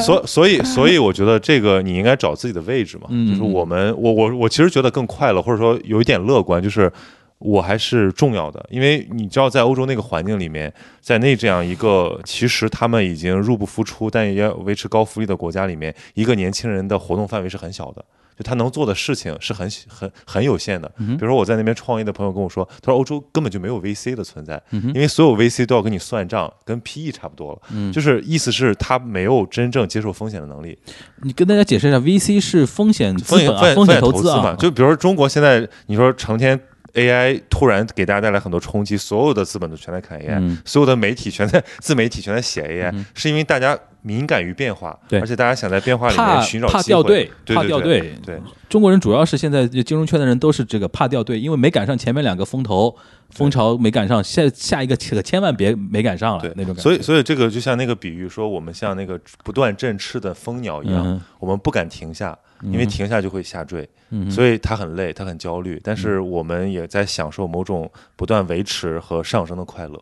所所以所以我觉得这个你应该找自己的位置嘛，
嗯
就是我们我我我其实觉得更快乐，或者说有一点乐观，就是我还是重要的，因为你知道在欧洲那个环境里面，在那这样一个其实他们已经入不敷出，但也要维持高福利的国家里面，一个年轻人的活动范围是很小的。就他能做的事情是很很很有限的，比如说我在那边创业的朋友跟我说，他说欧洲根本就没有 VC 的存在，因为所有 VC 都要跟你算账，跟 PE 差不多
嗯
了，就是意思是他没有真正接受风险的能力，
你跟大家解释一下，VC 是风险资
风险
本啊，
风
风
险
投
资嘛，
啊，
就比如说中国现在，你说成天 AI 突然给大家带来很多冲击，所有的资本都全在看 AI，、
嗯
所有的媒体全在自媒体全在写 AI，、是因为大家敏感于变化，
对
而且大家想在变化里面
怕
寻找
怕
机会
掉队，
对
怕
对
掉
对
队。嗯
对
中国人主要是现在金融圈的人都是这个怕掉队，因为没赶上前面两个风投风潮没赶上，下下一个可千万别没赶上了
对
那种感觉。
所以所以这个就像那个比喻说，我们像那个不断振翅的蜂鸟一样，
嗯哼
我们不敢停下，因为停下就会下坠，
嗯哼嗯
所以它很累，它很焦虑，但是我们也在享受某种不断维持和上升的快乐。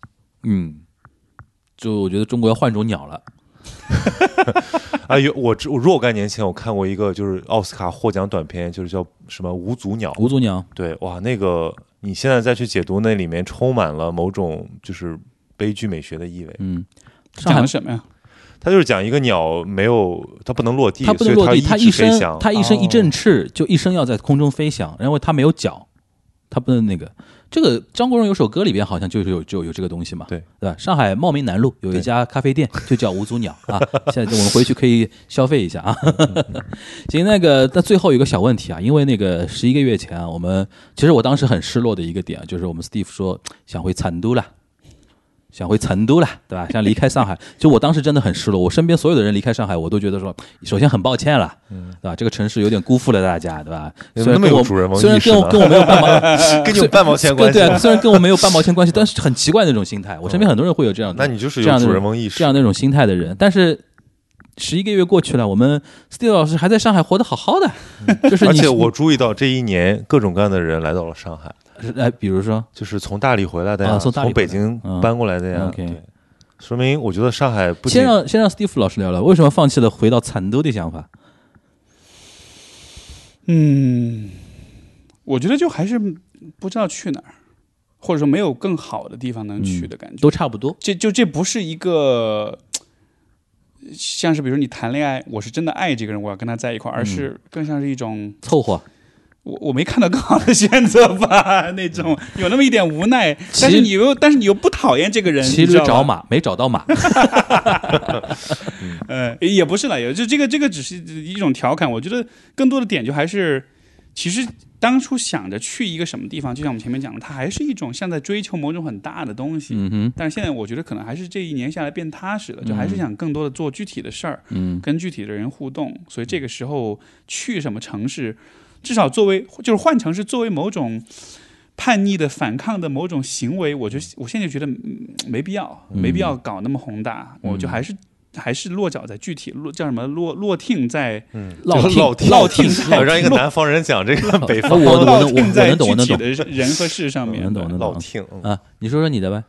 嗯，就我觉得中国要换种鸟了。
啊，有我知我若干年前我看过一个就是奥斯卡获奖短片，就是叫什么《无足鸟》。
五足鸟，
对，哇，那个你现在再去解读，那里面充满了某种就是悲剧美学的意味。
嗯，上
讲
海
的什么呀？
它就是讲一个鸟没有，它不能落地，
它不能落地，
所
它
以它一
一
直飞
生
翔。
它一生
哦
一振翅，就一生要在空中飞翔，因为它没有脚，它不能那个。这个张国荣有首歌里边好像就是有就有这个东西嘛，
对
对吧？上海茂名南路有一家咖啡店就叫五足鸟啊，现在我们回去可以消费一下啊。 行，那个那最后有个小问题啊，因为那个十一个月前啊，我们其实我当时很失落的一个点啊就是我们 Steve 说想回成都了。想回成都了，对吧？想离开上海， 就我当时真的很失落。我身边所有的人离开上海，我都觉得说，首先很抱歉了，对吧？这个城市有点辜负了大家，对吧？
你
虽
怎么
然跟
嗯那么有
我
主人翁
虽然
意识
跟我
呢
跟我没有半毛，
跟你 有半毛钱关系
对 啊，虽然跟我没有半毛钱关系，但是很奇怪那种心态。我身边很多人会有这样的，
哦那你就是
这
有
样的
主人翁意识。
这样那种心态的人，但是。十一个月过去了，我们 Steve 老师还在上海活得好好的，就是你
嗯而且我注意到这一年各种各样的人来到了上海，
哎，比如说
就是从大理回来的呀，
啊从大理
北京
回来嗯
搬过来的呀，
OK
对，说明我觉得上海不仅
先让先让 Steve 老师聊聊为什么放弃了回到成都的想法。
嗯，我觉得就还是不知道去哪儿，或者说没有更好的地方能去的感觉。
嗯都差不多。
这就这不是一个。像是比如你谈恋爱，我是真的爱这个人，我要跟他在一块
嗯
儿，而是更像是一种
凑合，
我我没看到更好的选择吧， 那种有那么一点无奈，但是你又但是你又不讨厌这个人，
骑
你
驴
知道
找
吧，
马，没找到 马。
嗯，也不是了，也就这个这个只是一种调侃，我觉得更多的点就还是，其实当初想着去一个什么地方，就像我们前面讲的，它还是一种像在追求某种很大的东西，
嗯哼，
但是现在我觉得可能还是这一年下来变踏实了，就还是想更多的做具体的事儿，
嗯，
跟具体的人互动，所以这个时候去什么城市，至少作为就是换城市作为某种叛逆的反抗的某种行为，我就我现在觉得嗯没必要，没必要搞那么宏大，我就还是还是落脚在具体落叫什么落落听在
嗯，
烙
就是
听
烙听
烙听
啊让一个南方人讲这 个北
我
方
我
落
能我
听在
能懂
具
我能
体
懂
的人和事上面。
我能懂我能
烙
懂
听。嗯
啊！你说说你的呗，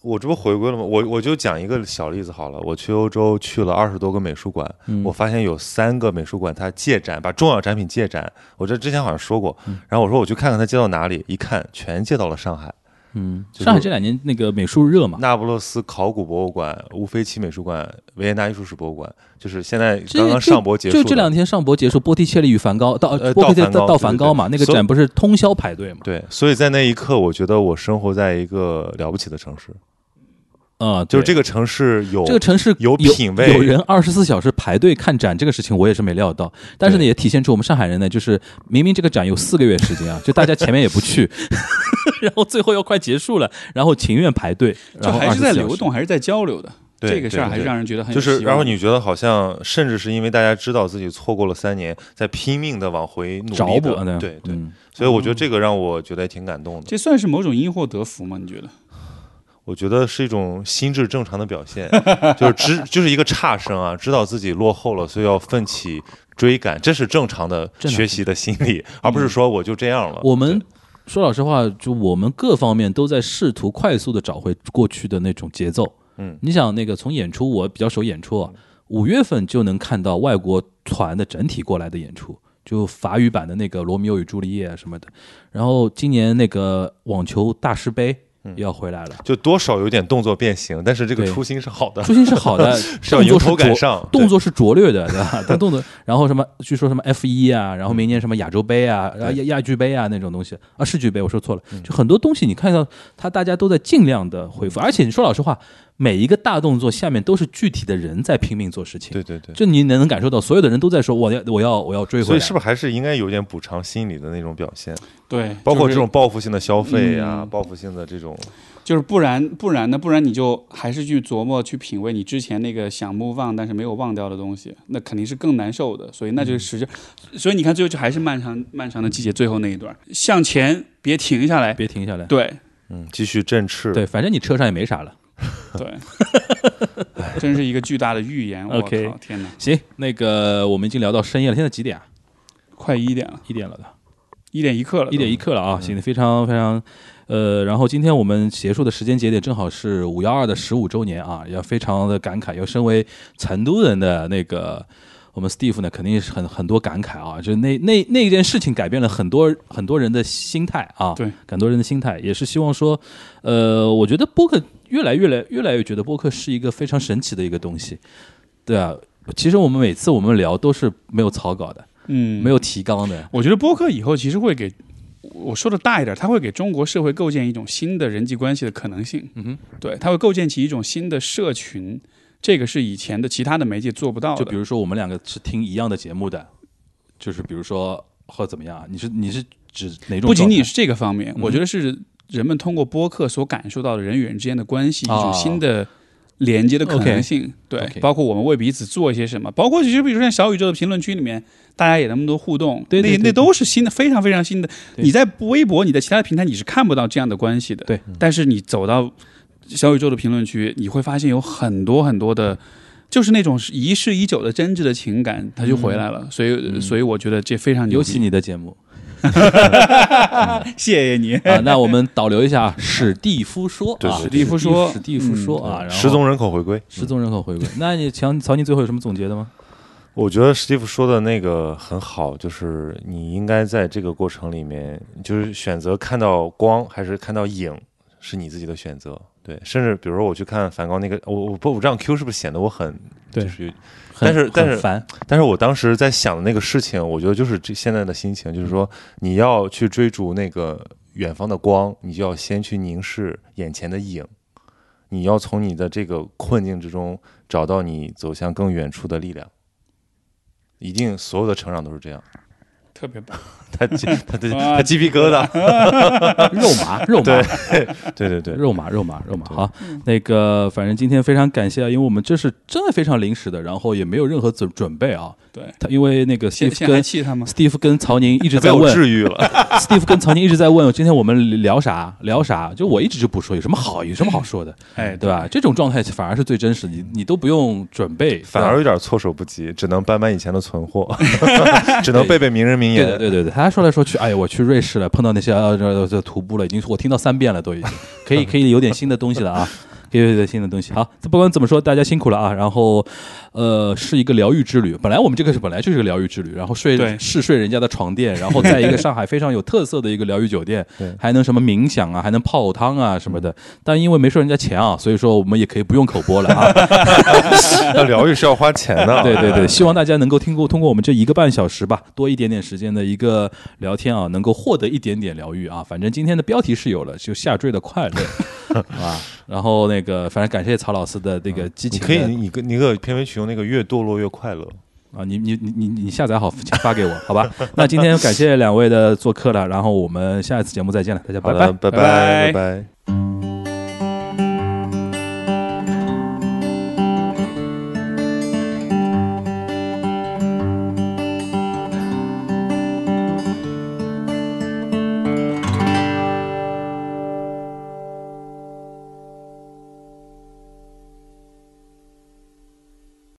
我这不回归了吗？我我就讲一个小例子好了。我去欧洲去了二十多个美术馆，
嗯
我发现有三个美术馆它借展，把重要展品借展。我这之前好像说过，
嗯
然后我说我去看看它借到哪里，一看全借到了上海。
嗯，
就是
上海这两年那个美术热嘛，
那不勒斯考古博物馆、乌菲齐美术馆、维也纳艺术史博物馆，就是现在
这
刚刚上博结束
就
的。
这两天上博结束，波提切利与梵高到
呃
波提切利
到梵高
到梵高嘛，
对
那
对
个
对
展不是通宵排队嘛？
对，所以在那一刻，我觉得我生活在一个了不起的城市，
啊，
就是
对
这个城市有
这个城市
有品位
有人二十四小时排队看展这个事情，我也是没料到。但是呢，
对
也体现出我们上海人呢，就是明明这个展有四个月时间啊，就大家前面也 不去，然后最后要快结束了，然后情愿排队，
就
然后
还是在
24小时
流。动，还是在交流的。
对
这个事儿
对
还是
对
让人觉得很有
就是，
希望
然后你觉得好像，甚至是因为大家知道自己错过了三年，在拼命的往回努
找
力
补
的
啊，
对对，
嗯
所以我觉得这个让我觉得也挺感动的。
这算是某种因祸得福吗？你觉得？
我觉得是一种心智正常的表现， 就是知就是一个差生啊，知道自己落后了，所以要奋起追赶，这是正常的
正常
学习的心理，而不是说我就这样了。
嗯我们说老实话，就我们各方面都在试图快速的找回过去的那种节奏。
嗯，
你想那个从演出，我比较熟演出啊，五月份就能看到外国团的整体过来的演出，就法语版的那个《罗密欧与朱丽叶》啊什么的。然后今年那个网球大师杯
嗯
要回来了，
就多少有点动作变形，但是这个
对
初心是好的
初。心是好的，
是
动
要
作
迎头
是
赶
拙
上对
动作是拙劣的，对 吧？但动作，然后什么，据说什么 F 一啊，然后明年什么亚洲杯啊，然后亚亚俱杯啊那种东西啊，世俱杯我说错了，
嗯
就很多东西你看到它大家都在尽量的恢复，而且你说老实话，每一个大动作下面都是具体的人在拼命做事情，
对对对，
就你能能感受到所有的人都在说我要我要我要追回
所
来，
以是不是还是应该有点补偿心理的那种表现？
对，
包括
就
这
是
种报复性的消费啊，
嗯
报复性的这种，
就是不然不然呢？不然你就还是去琢磨、去品味你之前那个想 move on 但是没有忘掉的东西，那肯定是更难受的。所以那就是使劲，
嗯
所以你看最后就还是漫长漫长的季节最后那一段，向前别停下来。
别停下来？
对
嗯，继续振翅。
对，反正你车上也没啥了。
对，真是一个巨大的预言。我
OK
靠，天哪，
行，那个我们已经聊到深夜了，现在几点啊？
快一点了，
一点了的。
一点一刻了，
一点一。刻了啊，行，非常非常，呃，然后今天我们结束的时间节点正好是五幺二的十五周年啊，要非常的感慨，要身为成都人的那个。我们 Steve 呢，肯定是很很多感慨啊，就是那那那件事情改变了很多很多人的心态啊，
对，
很多人的心态，也是希望说，呃，我觉得播客越来越来越来越觉得播客是一个非常神奇的一个东西，对啊，其实我们每次我们聊都是没有草稿的，
嗯，
没有提纲的，
我觉得播客以后其实会给我说的大一点，它会给中国社会构建一种新的人际关系的可能性。
嗯哼，
对，它会构建起一种新的社群，这个是以前的其他的媒介做不到
就
的。
比如说我们两个是听一样的节目的，就是比如说或者怎么样，啊你是你是指哪种状态？
不仅仅是这个方面，
嗯
我觉得是人们通过播客所感受到的人与人之间的关系，
啊
一种新的。连接的可能性对
OK
包括我们为彼此做一些什么，包括其实比如说像小宇宙的评论区里面，大家也能不能互动，
对对对
那那都是新的，非常非常新的。
对
你在微博、你在其他的平台你是看不到这样的关系的，
对。
但是你走到小宇宙的评论区，你会发现有很多很多的，就是那种一世已久的真挚的情感，它就回来了。所以，所以我觉得这非常牛
嗯尤
逼
其你的节目
谢谢 你。
啊，那我们导流一下啊史蒂夫说啊，
对对对
史
史
蒂夫说
史蒂夫说啊，然后
嗯失踪人口回归，
失踪人口回归。那你强曹宁最后有什么总结的 吗？
我觉得史蒂夫说的那个很好，就是你应该在这个过程里面，就是选择看到光还是看到影，是你自己的选择。对，甚至比如说我去看梵高那个，我我不我这样 Q 是不是显得我很
对
就是有
很
但是但是
很 烦，
但是我当时在想的那个事情，我觉得就是这现在的心情，就是说你要去追逐那个远方的光，你就要先去凝视眼前的影，你要从你的这个困境之中找到你走向更远处的力量。一定，所有的成长都是这样。
特别棒，
他鸡他他他鸡皮疙瘩，
肉麻，肉麻
对，对对对，
肉麻，肉麻，肉麻。好，
嗯
那个，反正今天非常感谢啊，因为我们这是真的非常临时的，然后也没有任何准准备啊。
对，
他因为那个
现
Steve
现在还
跟
气他吗？
Steve 跟曹宁 一直
被
在
我
问
治愈了。
，Steve 跟曹宁一直在问，今天我们聊啥聊啥？就我一直就不说，有什么好有什么好说的，
哎，
对吧？这种状态反而是最真实，你你都不用准备，
反而有点措手不及，只能搬搬以前的存货， 只能背背名人名
对的，
言。
对对对，他说来说去，哎呀，我去瑞士了，碰到那些呃这这这徒步了，已经我听到三遍了，都已经可以可以有点新的东西了啊，可以有点新的东西。好，不管怎么说，大家辛苦了啊。然后，呃，是一个疗愈之旅。本来我们这个是本来就是个疗愈之旅，然后
对
睡试睡人家的床垫，然后在一个上海非常有特色的一个疗愈酒店，还能什么冥想啊，还能泡汤啊什么的。但因为没收人家钱啊，所以说我们也可以不用口播了啊。
要疗愈是要花钱 的，
对对 对，希望大家能够听过通过我们这一个半小时吧，多一点点时间的一个聊天啊，能够获得一点点疗愈啊。反正今天的标题是有了，就下坠的快 乐啊。然后那个，反正感谢曹老师的那个激
啊你
情的。
可以你个你个片尾曲用那个越堕落越快乐。
啊，你你你你你下载好发给我，好 吧？那今天感谢两位的做客了，然后我们下一次节目再见了，大家拜
好
拜
的，。拜
拜
拜拜。
拜